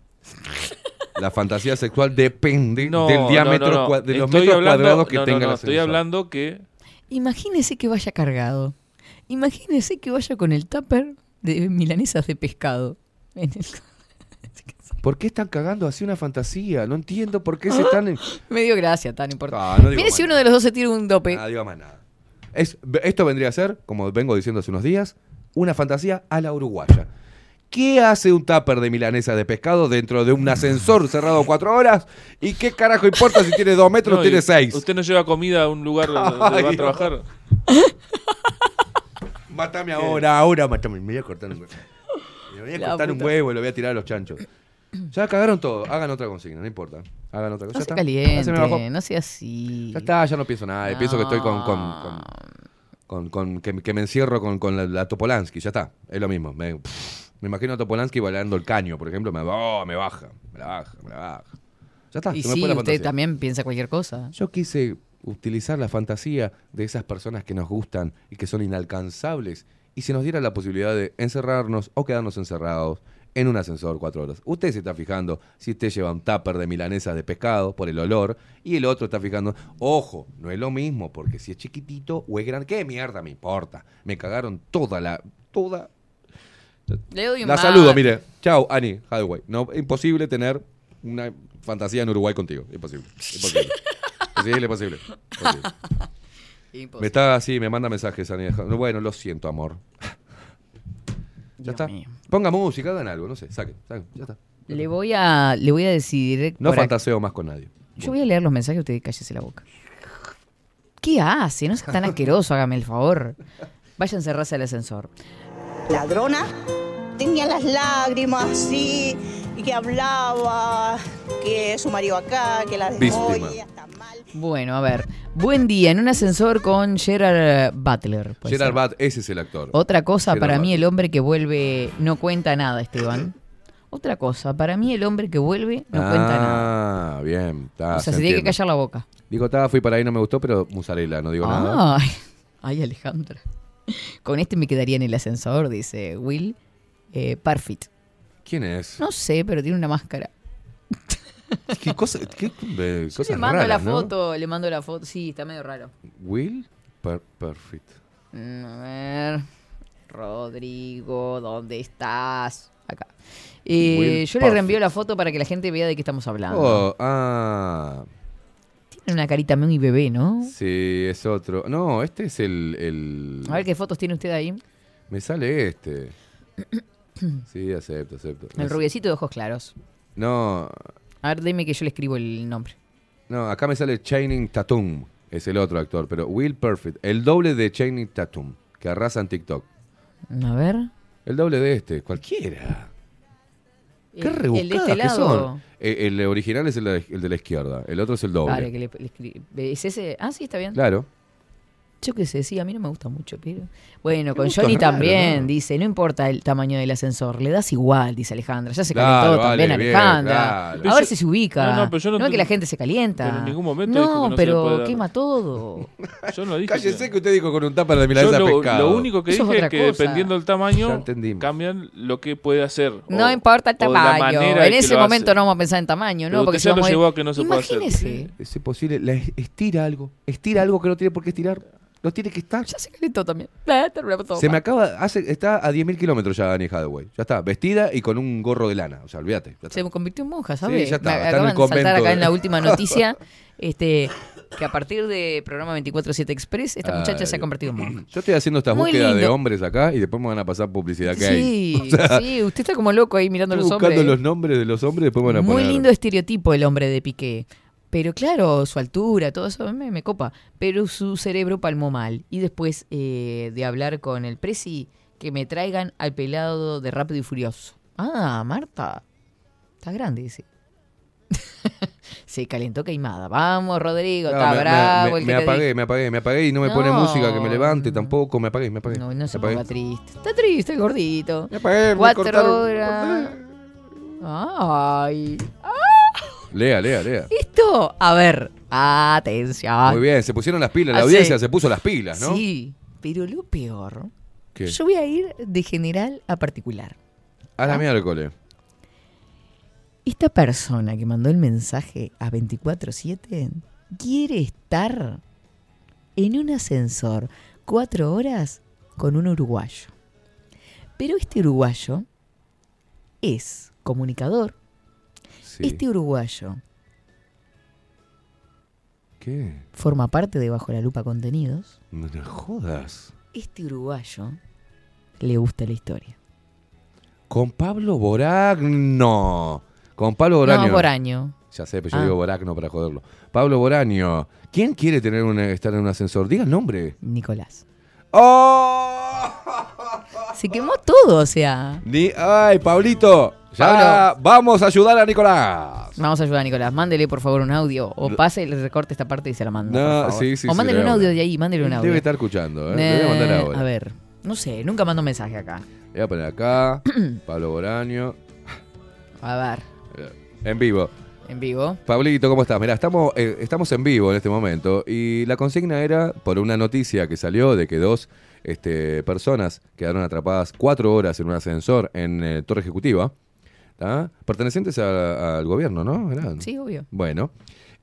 Speaker 12: La fantasía sexual depende
Speaker 2: No,
Speaker 12: del diámetro
Speaker 2: no, no, no.
Speaker 12: cua- de los
Speaker 2: Estoy
Speaker 12: metros
Speaker 2: hablando-
Speaker 12: cuadrados que
Speaker 2: no, no,
Speaker 12: tenga
Speaker 2: no,
Speaker 12: la
Speaker 2: Estoy hablando que.
Speaker 1: Imagínese que vaya cargado. Imagínese que vaya con el tupper de milanesas de pescado. [LAUGHS] En el-
Speaker 12: ¿Por qué están cagando así una fantasía? No entiendo por qué se
Speaker 1: Ah.
Speaker 12: están. en-
Speaker 1: Me dio gracia, tan importante.
Speaker 12: Ah, no digo
Speaker 1: Mire
Speaker 12: más
Speaker 1: si uno de los dos se tira un dope.
Speaker 12: Nada, diga más nada. Es- esto vendría a ser, como vengo diciendo hace unos días, una fantasía a la uruguaya. ¿Qué hace un tupper de milanesa de pescado dentro de un ascensor cerrado cuatro horas? ¿Y qué carajo importa si tiene dos metros
Speaker 2: No,
Speaker 12: o
Speaker 2: y
Speaker 12: tiene seis?
Speaker 2: Usted no lleva comida a un lugar donde
Speaker 12: [LAUGHS] Ay,
Speaker 2: va a
Speaker 12: Dios.
Speaker 2: trabajar.
Speaker 12: Matame ahora, ahora matame. Me voy a cortar un huevo. Me voy a
Speaker 1: La
Speaker 12: cortar un
Speaker 1: puta.
Speaker 12: huevo y lo voy a tirar a los chanchos. Ya cagaron todo. Hagan otra consigna, no importa. Hagan otra cosa.
Speaker 1: No
Speaker 12: Pues
Speaker 1: se
Speaker 12: Ya está. Ya se me bajó.
Speaker 1: caliente, no sea así. Ah,
Speaker 12: Ya está, ya no pienso nada.
Speaker 1: No.
Speaker 12: Pienso que estoy con. con- con- con- con- que, que me encierro con, con la, la Topolansky, ya está. Es lo mismo. Me, pff, me imagino a Topolansky bailando el caño, por ejemplo. Me, oh, me baja, me la baja, me la baja. Ya está.
Speaker 1: Y
Speaker 12: Ah, se me
Speaker 1: sí,
Speaker 12: fue la
Speaker 1: usted
Speaker 12: fantasía.
Speaker 1: también piensa cualquier cosa.
Speaker 12: Yo quise utilizar la fantasía de esas personas que nos gustan y que son inalcanzables y se nos diera la posibilidad de encerrarnos o quedarnos encerrados en un ascensor cuatro horas. Usted se está fijando si usted lleva un tupper de milanesas de pescado por el olor y el otro está fijando, ojo, no es lo mismo porque si es chiquitito o es grande, ¿qué mierda me importa? Me cagaron toda la... Toda.
Speaker 1: Le doy un
Speaker 12: La
Speaker 1: mate.
Speaker 12: saludo, mire. Chao, Ani, Hathaway. No, imposible tener una fantasía en Uruguay contigo. Imposible.
Speaker 1: [LAUGHS]
Speaker 12: Imposible. Imposible, imposible. imposible. Me está así, me manda mensajes, Ani. Bueno, lo siento, amor. ya está. Ponga música, hagan algo, no sé, saquen, saquen, ya está.
Speaker 1: Le voy a, le voy a decidir.
Speaker 12: No
Speaker 1: por acá.
Speaker 12: fantaseo más con nadie.
Speaker 1: Yo voy a leer los mensajes y usted cállese la boca. ¿Qué hace? No sea tan asqueroso, hágame el favor. Vaya a encerrarse al ascensor.
Speaker 15: ladrona, tenía las lágrimas así y que hablaba que su marido acá, que la
Speaker 1: Víctima.
Speaker 15: desmoya.
Speaker 1: Bueno, a ver. Buen día, en un ascensor con Gerard Butler. puede
Speaker 12: Gerard
Speaker 1: ser.
Speaker 12: Bat, ese es el actor.
Speaker 1: Otra cosa,
Speaker 12: Gerard
Speaker 1: para
Speaker 12: Butler.
Speaker 1: mí el hombre que vuelve no cuenta nada, Esteban. Otra cosa, para mí el hombre que vuelve no cuenta nada.
Speaker 12: Ah, bien. Está,
Speaker 1: O sea,
Speaker 12: se
Speaker 1: se tiene que
Speaker 12: entiende.
Speaker 1: callar Ah. la boca.
Speaker 12: Digo, estaba, fui para ahí, no me gustó, pero musarela, no digo nada.
Speaker 1: Ay, [LAUGHS] ay, Alejandra. Con este me quedaría en el ascensor, dice Will. Eh, Parfit.
Speaker 12: ¿Quién es?
Speaker 1: No sé, pero tiene una máscara.
Speaker 12: ¿Qué cosa? ¿Qué, eh, cosas
Speaker 1: le mando la
Speaker 12: raras, ¿no?
Speaker 1: foto, le mando la foto. Sí, está medio raro.
Speaker 12: Will Per- Perfect.
Speaker 1: Mm, A ver. Rodrigo, ¿dónde estás? Acá. Eh,
Speaker 12: Will
Speaker 1: yo le
Speaker 12: Parfit.
Speaker 1: reenvío la foto para que la gente vea de qué estamos hablando.
Speaker 12: Oh, ah.
Speaker 1: Tiene una carita muy bebé, ¿no?
Speaker 12: Sí, es otro. No, este es el. el-
Speaker 1: A ver qué fotos tiene usted ahí.
Speaker 12: Me sale este. Sí, acepto, acepto.
Speaker 1: El rubiecito de ojos claros.
Speaker 12: No,
Speaker 1: A ver, dime que yo le escribo el nombre.
Speaker 12: no, acá me sale Channing Tatum. Es el otro actor, pero Will Perfect. El doble de Channing Tatum, que arrasa en TikTok.
Speaker 1: A ver.
Speaker 12: El doble de este, cualquiera. Qué
Speaker 1: El-
Speaker 12: rebuscadas
Speaker 1: el de este
Speaker 12: que
Speaker 1: lado.
Speaker 12: son. Eh, El, original es el, de- el de la izquierda, el otro es el doble.
Speaker 1: Vale, que le, le escri- ¿Es ese? Ah, sí, está bien.
Speaker 12: Claro.
Speaker 1: Yo qué sé, sí, a mí no me gusta mucho, pero. Bueno, con
Speaker 12: gusto
Speaker 1: Johnny
Speaker 12: es raro,
Speaker 1: también,
Speaker 12: ¿no?
Speaker 1: dice, no importa el tamaño del ascensor, le das igual, dice Alejandra. Ya se
Speaker 12: Claro,
Speaker 1: calentó
Speaker 12: vale,
Speaker 1: también
Speaker 12: bien,
Speaker 1: Alejandra.
Speaker 12: claro.
Speaker 1: A ver
Speaker 12: Yo-
Speaker 1: si se ubica.
Speaker 12: No,
Speaker 1: No,
Speaker 12: no, pero yo no
Speaker 1: es que
Speaker 12: te-
Speaker 1: la gente se calienta.
Speaker 12: pero en ningún momento
Speaker 1: No,
Speaker 12: dijo que no se le
Speaker 1: pero
Speaker 12: puede dar.
Speaker 1: quema
Speaker 12: [LAUGHS]
Speaker 1: todo.
Speaker 2: Yo no dije.
Speaker 12: Cállese que usted dijo con un tapa de milanesa
Speaker 2: Yo
Speaker 12: de
Speaker 2: lo,
Speaker 12: pescado.
Speaker 2: lo único que
Speaker 1: Eso es
Speaker 2: dije es
Speaker 1: otra
Speaker 2: que
Speaker 1: cosa.
Speaker 2: dependiendo del
Speaker 12: Ya
Speaker 2: tamaño,
Speaker 12: entendimos.
Speaker 2: cambian lo que puede hacer. o-
Speaker 1: no importa el
Speaker 2: o la
Speaker 1: tamaño.
Speaker 2: manera
Speaker 1: En
Speaker 2: que
Speaker 1: ese
Speaker 2: lo
Speaker 1: momento
Speaker 2: hace.
Speaker 1: no vamos a pensar en tamaño,
Speaker 2: Pero
Speaker 1: ¿no? Porque si
Speaker 2: usted ya lo
Speaker 1: vamos a ir-
Speaker 2: llevó a que no se puede hacer.
Speaker 1: Imagínese.
Speaker 12: Es posible, la es- estira algo. Estira algo que no tiene por qué estirar. No tiene que estar.
Speaker 1: Ya se calentó también. [LAUGHS] Ah, terminamos todo
Speaker 12: Se me
Speaker 1: mal.
Speaker 12: acaba, hace, está a 10.000 kilómetros ya Annie Hathaway. Ya está, vestida y con un gorro de lana. O sea, olvídate. ya está.
Speaker 1: Se me convirtió en monja, ¿sabes?
Speaker 12: Sí, ya está,
Speaker 1: me
Speaker 12: está en
Speaker 1: acaban
Speaker 12: el
Speaker 1: de saltar
Speaker 12: convento
Speaker 1: acá
Speaker 12: de-
Speaker 1: en la última
Speaker 12: [LAUGHS]
Speaker 1: noticia este, que a partir de programa 24-7 Express, esta muchacha
Speaker 12: Ay.
Speaker 1: se ha convertido en monja.
Speaker 12: Ah, [CLEARS THROAT] Yo estoy haciendo estas
Speaker 1: Muy
Speaker 12: búsquedas de
Speaker 1: lindo.
Speaker 12: hombres acá y después me van a pasar publicidad que hay.
Speaker 1: Sí,
Speaker 12: [LAUGHS] O sea,
Speaker 1: sí, usted está como loco ahí mirando
Speaker 12: estoy
Speaker 1: los
Speaker 12: buscando
Speaker 1: hombres.
Speaker 12: los nombres de los hombres después me van a
Speaker 1: Muy
Speaker 12: poner.
Speaker 1: lindo estereotipo el hombre de Piqué. Pero claro, su altura, todo eso me, me copa. Pero su cerebro palmó mal. Y después eh, de hablar con el Prezi, que me traigan al pelado de Rápido y Furioso. Ah, Marta. Está grande ese. [LAUGHS] Se calentó queimada. Vamos, Rodrigo,
Speaker 12: Claro,
Speaker 1: está
Speaker 12: me- me-
Speaker 1: bravo.
Speaker 12: me,
Speaker 1: el
Speaker 12: me
Speaker 1: que te
Speaker 12: apagué,
Speaker 1: dijo.
Speaker 12: me apagué, me apagué y no me pone
Speaker 1: No.
Speaker 12: música que me levante tampoco. Me apagué, me apagué.
Speaker 1: No, no se
Speaker 12: me apagué.
Speaker 1: ponga triste. Está triste el gordito.
Speaker 12: apagué, me
Speaker 1: Cuatro
Speaker 12: cortaron, me
Speaker 1: horas. Ay.
Speaker 12: Lea, lea, lea.
Speaker 1: Esto, a ver, atención.
Speaker 12: Muy bien, se pusieron las pilas. La
Speaker 1: Ah, sí.
Speaker 12: audiencia se puso las pilas, ¿no?
Speaker 1: Sí, pero lo peor.
Speaker 12: ¿Qué?
Speaker 1: Yo voy a ir de general a particular.
Speaker 12: A la miércoles.
Speaker 1: Esta persona que mandó el mensaje a 24-7 quiere estar en un ascensor cuatro horas con un uruguayo. Pero este uruguayo es comunicador. Este uruguayo
Speaker 12: ¿Qué?
Speaker 1: forma parte de Bajo la Lupa Contenidos.
Speaker 12: No te jodas.
Speaker 1: Este uruguayo le gusta la historia.
Speaker 12: Con Pablo Boragno. Con Pablo Boragno.
Speaker 1: No, Boraño.
Speaker 12: Ya sé, pero yo
Speaker 1: Ah.
Speaker 12: digo Boragno para joderlo. Pablo Boraño. ¿Quién quiere tener un- estar en un ascensor? Diga el nombre.
Speaker 1: Nicolás.
Speaker 12: ¡Oh! [LAUGHS]
Speaker 1: Se quemó todo, o sea.
Speaker 12: Ni- ¡Ay, Pablito! Ya vamos a ayudar a Nicolás.
Speaker 1: Vamos a ayudar a Nicolás. Mándele, por favor, un audio. O pase, le recorte esta parte y se la manda.
Speaker 12: No,
Speaker 1: por favor.
Speaker 12: sí, sí,
Speaker 1: o
Speaker 12: sí,
Speaker 1: mándele
Speaker 12: le
Speaker 1: un
Speaker 12: hago.
Speaker 1: audio de ahí, mándele un
Speaker 12: Él
Speaker 1: audio.
Speaker 12: Debe estar escuchando, ¿eh? Le voy a mandar
Speaker 1: Eh,
Speaker 12: ahora.
Speaker 1: A ver, no sé, nunca mando mensaje acá.
Speaker 12: Le voy a
Speaker 1: [CLEARS THROAT]
Speaker 12: poner acá. Pablo Boraño.
Speaker 1: A ver,
Speaker 12: En vivo.
Speaker 1: en vivo.
Speaker 12: Pablito, ¿cómo estás? Mirá, estamos, eh, estamos en vivo en este momento y la consigna era por una noticia que salió de que dos este, personas quedaron atrapadas cuatro horas en un ascensor en eh, Torre Ejecutiva, ¿tá? pertenecientes a- al gobierno, ¿no? Era-
Speaker 1: Sí, obvio.
Speaker 12: Bueno,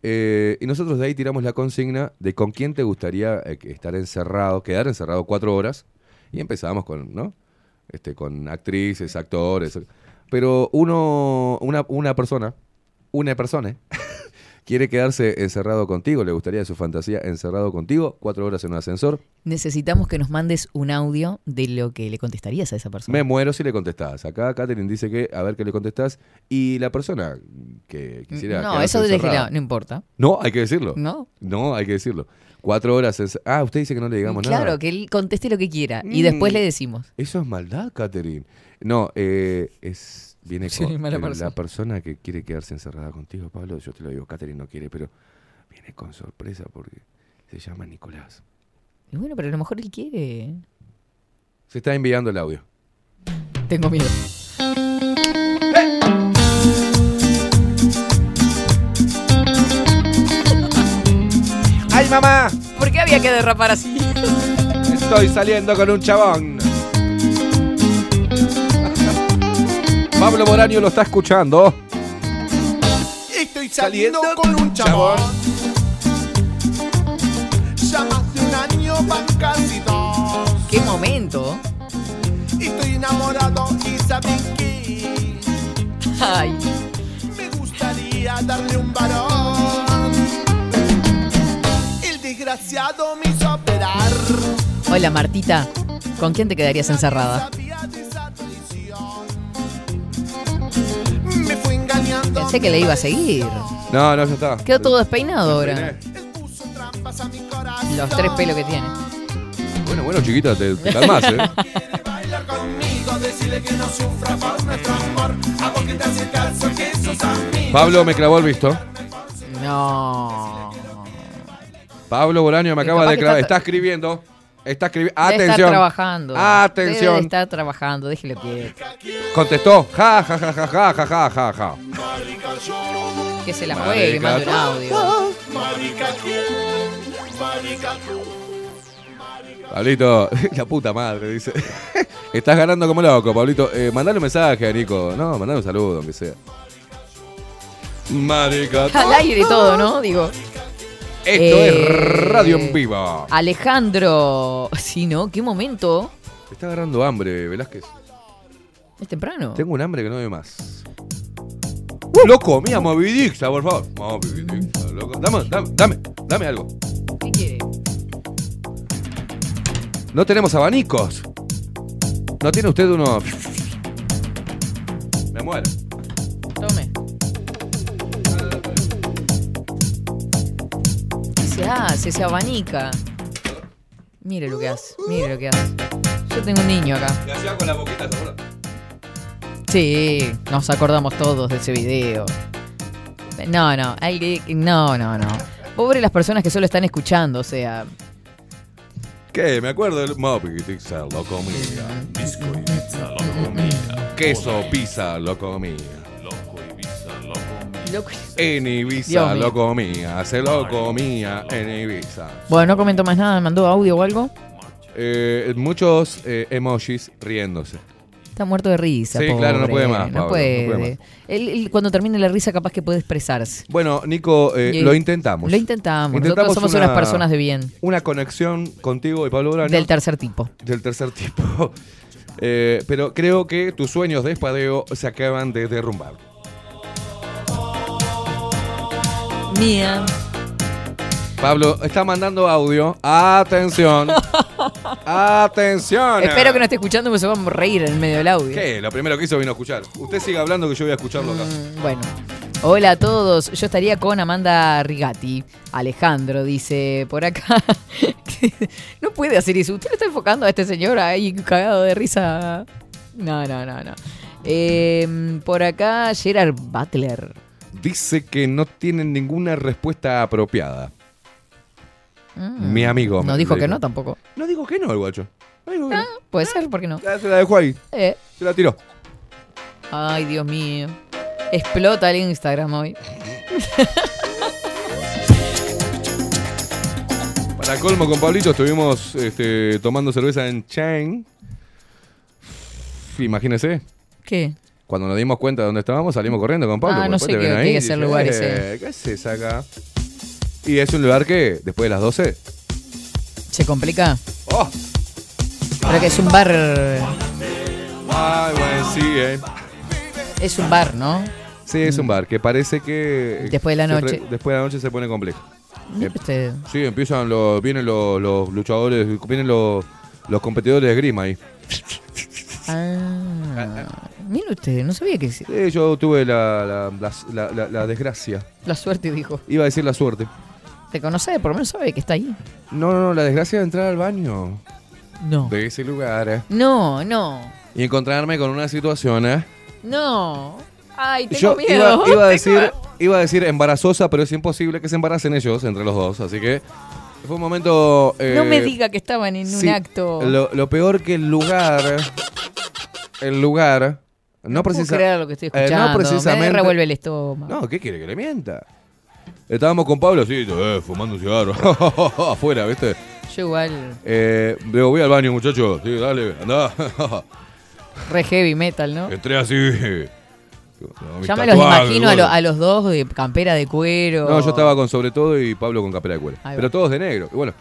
Speaker 12: eh, y nosotros de ahí tiramos la consigna de con quién te gustaría eh, que- estar encerrado, quedar encerrado cuatro horas y empezamos con, ¿no? Este, con actrices, actores. Pero uno, una, una persona, una persona, [LAUGHS] quiere quedarse encerrado contigo, le gustaría su fantasía encerrado contigo, cuatro horas en un ascensor.
Speaker 1: Necesitamos que nos mandes un audio de lo que le contestarías a esa persona.
Speaker 12: Me muero si le contestás. Acá Catherine dice que a ver qué le contestás. Y la persona que quisiera.
Speaker 1: Mm, no,
Speaker 12: quedarse
Speaker 1: eso de
Speaker 12: encerrada-
Speaker 1: no importa.
Speaker 12: No, hay que decirlo.
Speaker 1: No.
Speaker 12: No, hay que decirlo. Cuatro horas. ens- Ah, usted dice que no le digamos nada.
Speaker 1: Claro, que él conteste lo que quiera y
Speaker 12: Mm.
Speaker 1: después le decimos.
Speaker 12: Eso es maldad, Catherine. No, eh, es. Viene
Speaker 1: Sí,
Speaker 12: con
Speaker 1: mala
Speaker 12: pero
Speaker 1: persona.
Speaker 12: la persona que quiere quedarse encerrada contigo, Pablo. Yo te lo digo, Catherine no quiere, pero viene con sorpresa porque se llama Nicolás.
Speaker 1: Y bueno, pero a lo mejor él quiere.
Speaker 12: Se está enviando el audio.
Speaker 1: Tengo miedo.
Speaker 12: ¡Ay, mamá!
Speaker 1: ¿Por qué había que derrapar así?
Speaker 12: Estoy saliendo con un [LAUGHS] chabón. Pablo Moraño lo está escuchando.
Speaker 10: Estoy saliendo con un chabón. Ya más de un año van casi dos.
Speaker 1: ¡Qué momento!
Speaker 10: Estoy enamorado y saben que
Speaker 1: Ay.
Speaker 10: me gustaría darle un varón. El desgraciado me hizo operar.
Speaker 1: Hola Martita, ¿con quién te quedarías encerrada?
Speaker 10: Me fue engañando.
Speaker 1: Pensé que le iba a seguir.
Speaker 12: No, no, ya está.
Speaker 1: Quedó todo despeinado ahora. Los tres pelos que tiene.
Speaker 12: Bueno, bueno, chiquita, te, te
Speaker 10: [LAUGHS]
Speaker 12: calmás, ¿eh?
Speaker 10: Amigo, decirle que no sufra por nuestro amor. A vos que te hace caso que sos amigo.
Speaker 12: Pablo me clavó el visto.
Speaker 1: No.
Speaker 12: Pablo Boraño me
Speaker 1: Que
Speaker 12: acaba
Speaker 1: capaz
Speaker 12: de
Speaker 1: que
Speaker 12: clavar.
Speaker 1: está-
Speaker 12: Está, escribiendo. Está escribiendo.
Speaker 1: Debe estar
Speaker 12: Atención.
Speaker 1: trabajando.
Speaker 12: Atención.
Speaker 1: Debe estar trabajando, déjelo quieto.
Speaker 12: Contestó. Ja, ja, ja, ja, ja, ja, ja, ja, ja.
Speaker 1: Que se la
Speaker 12: Marica.
Speaker 1: juegue, que mande un audio.
Speaker 10: Marica, ¿quién? Marica, tú.
Speaker 12: Pablito, [LAUGHS] la puta madre, dice. [LAUGHS] Estás ganando como loco, Pablito. Eh, mandale un mensaje a Nico. No, mandale un saludo, aunque sea. Marica.
Speaker 1: [LAUGHS] Al aire y todo, ¿no? Digo.
Speaker 12: Esto
Speaker 1: Eh,
Speaker 12: es Radio en Viva.
Speaker 1: Alejandro, sí, ¿no? ¿Qué momento?
Speaker 12: Me está agarrando hambre, Velázquez.
Speaker 1: Es temprano.
Speaker 12: Tengo un hambre que no veo más. ¡Uh! Loco, mira, Moby Dixa, por favor. Moby Dixa, loco. Dame, dame, dame, dame algo.
Speaker 1: ¿Qué quiere?
Speaker 12: No tenemos abanicos. ¿No tiene usted uno? Me muero.
Speaker 1: Tome. ¿Qué se hace? Se abanica. Mire lo que hace, mire lo que hace. Yo tengo un niño acá.
Speaker 12: Le hacía con la boquita, ¿se acuerda?
Speaker 1: Sí, nos acordamos todos de ese video. No, no, hay que- no, no, no. Pobre las personas que solo están escuchando, o sea,
Speaker 12: ¿Qué? Me acuerdo del Moby Dixa, loco mía. Disco y pizza, loco mía. Queso, pizza, loco mía.
Speaker 1: loco.
Speaker 12: En
Speaker 1: Dios
Speaker 12: Ibiza,
Speaker 1: mío.
Speaker 12: loco mía. Se lo comía en Ibiza.
Speaker 1: Bueno, no comento más nada, me mandó audio o algo.
Speaker 12: Eh, muchos eh, emojis riéndose.
Speaker 1: Está muerto de risa.
Speaker 12: Sí, claro, no
Speaker 1: pobre.
Speaker 12: puede más,
Speaker 1: No
Speaker 12: Pablo, no
Speaker 1: puede.
Speaker 12: puede más.
Speaker 1: Él- él, cuando termine la risa, capaz que puede expresarse.
Speaker 12: Bueno, Nico, eh,
Speaker 1: Y-
Speaker 12: lo intentamos.
Speaker 1: Lo intentamos. Nosotros somos unas personas de bien.
Speaker 12: Una conexión contigo y Pablo Urano.
Speaker 1: Del tercer tipo.
Speaker 12: Del tercer tipo. [LAUGHS] Eh, pero creo que tus sueños de espadeo se acaban de derrumbar.
Speaker 1: Mía.
Speaker 12: Pablo está mandando audio.
Speaker 1: [LAUGHS]
Speaker 12: Atención. Atención.
Speaker 1: Espero que no esté escuchando porque se va a reír en medio del audio.
Speaker 12: ¿Qué? Lo primero que hizo vino a escuchar. Usted sigue hablando que yo voy a escucharlo acá.
Speaker 1: Mm, Bueno. Hola a todos, yo estaría con Amanda Rigatti. Alejandro dice por acá. [LAUGHS] que no puede hacer eso. Usted lo está enfocando a este señor ahí cagado de risa. No, no, no, no. Eh, por acá, Gerard Butler.
Speaker 12: Dice que no tienen ninguna respuesta apropiada.
Speaker 1: Mm.
Speaker 12: Mi amigo.
Speaker 1: No
Speaker 12: me-
Speaker 1: dijo
Speaker 12: me
Speaker 1: que no tampoco.
Speaker 12: No dijo que no el guacho.
Speaker 1: Ah, puede ser, ¿por qué no?
Speaker 12: Se la dejó ahí.
Speaker 1: Eh.
Speaker 12: Se la tiró.
Speaker 1: Ay, Dios mío. Explota el Instagram hoy.
Speaker 12: Para colmo con Pablito estuvimos este, tomando cerveza en Chang. Imagínese.
Speaker 1: ¿Qué?
Speaker 12: Cuando nos dimos cuenta de dónde estábamos, salimos corriendo con Pablo.
Speaker 1: Ah, no
Speaker 12: porque
Speaker 1: sé
Speaker 12: después te
Speaker 1: qué-
Speaker 12: ven
Speaker 1: qué
Speaker 12: ahí y
Speaker 1: es el
Speaker 12: dicen,
Speaker 1: lugar
Speaker 12: "Eh,
Speaker 1: ese".
Speaker 12: ¿Qué haces acá? Y es un lugar que después de las 12.
Speaker 1: ¿Se complica?
Speaker 12: ¡Oh!
Speaker 1: Pero que es un bar.
Speaker 12: Ay, bueno, sí, eh.
Speaker 1: Es un bar, ¿no?
Speaker 12: Sí, es un bar que parece que.
Speaker 1: Mm. Después de la
Speaker 12: se
Speaker 1: noche.
Speaker 12: re- después de la noche se pone complejo.
Speaker 1: Mire usted.
Speaker 12: Sí, empiezan los. Vienen los, los luchadores, vienen los, los competidores de Grima ahí.
Speaker 1: Ah. Mire usted, no sabía que se-
Speaker 12: Sí, yo tuve la, la- la- la- la- la desgracia.
Speaker 1: La suerte dijo.
Speaker 12: Iba a decir la suerte.
Speaker 1: Te conoce, por lo menos sabe que está ahí.
Speaker 12: No, no, no, la desgracia de entrar al baño.
Speaker 1: No.
Speaker 12: De ese lugar. eh.
Speaker 1: No, no,
Speaker 12: Y encontrarme con una situación, ¿eh?
Speaker 1: no. Ay, tengo
Speaker 12: Yo
Speaker 1: miedo. [LAUGHS]
Speaker 12: iba, iba a decir, iba a decir embarazosa, pero es imposible que se embaracen ellos entre los dos. Así que fue un momento. eh,
Speaker 1: no me diga que estaban en
Speaker 12: sí,
Speaker 1: un acto.
Speaker 12: Lo, lo peor que el lugar. El lugar. No,
Speaker 1: puedo
Speaker 12: precisa-
Speaker 1: creer lo que estoy
Speaker 12: eh, no
Speaker 1: escuchando.
Speaker 12: precisamente-
Speaker 1: Me revuelve el estómago.
Speaker 12: No, ¿qué quiere que le mienta? Estábamos con Pablo, sí, eh, fumando un cigarro. [LAUGHS] Afuera, ¿viste?
Speaker 1: Yo igual,
Speaker 12: Eh, digo, voy al baño, muchachos. Sí, dale, andá. [LAUGHS]
Speaker 1: re heavy metal, ¿no?
Speaker 12: Entré así.
Speaker 1: Ya me los imagino a, lo- a los dos de campera de cuero.
Speaker 12: No, yo estaba con sobre todo y Pablo con capela de cuero.
Speaker 1: Ahí va.
Speaker 12: Pero todos de negro. Y bueno,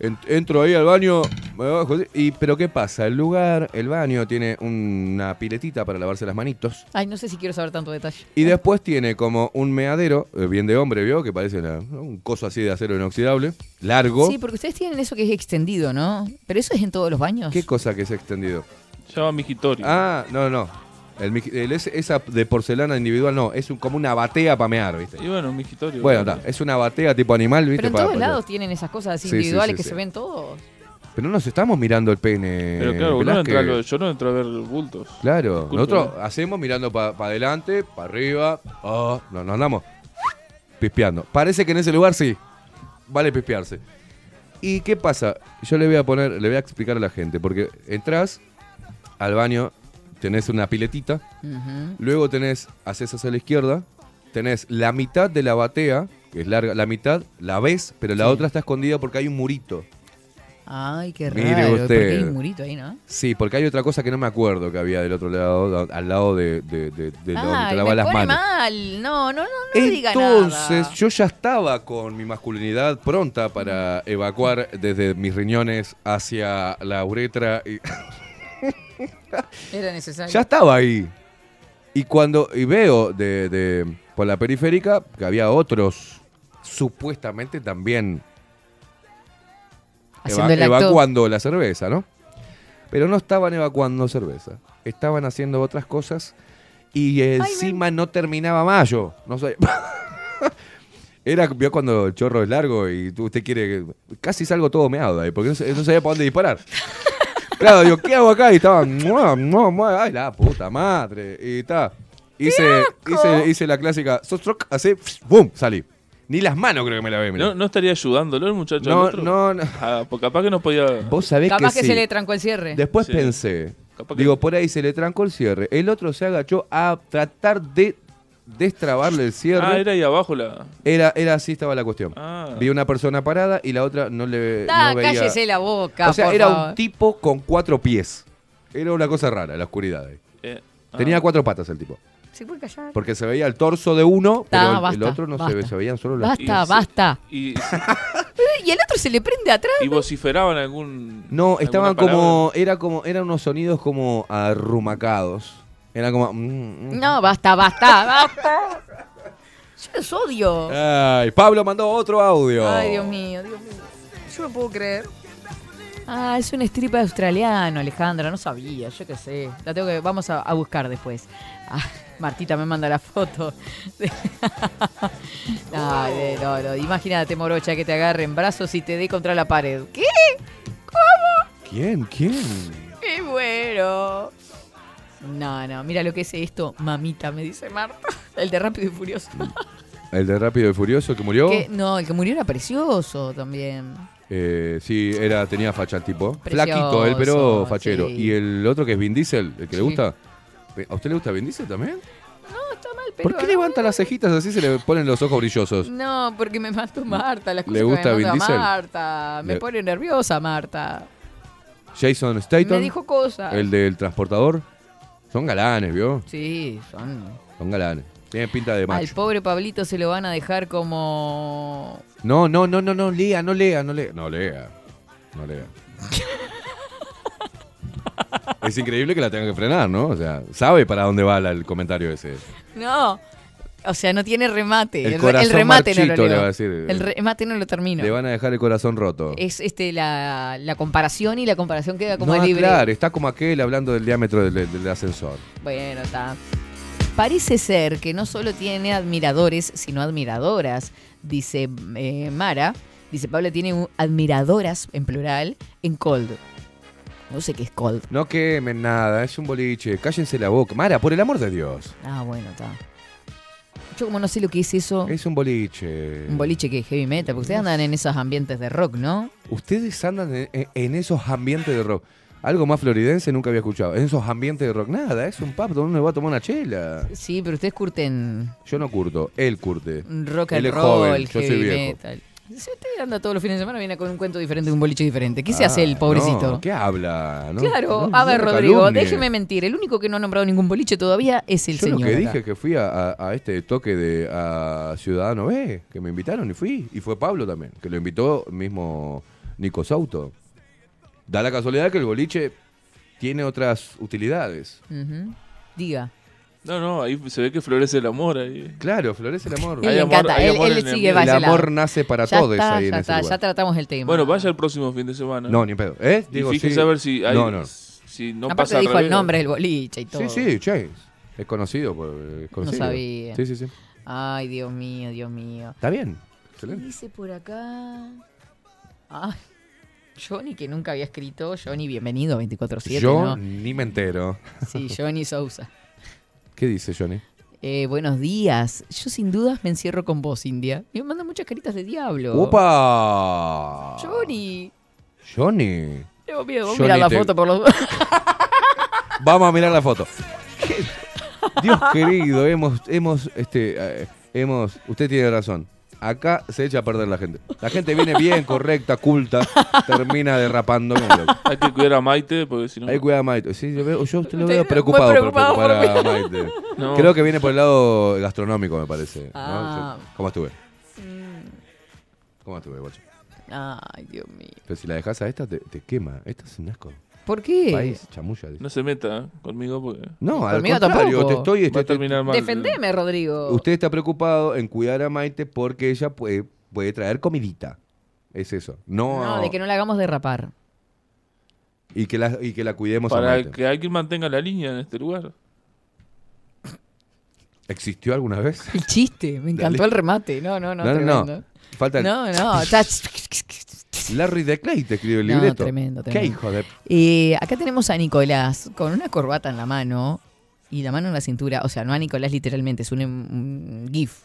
Speaker 12: en- entro ahí al baño, me bajo así, y pero ¿qué pasa? El lugar, el baño tiene una piletita para lavarse las manitos.
Speaker 1: Ay, no sé si quiero saber tanto detalle.
Speaker 12: Y después tiene como un meadero, eh, bien de hombre, ¿vio? Que parece una- un coso así de acero inoxidable, largo.
Speaker 1: Sí, porque ustedes tienen eso que es extendido, ¿no? Pero eso es en todos los baños.
Speaker 12: ¿Qué cosa que es extendido?
Speaker 2: Se llama Mijitori.
Speaker 12: Ah, no, no. El, miji- el- es- esa de porcelana individual no, es un- como una batea para mear, ¿viste?
Speaker 2: Y bueno, Mijitori.
Speaker 12: este. Bueno, está, es una batea tipo animal, ¿viste?
Speaker 1: Pero en
Speaker 12: Pa-
Speaker 1: todos
Speaker 12: pa-
Speaker 1: lados tienen esas cosas así
Speaker 12: Sí, sí,
Speaker 1: individuales
Speaker 12: sí,
Speaker 1: que
Speaker 12: sí.
Speaker 1: se ven todos.
Speaker 12: Pero no nos estamos mirando el pene.
Speaker 2: Pero claro, boludo,
Speaker 12: Velázquez.
Speaker 2: entra a lo- yo no entro a ver bultos.
Speaker 12: Claro,
Speaker 2: Disculpe,
Speaker 12: nosotros
Speaker 2: ¿eh?
Speaker 12: hacemos mirando para adelante, para arriba, ah, no, nos andamos pispeando. Parece que en ese lugar sí, vale pispearse. ¿Y qué pasa? Yo le voy a poner, le voy a explicar a la gente, porque entras al baño, tenés una piletita, luego tenés, haces hacia la izquierda, tenés la mitad de la batea, que es larga, la mitad la ves, pero la otra está escondida porque hay un murito.
Speaker 1: Ay, qué raro.
Speaker 12: Mire usted.
Speaker 1: Porque hay un murito ahí, ¿no?
Speaker 12: Sí, porque hay otra cosa que no me acuerdo que había del otro lado, al lado de, de- de- de donde te
Speaker 1: Ay,
Speaker 12: lavas
Speaker 1: me
Speaker 12: las
Speaker 1: pone
Speaker 12: manos.
Speaker 1: mal. No, no, no, no diga nada.
Speaker 12: Entonces, yo ya estaba con mi masculinidad pronta para evacuar desde mis riñones hacia la uretra. y-
Speaker 1: Era necesario.
Speaker 12: ya estaba ahí. Y cuando y veo de, de- por la periférica que había otros supuestamente también
Speaker 1: Haciendo el acto.
Speaker 12: evacuando la cerveza, ¿no? Pero no estaban evacuando cerveza, estaban haciendo otras cosas y encima no terminaba mayo, no sé. [LAUGHS] Era vio cuando el chorro es largo y tú- usted quiere que- casi salgo todo meado de ahí porque no, sa- no sabía para dónde disparar. Claro, digo, ¿qué hago acá? Y estaban, "Mua, mua, mua", ay, la puta madre. Y está. Hice, hice, hice la clásica, sos rock", así, ¡bum! Salí. Ni las manos creo que me la ve, mirá.
Speaker 2: ¿No, no estaría ayudándolo el muchacho?
Speaker 12: No,
Speaker 2: al otro?
Speaker 12: no,
Speaker 2: Ah, porque capaz que no podía.
Speaker 12: Vos sabés
Speaker 1: Capaz que,
Speaker 12: que, sí.
Speaker 1: se le trancó el cierre.
Speaker 12: Después
Speaker 2: Sí.
Speaker 12: pensé, digo, por ahí se le trancó el cierre. El otro se agachó a tratar de destrabarle el cierre.
Speaker 2: Ah, era ahí abajo la.
Speaker 12: Era, era así estaba la cuestión.
Speaker 2: Ah.
Speaker 12: Vi una persona parada y la otra no le
Speaker 1: Da,
Speaker 12: no veía.
Speaker 1: cállese la boca,
Speaker 12: O sea,
Speaker 1: por
Speaker 12: era
Speaker 1: favor.
Speaker 12: un tipo con cuatro pies. Era una cosa rara, la oscuridad. ahí.
Speaker 2: Eh, ah.
Speaker 12: Tenía cuatro patas el tipo.
Speaker 1: ¿Se puede callar?
Speaker 12: Porque se veía el torso de uno,
Speaker 1: Ta,
Speaker 12: pero el- el,
Speaker 1: basta,
Speaker 12: otro no se, ve,
Speaker 1: basta.
Speaker 12: se veían solo las
Speaker 1: Basta,
Speaker 12: piernas.
Speaker 1: basta.
Speaker 2: Y,
Speaker 1: Y el otro se le prende atrás.
Speaker 2: y vociferaban algún.
Speaker 12: No,
Speaker 2: alguna
Speaker 12: estaban
Speaker 2: palabra.
Speaker 12: como, era como, eran unos sonidos como arrumacados. Era como... mm, mm.
Speaker 1: No, basta, basta, basta. Yo los odio.
Speaker 12: Ay, Pablo mandó otro audio.
Speaker 1: Ay, Dios mío, Dios mío. Yo no puedo creer. Ah, es un stripper australiano, Alejandra, no sabía, yo qué sé. La tengo que, vamos a, a buscar después. Ah, Martita me manda la foto. [LAUGHS] no, eh, no, no, imagínate, morocha, que te agarren brazos y te dé contra la pared. ¿Qué?
Speaker 12: ¿Quién? ¿Quién?
Speaker 1: ¡Qué bueno! No, no, mira lo que es esto, mamita, me dice Marta. El de Rápido y Furioso.
Speaker 12: El de Rápido y Furioso que murió.
Speaker 1: Que- no, el que murió era precioso también.
Speaker 12: Eh, sí, era, tenía facha el tipo.
Speaker 1: Precioso,
Speaker 12: Flaquito él, pero fachero.
Speaker 1: sí.
Speaker 12: Y el otro que es Vin Diesel, el que le
Speaker 1: Sí.
Speaker 12: gusta. Eh, ¿A usted le gusta Vin Diesel también?
Speaker 1: No, está mal, pero. Mm,
Speaker 12: ¿Por qué levanta las cejitas así se le ponen los ojos brillosos?
Speaker 1: No, porque me mató Marta, las cosas
Speaker 12: Mm. ¿Le gusta
Speaker 1: que me
Speaker 12: Vin
Speaker 1: manda
Speaker 12: Diesel?
Speaker 1: Marta. Me
Speaker 12: Le-
Speaker 1: pone nerviosa Marta.
Speaker 12: Jason Statham.
Speaker 1: Me dijo cosas.
Speaker 12: El del transportador. Son galanes, ¿vio?
Speaker 1: Sí, son.
Speaker 12: Son galanes. Tienen pinta de
Speaker 1: Al
Speaker 12: macho.
Speaker 1: pobre Pablito se lo van a dejar como.
Speaker 12: No, no, no, no, no, lea, no lea, no lea. No lea.
Speaker 1: [LAUGHS]
Speaker 12: No lea. es increíble que la tengan que frenar, ¿no? O sea, sabe para dónde va la- el comentario ese.
Speaker 1: No. O sea, no tiene remate.
Speaker 12: El
Speaker 1: re-
Speaker 12: corazón
Speaker 1: remate no
Speaker 12: marchito
Speaker 1: lo
Speaker 12: le
Speaker 1: leo.
Speaker 12: va a decir. eh,
Speaker 1: El remate no lo termino.
Speaker 12: Le van a dejar el corazón roto.
Speaker 1: Es este la, la comparación y la comparación queda como
Speaker 12: no,
Speaker 1: libre.
Speaker 12: claro, está como aquel hablando del diámetro del, del ascensor.
Speaker 1: Bueno, está. Parece ser que no solo tiene admiradores, sino admiradoras, dice eh, Mara. Dice Pablo tiene un- admiradoras, en plural, en Cold. No sé qué es Cold.
Speaker 12: No quemen nada, es un boliche. Cállense la boca. Mara, por el amor de Dios.
Speaker 1: Ah, bueno, está. Yo como no sé lo que es eso.
Speaker 12: Es eh, un boliche.
Speaker 1: Un boliche que es heavy metal, porque ustedes andan en esos ambientes de rock, ¿no?
Speaker 12: Ustedes andan en, en- en esos ambientes de rock. Algo más floridense nunca había escuchado. En esos ambientes de rock. Nada, es un pub donde uno va a tomar una chela.
Speaker 1: Sí, pero ustedes curten
Speaker 12: Yo no curto, él curte.
Speaker 1: rock
Speaker 12: él
Speaker 1: and
Speaker 12: es
Speaker 1: roll,
Speaker 12: joven, yo
Speaker 1: heavy
Speaker 12: soy viejo.
Speaker 1: metal. Si usted anda todos los fines de semana, viene con un cuento diferente, un boliche diferente. ¿Qué se
Speaker 12: Ah,
Speaker 1: hace el pobrecito?
Speaker 12: no, ¿Qué habla? No,
Speaker 1: Claro,
Speaker 12: no,
Speaker 1: a
Speaker 12: no
Speaker 1: ver,
Speaker 12: me
Speaker 1: Rodrigo,
Speaker 12: calumnie.
Speaker 1: déjeme mentir. El único que no ha nombrado ningún boliche todavía es el
Speaker 12: Yo
Speaker 1: señor.
Speaker 12: lo que
Speaker 1: acá.
Speaker 12: dije que fui a, a- a este toque de a Ciudadano B, que me invitaron y fui. Y fue Pablo también, que lo invitó mismo Nico Sauto. Da la casualidad que el boliche tiene otras utilidades.
Speaker 1: Ujú. Diga.
Speaker 2: No, no, ahí se ve que florece el amor. Ahí.
Speaker 12: Claro, florece el amor.
Speaker 1: Él le encanta, él- él
Speaker 2: en el
Speaker 1: sigue
Speaker 2: ambiente.
Speaker 1: va ese
Speaker 12: El amor nace para
Speaker 1: ya
Speaker 12: todos
Speaker 1: está,
Speaker 12: ahí en
Speaker 1: ya
Speaker 12: ese
Speaker 1: está,
Speaker 12: lugar.
Speaker 1: ya tratamos el tema.
Speaker 2: Bueno, vaya el próximo fin de semana.
Speaker 12: No, ni pedo. ¿Eh?
Speaker 2: Y
Speaker 12: Digo,
Speaker 2: fíjese
Speaker 12: sí.
Speaker 2: a ver si hay-
Speaker 12: No, no.
Speaker 2: Si no
Speaker 1: Aparte
Speaker 2: pasa al
Speaker 1: dijo el
Speaker 2: revés.
Speaker 1: nombre del boliche y todo.
Speaker 12: Sí, sí, che. Es conocido. por- es
Speaker 1: No
Speaker 12: conocido.
Speaker 1: sabía.
Speaker 12: Sí, sí, sí.
Speaker 1: Ay, Dios mío, Dios mío.
Speaker 12: Está bien.
Speaker 1: ¿Qué
Speaker 12: Excelente.
Speaker 1: dice por acá? Ay, Johnny, que nunca había escrito. Johnny, bienvenido, 24-7.
Speaker 12: Yo
Speaker 1: ¿no?
Speaker 12: ni me entero.
Speaker 1: Sí, Johnny Sousa.
Speaker 12: ¿Qué dice Johnny?
Speaker 1: Eh, buenos días. Yo sin dudas me encierro con vos, India. Y me mandan muchas caritas de diablo.
Speaker 12: ¡Opa!
Speaker 1: Johnny.
Speaker 12: Johnny.
Speaker 1: Tengo miedo. Vos
Speaker 12: Johnny
Speaker 1: mirá la
Speaker 12: te-
Speaker 1: foto por los...
Speaker 12: Vamos a mirar la foto. ¿Qué? Dios querido, hemos, hemos, este, eh, hemos, usted tiene razón. Acá se echa a perder la gente. La gente viene bien, correcta, culta, termina derrapando como loco.
Speaker 2: Hay que cuidar a Maite, porque si no.
Speaker 12: Ahí cuida a Maite. Sí, yo, veo, yo te lo
Speaker 2: Te-
Speaker 12: veo
Speaker 2: muy
Speaker 12: preocupado, por
Speaker 2: preocupado por
Speaker 12: preocupar a
Speaker 2: mí.
Speaker 12: Maite.
Speaker 2: [LAUGHS] No.
Speaker 12: Creo que viene por el lado gastronómico, me parece. ¿no?
Speaker 1: Ah.
Speaker 12: Yo- ¿Cómo estuve? ¿Cómo estuve, guacho?
Speaker 1: [LAUGHS] Ay, Dios mío.
Speaker 12: Pero si la dejas a esta, te, te quema. Esta es un asco.
Speaker 1: ¿Por qué?
Speaker 12: País, chamulla. dice.
Speaker 2: No se meta ¿eh? conmigo porque.
Speaker 12: No, al contrario, te estoy,
Speaker 2: Va
Speaker 12: estoy-
Speaker 2: a terminar mal.
Speaker 1: Defendeme, Rodrigo.
Speaker 12: Usted está preocupado en cuidar a Maite porque ella puede, puede traer comidita. Es eso. No,
Speaker 1: No, de que no la hagamos derrapar.
Speaker 12: y, que la, y que la cuidemos a
Speaker 2: Para
Speaker 12: Maite.
Speaker 2: que alguien mantenga la línea en este lugar.
Speaker 12: ¿Existió alguna vez?
Speaker 1: El chiste, me encantó el
Speaker 12: Dale.
Speaker 1: remate. No, no, no.
Speaker 12: No, no, no.
Speaker 1: tremendo.
Speaker 12: Falta el-
Speaker 1: No, no. ya-
Speaker 12: Larry de Clay te escribe el
Speaker 1: No,
Speaker 12: libreto.
Speaker 1: tremendo,
Speaker 12: ¿Qué
Speaker 1: tremendo.
Speaker 12: hijo de...?
Speaker 1: Eh, acá tenemos a Nicolás con una corbata en la mano y la mano en la cintura. O sea, no a Nicolás literalmente, es un, em, un GIF.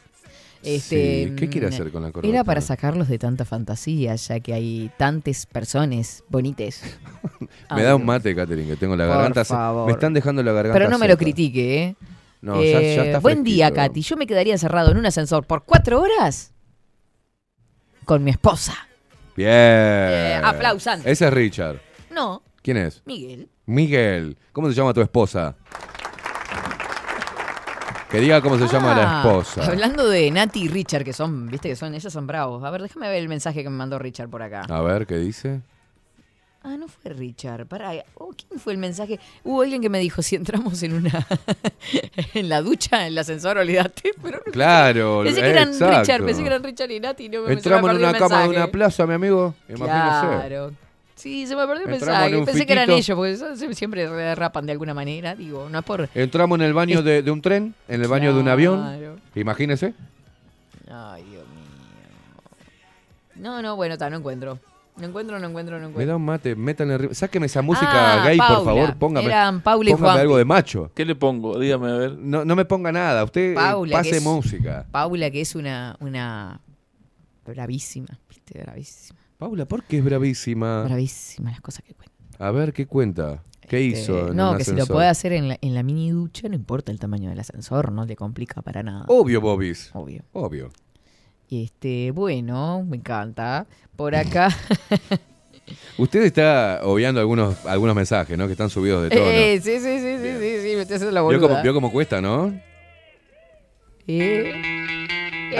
Speaker 1: Este,
Speaker 12: Sí, ¿qué quiere
Speaker 1: mm,
Speaker 12: hacer con la corbata?
Speaker 1: Era para sacarlos de tanta fantasía, ya que hay tantas personas bonitas.
Speaker 12: Me da un mate, Catherine, que tengo la
Speaker 1: Ah, Por
Speaker 12: garganta... se-
Speaker 1: favor.
Speaker 12: Me están dejando la garganta
Speaker 1: Pero no me lo
Speaker 12: seca.
Speaker 1: critique, ¿eh?
Speaker 12: No, ya- ya está
Speaker 1: buen día,
Speaker 12: fresquito.
Speaker 1: Katy. Yo me quedaría encerrado en un ascensor por cuatro horas con mi esposa.
Speaker 12: Bien.
Speaker 1: Eh, aplausante.
Speaker 12: Ese es Richard.
Speaker 1: No,
Speaker 12: ¿Quién es?
Speaker 1: Miguel.
Speaker 12: Miguel. ¿Cómo se llama tu esposa? Que diga cómo se llama
Speaker 1: Ah,
Speaker 12: la esposa.
Speaker 1: Hablando de Nati y Richard, que son, viste que son, ellos son bravos. A ver, déjame ver el mensaje que me mandó Richard por acá.
Speaker 12: A ver, ¿qué dice?
Speaker 1: Ah, no fue Richard. Pará. Oh, ¿Quién fue el mensaje? Hubo alguien que me dijo, si entramos en una [LAUGHS] en la ducha, en el ascensor, olvídate. Pero no- [LAUGHS]
Speaker 12: Claro.
Speaker 1: pensé que eran
Speaker 12: exacto.
Speaker 1: Richard, pensé que eran Richard y Nati. No, me- se me
Speaker 12: Entramos en
Speaker 1: perdió
Speaker 12: una
Speaker 1: el
Speaker 12: cama de
Speaker 1: mensaje.
Speaker 12: una plaza, mi amigo. Imagínese.
Speaker 1: Claro. Sí, se me perdió el
Speaker 12: Entramos
Speaker 1: mensaje.
Speaker 12: en un
Speaker 1: Pensé que eran
Speaker 12: fitito.
Speaker 1: ellos, porque son- se- siempre se rapan de alguna manera. Digo, no es por.
Speaker 12: Entramos en el baño de, de un tren, en el baño de un
Speaker 1: Claro.
Speaker 12: avión. Imagínese.
Speaker 1: Ay, Dios mío. No, no, bueno, está, no encuentro. No encuentro, no encuentro, no
Speaker 12: Me
Speaker 1: encuentro.
Speaker 12: da un mate, métanle arriba. Sáqueme esa música
Speaker 1: Ah,
Speaker 12: gay,
Speaker 1: Paula.
Speaker 12: por favor. Póngame,
Speaker 1: Eran Paula y
Speaker 12: póngame
Speaker 1: Juanpi.
Speaker 12: algo de macho.
Speaker 2: ¿Qué le pongo? Dígame, a ver.
Speaker 12: No, no me ponga nada. Usted eh,
Speaker 1: Paula, que
Speaker 12: pase
Speaker 1: es-
Speaker 12: música.
Speaker 1: Paula, que es una, una bravísima, viste, bravísima.
Speaker 12: Paula, ¿por qué es bravísima?
Speaker 1: Bravísima las cosas que cuenta.
Speaker 12: A ver, ¿qué cuenta? ¿Qué hizo?
Speaker 1: Eh,
Speaker 12: en
Speaker 1: no,
Speaker 12: un
Speaker 1: que si lo
Speaker 12: ascensor?
Speaker 1: puede hacer en la, en la mini ducha, no importa el tamaño del ascensor, no le complica para nada.
Speaker 12: Obvio, Bobis.
Speaker 1: Obvio.
Speaker 12: Obvio.
Speaker 1: Este, bueno, me encanta. Por acá.
Speaker 12: [LAUGHS] Usted está obviando algunos, algunos mensajes, ¿no? Que están subidos de todo.
Speaker 1: Eh, sí, sí, sí, sí, sí, sí, me estoy haciendo la
Speaker 12: ¿no? Vio
Speaker 1: boluda.
Speaker 12: cómo, vio cómo cuesta, ¿no?
Speaker 1: Eh,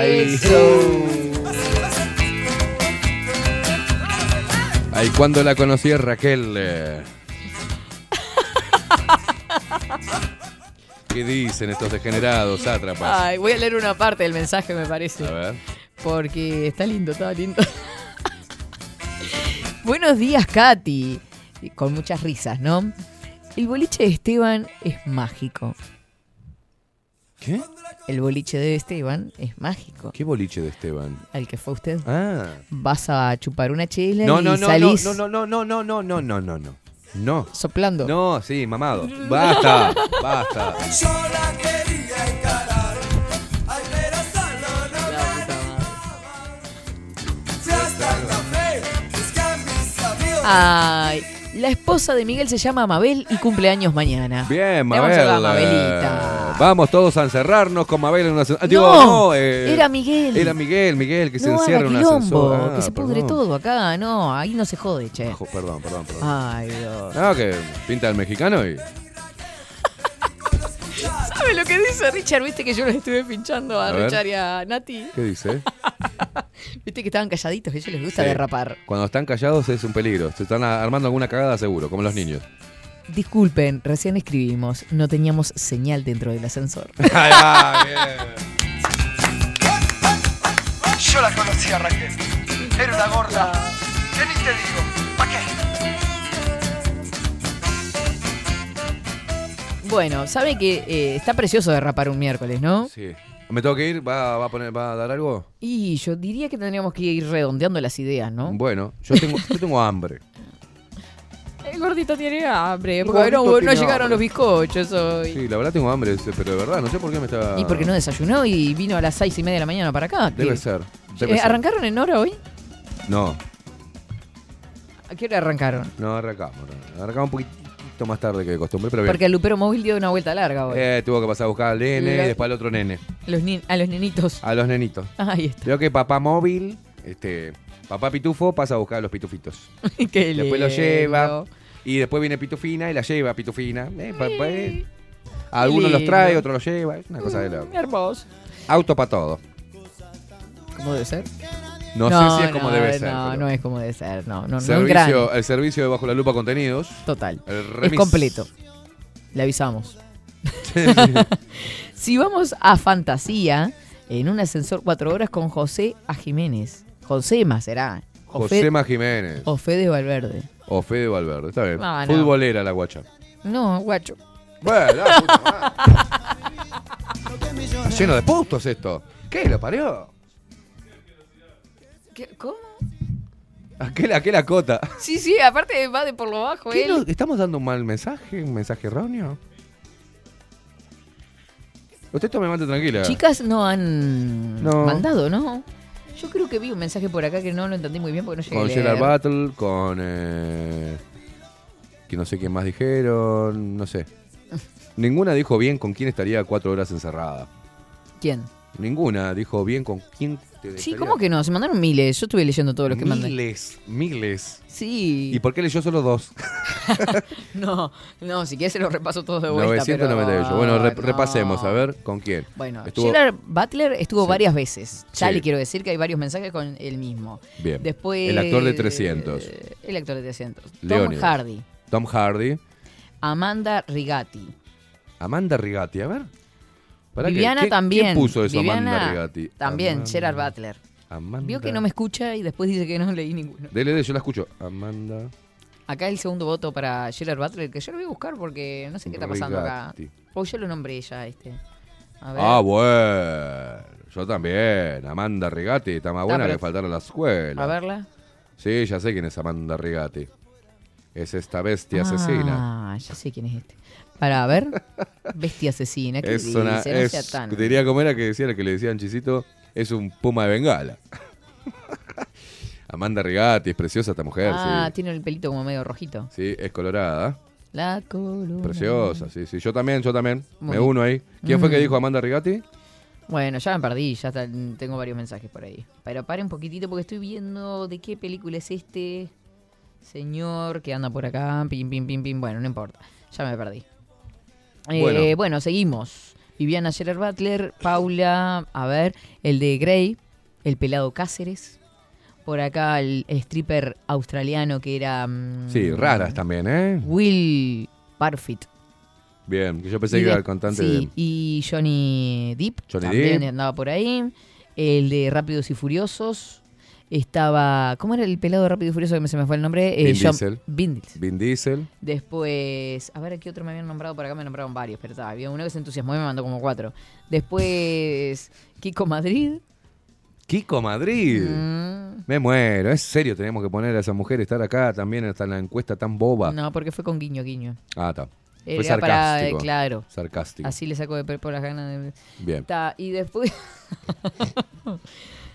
Speaker 12: Ay, cuando la conocí a Raquel.
Speaker 1: [LAUGHS]
Speaker 12: eh. ¿Qué dicen estos degenerados sátrapas?
Speaker 1: Ay, voy a leer una parte del mensaje, me parece.
Speaker 12: A ver.
Speaker 1: Porque está lindo, está lindo. [LAUGHS] Buenos días, Katy. Y Con muchas risas, ¿no? El boliche de Esteban es mágico.
Speaker 12: ¿Qué?
Speaker 1: El boliche de Esteban es mágico.
Speaker 12: ¿Qué boliche de Esteban?
Speaker 1: Al que fue usted.
Speaker 12: Ah.
Speaker 1: Vas a chupar una chela
Speaker 12: No,
Speaker 1: y
Speaker 12: no, no, no,
Speaker 1: salís
Speaker 12: no, no, no, no, no, no, no, no, no, no. No.
Speaker 1: Soplando.
Speaker 12: No, sí, mamado. Basta, basta.
Speaker 1: Ay, la esposa de Miguel se llama Mabel y cumpleaños mañana.
Speaker 12: Bien,
Speaker 1: Le vamos
Speaker 12: Mabel.
Speaker 1: a hablar a Mabelita.
Speaker 12: eh, Vamos todos a encerrarnos con Mabel en una ascensor.
Speaker 1: No,
Speaker 12: eh,
Speaker 1: era Miguel.
Speaker 12: Era Miguel, Miguel, que se
Speaker 1: no haga
Speaker 12: encierra en un
Speaker 1: quilombo,
Speaker 12: ascensor. Ah,
Speaker 1: que se pudre
Speaker 12: perdón.
Speaker 1: todo acá, no, ahí no se jode, che.
Speaker 12: Jo, Perdón, perdón, perdón.
Speaker 1: Ay, Dios.
Speaker 12: No, que pinta el mexicano y.
Speaker 1: ¿Sabe lo que dice Richard? Viste que yo los estuve pinchando a,
Speaker 12: A ver.
Speaker 1: Richard y a Nati. [LAUGHS]
Speaker 12: ¿Qué dice?
Speaker 1: Viste que estaban calladitos, a ellos les gusta
Speaker 12: Sí.
Speaker 1: derrapar.
Speaker 12: Cuando están callados es un peligro. Se están a- armando alguna cagada seguro, como los niños.
Speaker 1: Disculpen, recién escribimos, no teníamos señal dentro del ascensor.
Speaker 12: [LAUGHS] Ahí va, bien.
Speaker 5: Yo la conocí a Raquel. Era una gorda. ¿Qué ni te digo? ¿Para qué?
Speaker 1: bueno, sabe que eh, está precioso derrapar un miércoles, ¿no?
Speaker 12: Sí. ¿Me tengo que ir? ¿Va, va a, poner, ¿Va a dar algo?
Speaker 1: Y yo diría que tendríamos que ir redondeando las ideas, ¿no?
Speaker 12: Bueno, yo tengo, yo tengo
Speaker 1: [LAUGHS]
Speaker 12: hambre.
Speaker 1: El gordito tiene hambre,
Speaker 12: El
Speaker 1: porque no,
Speaker 12: gordito
Speaker 1: no
Speaker 12: tiene
Speaker 1: llegaron
Speaker 12: hambre.
Speaker 1: los bizcochos hoy.
Speaker 12: Sí, la verdad tengo hambre, pero de verdad, no sé por qué me está.
Speaker 1: Y porque no desayunó y vino a las seis y media de la mañana para acá.
Speaker 12: Debe
Speaker 1: ¿Qué?
Speaker 12: ser.
Speaker 1: Eh,
Speaker 12: debe ser.
Speaker 1: ¿Arrancaron en hora hoy?
Speaker 12: No,
Speaker 1: ¿A qué hora arrancaron?
Speaker 12: no arrancamos. no, Arrancamos un poquitito poquito más tarde que de costumbre, pero bien.
Speaker 1: Porque el Lupero Móvil dio una vuelta larga hoy.
Speaker 12: Eh, tuvo que pasar a buscar al nene
Speaker 1: Lo-
Speaker 12: y después al otro nene.
Speaker 1: Los nin- a los nenitos.
Speaker 12: A los nenitos.
Speaker 1: Ahí está.
Speaker 12: Creo que papá móvil, este, papá pitufo pasa a buscar a los pitufitos.
Speaker 1: [LAUGHS] Qué
Speaker 12: después
Speaker 1: lindo.
Speaker 12: lo lleva. Y después viene pitufina y la lleva pitufina. Eh, pa- pa- eh. Algunos
Speaker 1: lindo. Mm.
Speaker 12: los trae, otros los lleva. Es una cosa de loco.
Speaker 1: Hermoso.
Speaker 12: Auto para todo.
Speaker 1: ¿Cómo debe ser?
Speaker 12: No, sé si es como
Speaker 1: no,
Speaker 12: debe ser.
Speaker 1: No,
Speaker 12: pero-
Speaker 1: no es como debe ser. No, no, no es un gran.
Speaker 12: servicio, el servicio de Bajo la Lupa Contenidos.
Speaker 1: Total.
Speaker 12: El
Speaker 1: Es
Speaker 12: remis.
Speaker 1: completo. Le
Speaker 12: [LAUGHS]
Speaker 1: avisamos. si vamos a Fantasía, en un ascensor cuatro horas con José A. Jiménez. Josema será. O Fe-
Speaker 12: Josema Jiménez.
Speaker 1: O Fede Valverde.
Speaker 12: O Fede Valverde. Está bien.
Speaker 1: No, no.
Speaker 12: Futbolera la guacha.
Speaker 1: No, guacho.
Speaker 12: Bueno, la puta Está lleno de putos esto. ¿Qué? ¿Lo parió?
Speaker 1: ¿Qué- ¿Cómo?
Speaker 12: Aquel, aquel acota.
Speaker 1: Sí, sí, aparte va de por lo bajo ¿eh?
Speaker 12: ¿Qué
Speaker 1: él.
Speaker 12: no- ¿Estamos dando un mal mensaje? ¿Un mensaje erróneo? Usted tome mate tranquila.
Speaker 1: Chicas no han
Speaker 12: No.
Speaker 1: mandado, ¿no? Yo creo que vi un mensaje por acá que no lo entendí muy bien porque no llegué
Speaker 12: Con
Speaker 1: a leer.
Speaker 12: Gerard Battle, con. eh, que no sé quién más
Speaker 1: [LAUGHS]
Speaker 12: dijeron, no sé. Ninguna dijo bien con quién estaría cuatro horas encerrada.
Speaker 1: ¿Quién?
Speaker 12: Ninguna dijo bien con quién. te
Speaker 1: Sí,
Speaker 12: dejaría-
Speaker 1: ¿cómo que no? Se mandaron miles. Yo estuve leyendo todos los que mandé.
Speaker 12: Miles, miles.
Speaker 1: Sí.
Speaker 12: ¿Y por qué leyó
Speaker 1: [LAUGHS]
Speaker 12: solo dos?
Speaker 1: No, no, si quieres se los repaso todos de vuelta.
Speaker 12: 998.
Speaker 1: pero-
Speaker 12: Bueno, rep-
Speaker 1: no.
Speaker 12: repasemos, a ver, ¿con quién?
Speaker 1: Bueno,
Speaker 12: Estuvo-
Speaker 1: Gerard Butler estuvo varias veces. Ya
Speaker 12: Sí.
Speaker 1: le quiero decir que hay varios mensajes con el mismo.
Speaker 12: Bien.
Speaker 1: Después. eh,
Speaker 12: El actor de 300.
Speaker 1: El actor de 300.
Speaker 12: Leónidas.
Speaker 1: Tom Hardy.
Speaker 12: Tom Hardy.
Speaker 1: Amanda Rigatti.
Speaker 12: Amanda Rigatti, a ver. Pará que-
Speaker 1: Viviana
Speaker 12: ¿quién-
Speaker 1: también.
Speaker 12: ¿Quién puso eso,
Speaker 1: Viviana
Speaker 12: Amanda Rigatti?
Speaker 1: También,
Speaker 12: Amanda-
Speaker 1: Gerard Butler.
Speaker 12: Amanda.
Speaker 1: Vio que no me escucha y después dice que no leí ninguno.
Speaker 12: Dele, dele, yo la escucho. Amanda.
Speaker 1: Acá el segundo voto para Gerard Butler, que yo lo voy a buscar porque no sé qué está pasando
Speaker 12: Rigatti.
Speaker 1: acá. O yo lo nombré ya, este. A ver.
Speaker 12: Ah, bueno. Yo también. Amanda Rigatti. Está más buena
Speaker 1: pero-
Speaker 12: que faltar a la escuela.
Speaker 1: A verla.
Speaker 12: Sí, ya sé quién es Amanda Rigatti. Es esta bestia
Speaker 1: Ah,
Speaker 12: asesina.
Speaker 1: ya sé quién es este. Para a ver. Bestia asesina. ¿qué
Speaker 12: Es
Speaker 1: dice?
Speaker 12: una.
Speaker 1: No sea
Speaker 12: es-
Speaker 1: tan-
Speaker 12: diría como era que decía el que le decían chisito, es un puma de bengala. [LAUGHS] Amanda Rigatti, es preciosa esta mujer,
Speaker 1: ah, tiene el pelito como medio rojito.
Speaker 12: sí. Sí, es colorada.
Speaker 1: La columna.
Speaker 12: Preciosa, sí, sí. Yo también, yo también. Me
Speaker 1: Bonita.
Speaker 12: uno ahí. ¿Quién fue que
Speaker 1: Mm.
Speaker 12: dijo Amanda Rigatti?
Speaker 1: Bueno, ya me perdí, ya está- tengo varios mensajes por ahí. Pero pare un poquitito porque estoy viendo de qué película es este señor que anda por acá. Pim, pim, pim, pim. Bueno, no importa. Ya me perdí. Eh, bueno.
Speaker 12: Bueno.
Speaker 1: seguimos. Viviana Scherer Butler, Paula, a ver, el de Grey, el pelado Cáceres. Por acá el stripper australiano que era. mm,
Speaker 12: Sí, raras también, ¿eh?
Speaker 1: Will Parfit.
Speaker 12: Bien, que yo pensé
Speaker 1: Y
Speaker 12: que era
Speaker 1: de-
Speaker 12: el cantante
Speaker 1: sí,
Speaker 12: de.
Speaker 1: y Johnny Depp
Speaker 12: Johnny
Speaker 1: también
Speaker 12: Depp.
Speaker 1: andaba por ahí. El de Rápidos y Furiosos. Estaba. ¿Cómo era el pelado de Rápido y Furioso que me- se me fue el nombre? Eh,
Speaker 12: Vin
Speaker 1: John-
Speaker 12: Diesel.
Speaker 1: Vin Diesel.
Speaker 12: Vin Diesel.
Speaker 1: Después. A ver, ¿qué otro me habían nombrado? Por acá me nombraron varios, pero está, había uno que se entusiasmó y me mandó como cuatro. Después. [LAUGHS] Kiko Madrid.
Speaker 12: Kiko Madrid.
Speaker 1: Mm.
Speaker 12: Me muero, es serio, tenemos que poner a esa mujer estar acá también, hasta en la encuesta tan boba.
Speaker 1: No, porque fue con guiño, guiño.
Speaker 12: Ah, está. Fue
Speaker 1: Era para- eh,
Speaker 12: sarcástico.
Speaker 1: claro.
Speaker 12: Sarcástico.
Speaker 1: Así le saco de pe- por las ganas de.
Speaker 12: Bien.
Speaker 1: Ta, y después. [LAUGHS]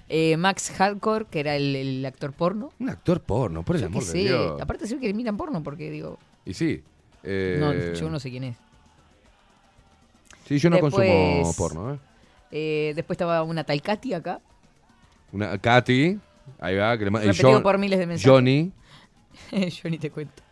Speaker 1: Eh, Max Hardcore, que era el, el actor porno.
Speaker 12: Un actor porno, por el
Speaker 1: Yo qué
Speaker 12: amor de
Speaker 1: sé.
Speaker 12: Dios.
Speaker 1: Aparte, sé que le miran porno porque digo.
Speaker 12: Y sí. eh,
Speaker 1: no, yo no sé quién es.
Speaker 12: Sí, yo no consumo
Speaker 1: Después-
Speaker 12: porno, ¿eh?
Speaker 1: Eh, después estaba una tal Katy acá.
Speaker 12: Una, Katy, ahí va, que le manda- y
Speaker 1: Repetido
Speaker 12: Eh, John-
Speaker 1: por miles de mensajes.
Speaker 12: Johnny,
Speaker 1: [LAUGHS] yo ni te cuento.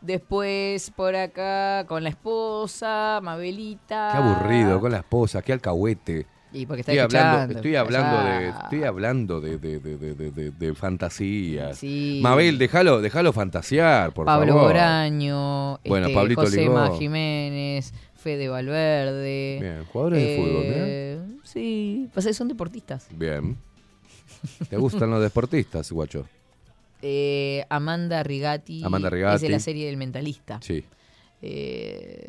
Speaker 1: Después por acá con la esposa, Mabelita.
Speaker 12: qué aburrido, con la esposa, qué alcahuete.
Speaker 1: Y porque Ah. está
Speaker 12: estoy hablando,
Speaker 1: escuchando,
Speaker 12: estoy
Speaker 1: está
Speaker 12: hablando de,
Speaker 1: allá.
Speaker 12: estoy hablando de, de, de, de, de- de- de fantasías.
Speaker 1: Sí.
Speaker 12: Mabel, déjalo, déjalo fantasear, por
Speaker 1: Pablo
Speaker 12: favor.
Speaker 1: Boraño,
Speaker 12: Bueno,
Speaker 1: este,
Speaker 12: Pablito
Speaker 1: José Ma
Speaker 12: Ligó.
Speaker 1: Jiménez, Fede Valverde.
Speaker 12: Bien, jugadores de fútbol, ¿eh?
Speaker 1: fútbol, Sí, pasa que son deportistas. [LAUGHS]
Speaker 12: Bien. ¿Te gustan los deportistas, guacho?
Speaker 1: Eh, Amanda Rigatti.
Speaker 12: Amanda
Speaker 1: Es de
Speaker 12: Rigatti.
Speaker 1: la serie del mentalista.
Speaker 12: Sí.
Speaker 1: Eh,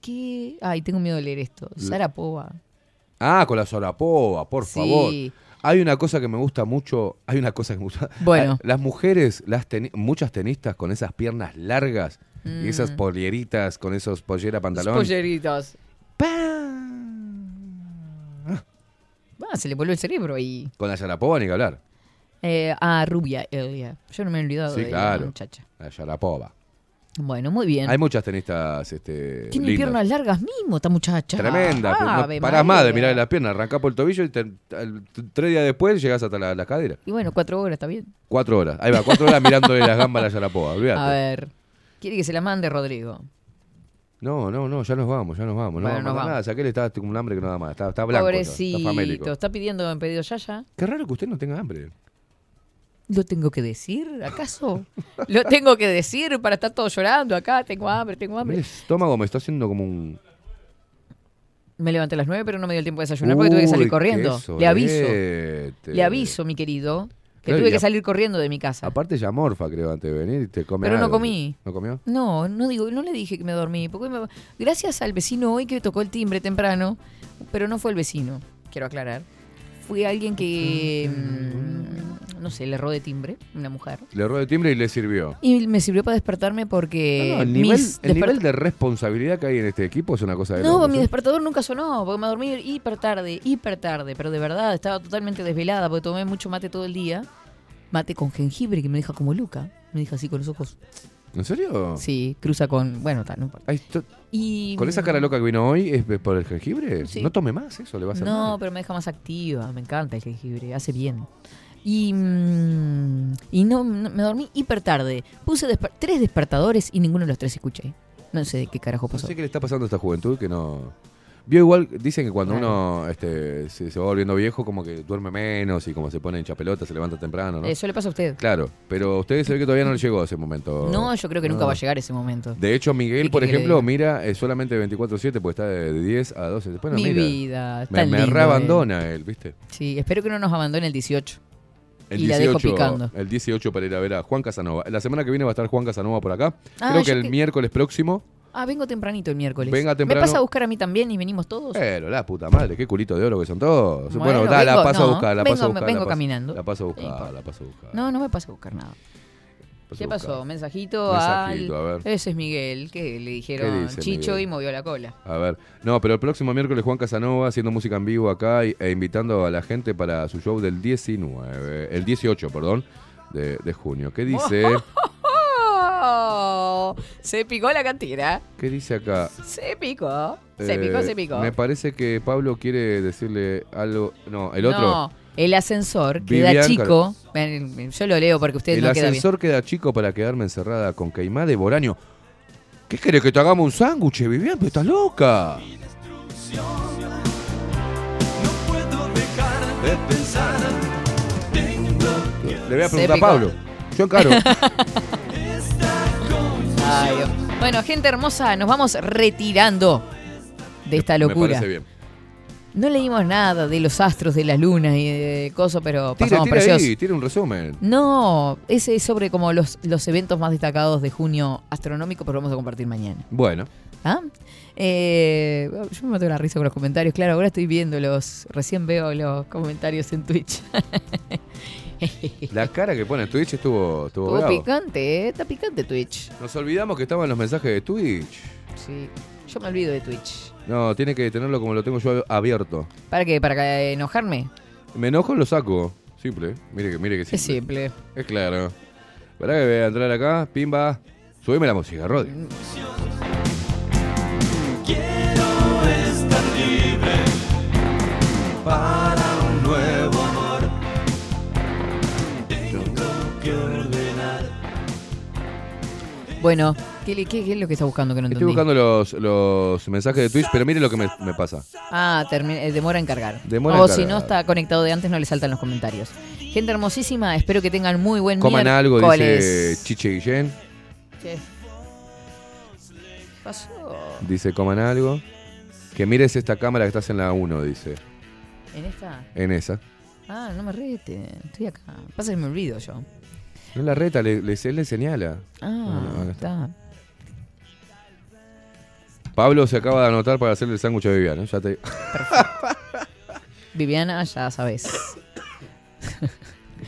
Speaker 1: ¿Qué? Ay, tengo miedo de leer esto.
Speaker 12: L-
Speaker 1: Sara Pova.
Speaker 12: Ah, con la Sorapova, por
Speaker 1: Sí.
Speaker 12: favor. Hay una cosa que me gusta mucho, hay una cosa que me gusta. Ah,
Speaker 1: Bueno.
Speaker 12: Las mujeres, las teni- muchas tenistas con esas piernas largas y esas
Speaker 1: Mm.
Speaker 12: polleritas con esos pollera pantalón.
Speaker 1: Polleritos. Ah, se le voló el cerebro ahí.
Speaker 12: Con la Yarapova ni que hablar.
Speaker 1: Eh, ah, Rubia, Elia. Yo no me he olvidado
Speaker 12: Sí,
Speaker 1: de ella,
Speaker 12: claro.
Speaker 1: muchacha.
Speaker 12: La Yarapova.
Speaker 1: Bueno, muy bien.
Speaker 12: Hay muchas tenistas este,
Speaker 1: Tiene
Speaker 12: lindas.
Speaker 1: piernas largas mismo esta muchacha.
Speaker 12: Tremenda. pero no
Speaker 1: Ave
Speaker 12: parás más
Speaker 1: María.
Speaker 12: de mirar las piernas. Arrancás por el tobillo y te- al- t- tres días después llegás hasta la, la cadera.
Speaker 1: Y bueno, cuatro horas, está bien.
Speaker 12: Cuatro horas. Ahí va, cuatro horas mirándole las gambas a la Yarapoa. olvídate.
Speaker 1: A ver. Quiere que se la mande Rodrigo.
Speaker 12: No, no, no, ya nos vamos, ya nos vamos. No
Speaker 1: Bueno,
Speaker 12: vamos
Speaker 1: nos
Speaker 12: a
Speaker 1: vamos.
Speaker 12: nada. Saqué le está con un hambre que no da más. Está, está blanco. ya, Está famélico.
Speaker 1: Pobrecito. Está pidiendo en pedido ya ya.
Speaker 12: Qué raro que usted no tenga hambre.
Speaker 1: ¿Lo tengo que decir? ¿Acaso? ¿Lo tengo que decir para estar todo llorando acá? Tengo hambre, tengo
Speaker 12: El
Speaker 1: hambre.
Speaker 12: estómago me está haciendo como un.
Speaker 1: Me levanté a las nueve, pero no me dio el tiempo de desayunar porque tuve que
Speaker 12: Uy,
Speaker 1: salir
Speaker 12: qué
Speaker 1: corriendo. Le aviso.
Speaker 12: sorete.
Speaker 1: Le aviso, mi querido, que
Speaker 12: Claro,
Speaker 1: tuve
Speaker 12: y
Speaker 1: que
Speaker 12: ap-
Speaker 1: salir corriendo de mi casa.
Speaker 12: Aparte, ya morfa, creo, antes de venir. Te come
Speaker 1: Pero no
Speaker 12: algo.
Speaker 1: comí.
Speaker 12: ¿No comió?
Speaker 1: No, no digo, no le dije que me dormí. Porque me- gracias al vecino hoy que tocó el timbre temprano, pero no fue el vecino, quiero aclarar. Fue alguien que, mm, no sé, le erró de timbre, una mujer.
Speaker 12: Le erró de timbre y le sirvió.
Speaker 1: Y me sirvió para despertarme porque...
Speaker 12: No, no, el nivel,
Speaker 1: Eh, mis
Speaker 12: el nivel
Speaker 1: desperta-
Speaker 12: de responsabilidad que hay en este equipo es una cosa de
Speaker 1: No,
Speaker 12: locos,
Speaker 1: mi
Speaker 12: ¿eh?
Speaker 1: despertador nunca sonó, porque me dormí hiper tarde, hiper tarde, pero de verdad estaba totalmente desvelada porque tomé mucho mate todo el día. Mate con jengibre que me deja como Luca, me deja así con los ojos.
Speaker 12: ¿En serio?
Speaker 1: Sí, cruza con. Bueno, tal, no importa. Y,
Speaker 12: Con esa cara loca que vino hoy, ¿es por el jengibre?
Speaker 1: Sí.
Speaker 12: No tome más, eso le va a hacer
Speaker 1: No,
Speaker 12: mal.
Speaker 1: pero me deja más activa, me encanta el jengibre, hace bien. Y, mm, y no, no- me dormí hiper tarde. Puse desper- tres despertadores y ninguno de los tres escuché. No sé de qué carajo
Speaker 12: No
Speaker 1: pasó.
Speaker 12: sé qué le está pasando a esta juventud que no... Vio igual, dicen que cuando uno este, se, se va volviendo viejo, como que duerme menos y como se pone en chapelota, se levanta temprano, ¿no?
Speaker 1: Eso le pasa Eh, a usted.
Speaker 12: Claro, pero a ustedes se ve que todavía no le llegó ese momento.
Speaker 1: No, yo creo que nunca
Speaker 12: No.
Speaker 1: va a llegar ese momento.
Speaker 12: De hecho, Miguel,
Speaker 1: ¿Qué
Speaker 12: por
Speaker 1: quiere que le
Speaker 12: ejemplo,
Speaker 1: diga?
Speaker 12: mira eh, solamente 24-7, porque está de, de 10 a 12. Después no
Speaker 1: Mi
Speaker 12: mira.
Speaker 1: vida,
Speaker 12: Me,
Speaker 1: tan
Speaker 12: me
Speaker 1: lindo eh.
Speaker 12: reabandona él, ¿viste?
Speaker 1: Sí, espero que no nos abandone el 18.
Speaker 12: El
Speaker 1: y la dejo picando.
Speaker 12: El 18 para ir a ver a Juan Casanova. La semana que viene va a estar Juan Casanova por acá.
Speaker 1: Ah,
Speaker 12: Creo que
Speaker 1: yo
Speaker 12: el
Speaker 1: que-
Speaker 12: miércoles próximo.
Speaker 1: Ah, vengo tempranito el miércoles.
Speaker 12: Venga temprano. Eh.
Speaker 1: Me pasa a buscar a mí también y venimos todos.
Speaker 12: Pero la puta madre, qué culito de oro que son todos. Bueno,
Speaker 1: Bueno,
Speaker 12: da, la
Speaker 1: vengo-
Speaker 12: paso
Speaker 1: no,
Speaker 12: a buscar, la paso
Speaker 1: vengo-
Speaker 12: a buscar.
Speaker 1: vengo
Speaker 12: la paso-
Speaker 1: caminando.
Speaker 12: La paso a
Speaker 1: No
Speaker 12: buscar,
Speaker 1: importa.
Speaker 12: la paso a buscar.
Speaker 1: No, no me pasa a buscar nada.
Speaker 12: Paso
Speaker 1: ¿Qué
Speaker 12: a buscar.
Speaker 1: pasó? Mensajito,
Speaker 12: Mensajito,
Speaker 1: al-
Speaker 12: a ver.
Speaker 1: Ese es Miguel, que le
Speaker 12: ¿Qué
Speaker 1: dijeron
Speaker 12: dice
Speaker 1: Chicho
Speaker 12: Miguel?
Speaker 1: y movió la cola.
Speaker 12: A ver, no, pero el próximo miércoles Juan Casanova haciendo música en vivo acá y- e invitando a la gente para su show del 19, el 18, perdón, de, de junio.
Speaker 1: [LAUGHS]
Speaker 12: ¿Qué dice?
Speaker 1: ¡Oh! Se picó la cantera.
Speaker 12: ¿Qué dice acá?
Speaker 1: Se picó. Se picó,
Speaker 12: Eh,
Speaker 1: se picó.
Speaker 12: Me parece que Pablo quiere decirle algo. No, el otro.
Speaker 1: No, el ascensor queda
Speaker 12: Vivian
Speaker 1: chico. Ven, Yo lo leo porque ustedes
Speaker 12: el
Speaker 1: no queda bien.
Speaker 12: ascensor queda, chico para quedarme encerrada con Caimá de Boraño. ¿Qué querés que te hagamos un sándwich, Vivian? Pero estás loca.
Speaker 10: de pensar.
Speaker 12: Le voy a
Speaker 10: Se
Speaker 12: preguntar a
Speaker 10: picó.
Speaker 12: Pablo.
Speaker 1: [LAUGHS]
Speaker 12: Yo encaro.
Speaker 1: Ay, Dios. Bueno, gente hermosa, nos vamos retirando de esta
Speaker 12: Me
Speaker 1: locura.
Speaker 12: parece bien.
Speaker 1: No leímos nada de los astros, de las lunas y de cosas, pero
Speaker 12: Tira,
Speaker 1: pasamos
Speaker 12: tira
Speaker 1: precioso.
Speaker 12: ahí, tira un resumen.
Speaker 1: No, ese es sobre como los, los eventos más destacados de junio astronómico, pero vamos a compartir mañana.
Speaker 12: Bueno.
Speaker 1: [LAUGHS] ¿Ah? Eh, yo me mato la risa con los comentarios, claro, ahora estoy viendo los, recién veo los comentarios en
Speaker 12: [LAUGHS]
Speaker 1: Twitch.
Speaker 12: La cara que pone Twitch estuvo,
Speaker 1: Estuvo
Speaker 12: estuvo bravo.
Speaker 1: picante, eh, está picante Twitch.
Speaker 12: Nos olvidamos que estaban los mensajes de Twitch.
Speaker 1: Sí, yo me olvido de Twitch.
Speaker 12: No, tiene que tenerlo como lo tengo yo abierto.
Speaker 1: ¿Para qué? ¿Para enojarme?
Speaker 12: Me enojo, lo saco. Simple. ¿eh? Mire que, mire que simple.
Speaker 1: Es simple.
Speaker 12: Es claro. Verá que voy a entrar acá, pimba. Subime la música, Rodri.
Speaker 1: Mm,
Speaker 10: Quiero estar libre para un nuevo amor. Tengo que ordenar.
Speaker 1: Bueno, ¿qué, le- qué- qué es lo que está buscando que no entendí?
Speaker 12: Estoy buscando los, los mensajes de Twitch, pero mire lo que me, me pasa.
Speaker 1: Ah, termi- eh, demora en cargar.
Speaker 12: Demora en
Speaker 1: o
Speaker 12: cargar.
Speaker 1: si no está conectado de antes, no le saltan los comentarios. Gente hermosísima, espero que tengan muy buen
Speaker 12: Coman algo, dice
Speaker 1: miércoles.
Speaker 12: Chiche Guillén.
Speaker 1: Che. ¿Pasó?
Speaker 12: Dice, coman algo. Que mires esta cámara que estás en la 1, dice.
Speaker 1: ¿En esta?
Speaker 12: En esa.
Speaker 1: Ah, no me rete. Estoy acá. Pasa que me olvido yo.
Speaker 12: No la reta, le, le- él le señala.
Speaker 1: Ah,
Speaker 12: Bueno,
Speaker 1: está.
Speaker 12: Pablo se acaba de anotar para hacerle el sándwich a Viviana. Ya te... [LAUGHS]
Speaker 1: Viviana, ya sabes.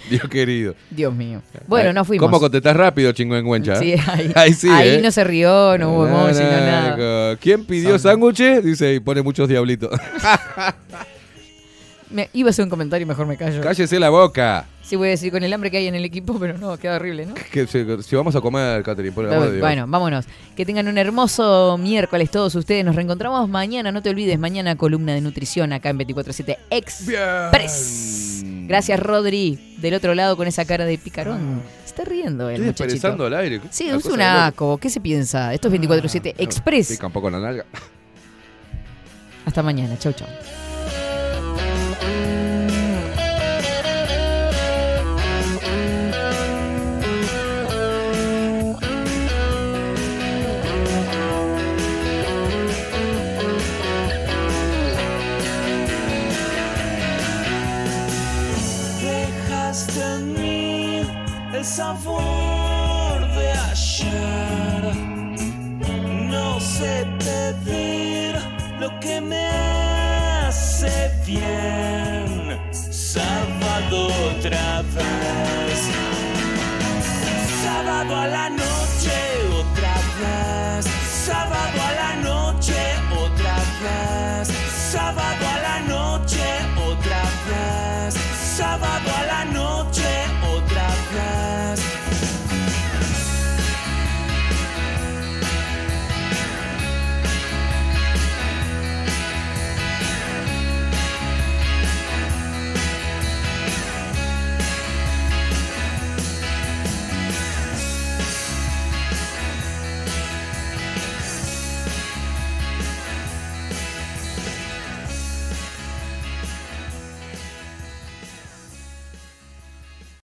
Speaker 12: Dios querido.
Speaker 1: Dios mío. Bueno, no fuimos.
Speaker 12: ¿Cómo contestás rápido, chingüengüencha? [LAUGHS]
Speaker 1: Sí, ahí,
Speaker 12: ahí sí,
Speaker 1: ahí
Speaker 12: ¿eh?
Speaker 1: no se rió, no hubo emoji, no nada.
Speaker 12: Caraca, ¿Quién pidió sándwiches? Dice, y pone muchos diablitos.
Speaker 1: Me- iba a hacer un comentario y mejor me callo.
Speaker 12: Cállese la boca.
Speaker 1: Sí, voy a decir con el hambre que hay en el equipo, pero no, queda horrible, ¿no?
Speaker 12: Que se- si vamos a comer, Catherine, por el amor de Dios.
Speaker 1: Bueno, vámonos. Que tengan un hermoso miércoles todos ustedes. Nos reencontramos mañana, no te olvides, mañana columna de nutrición acá en 247 Express. Gracias, Rodri, del otro lado con esa cara de picarón. Se está riendo él.
Speaker 12: Ah. Estoy
Speaker 1: muchachito.
Speaker 12: desperezando al aire.
Speaker 1: Sí,
Speaker 12: Una
Speaker 1: es
Speaker 12: cosa
Speaker 1: un
Speaker 12: de loco.
Speaker 1: aco. ¿Qué se piensa? Esto es 247 Express.
Speaker 12: Pica un poco la nalga.
Speaker 1: Hasta mañana. Chau, chau.
Speaker 4: Dejaste en mí el sabor de ayer. No sé pedir lo que me hace bien. Sábado otra vez. Sábado a la noche otra vez. Sábado a la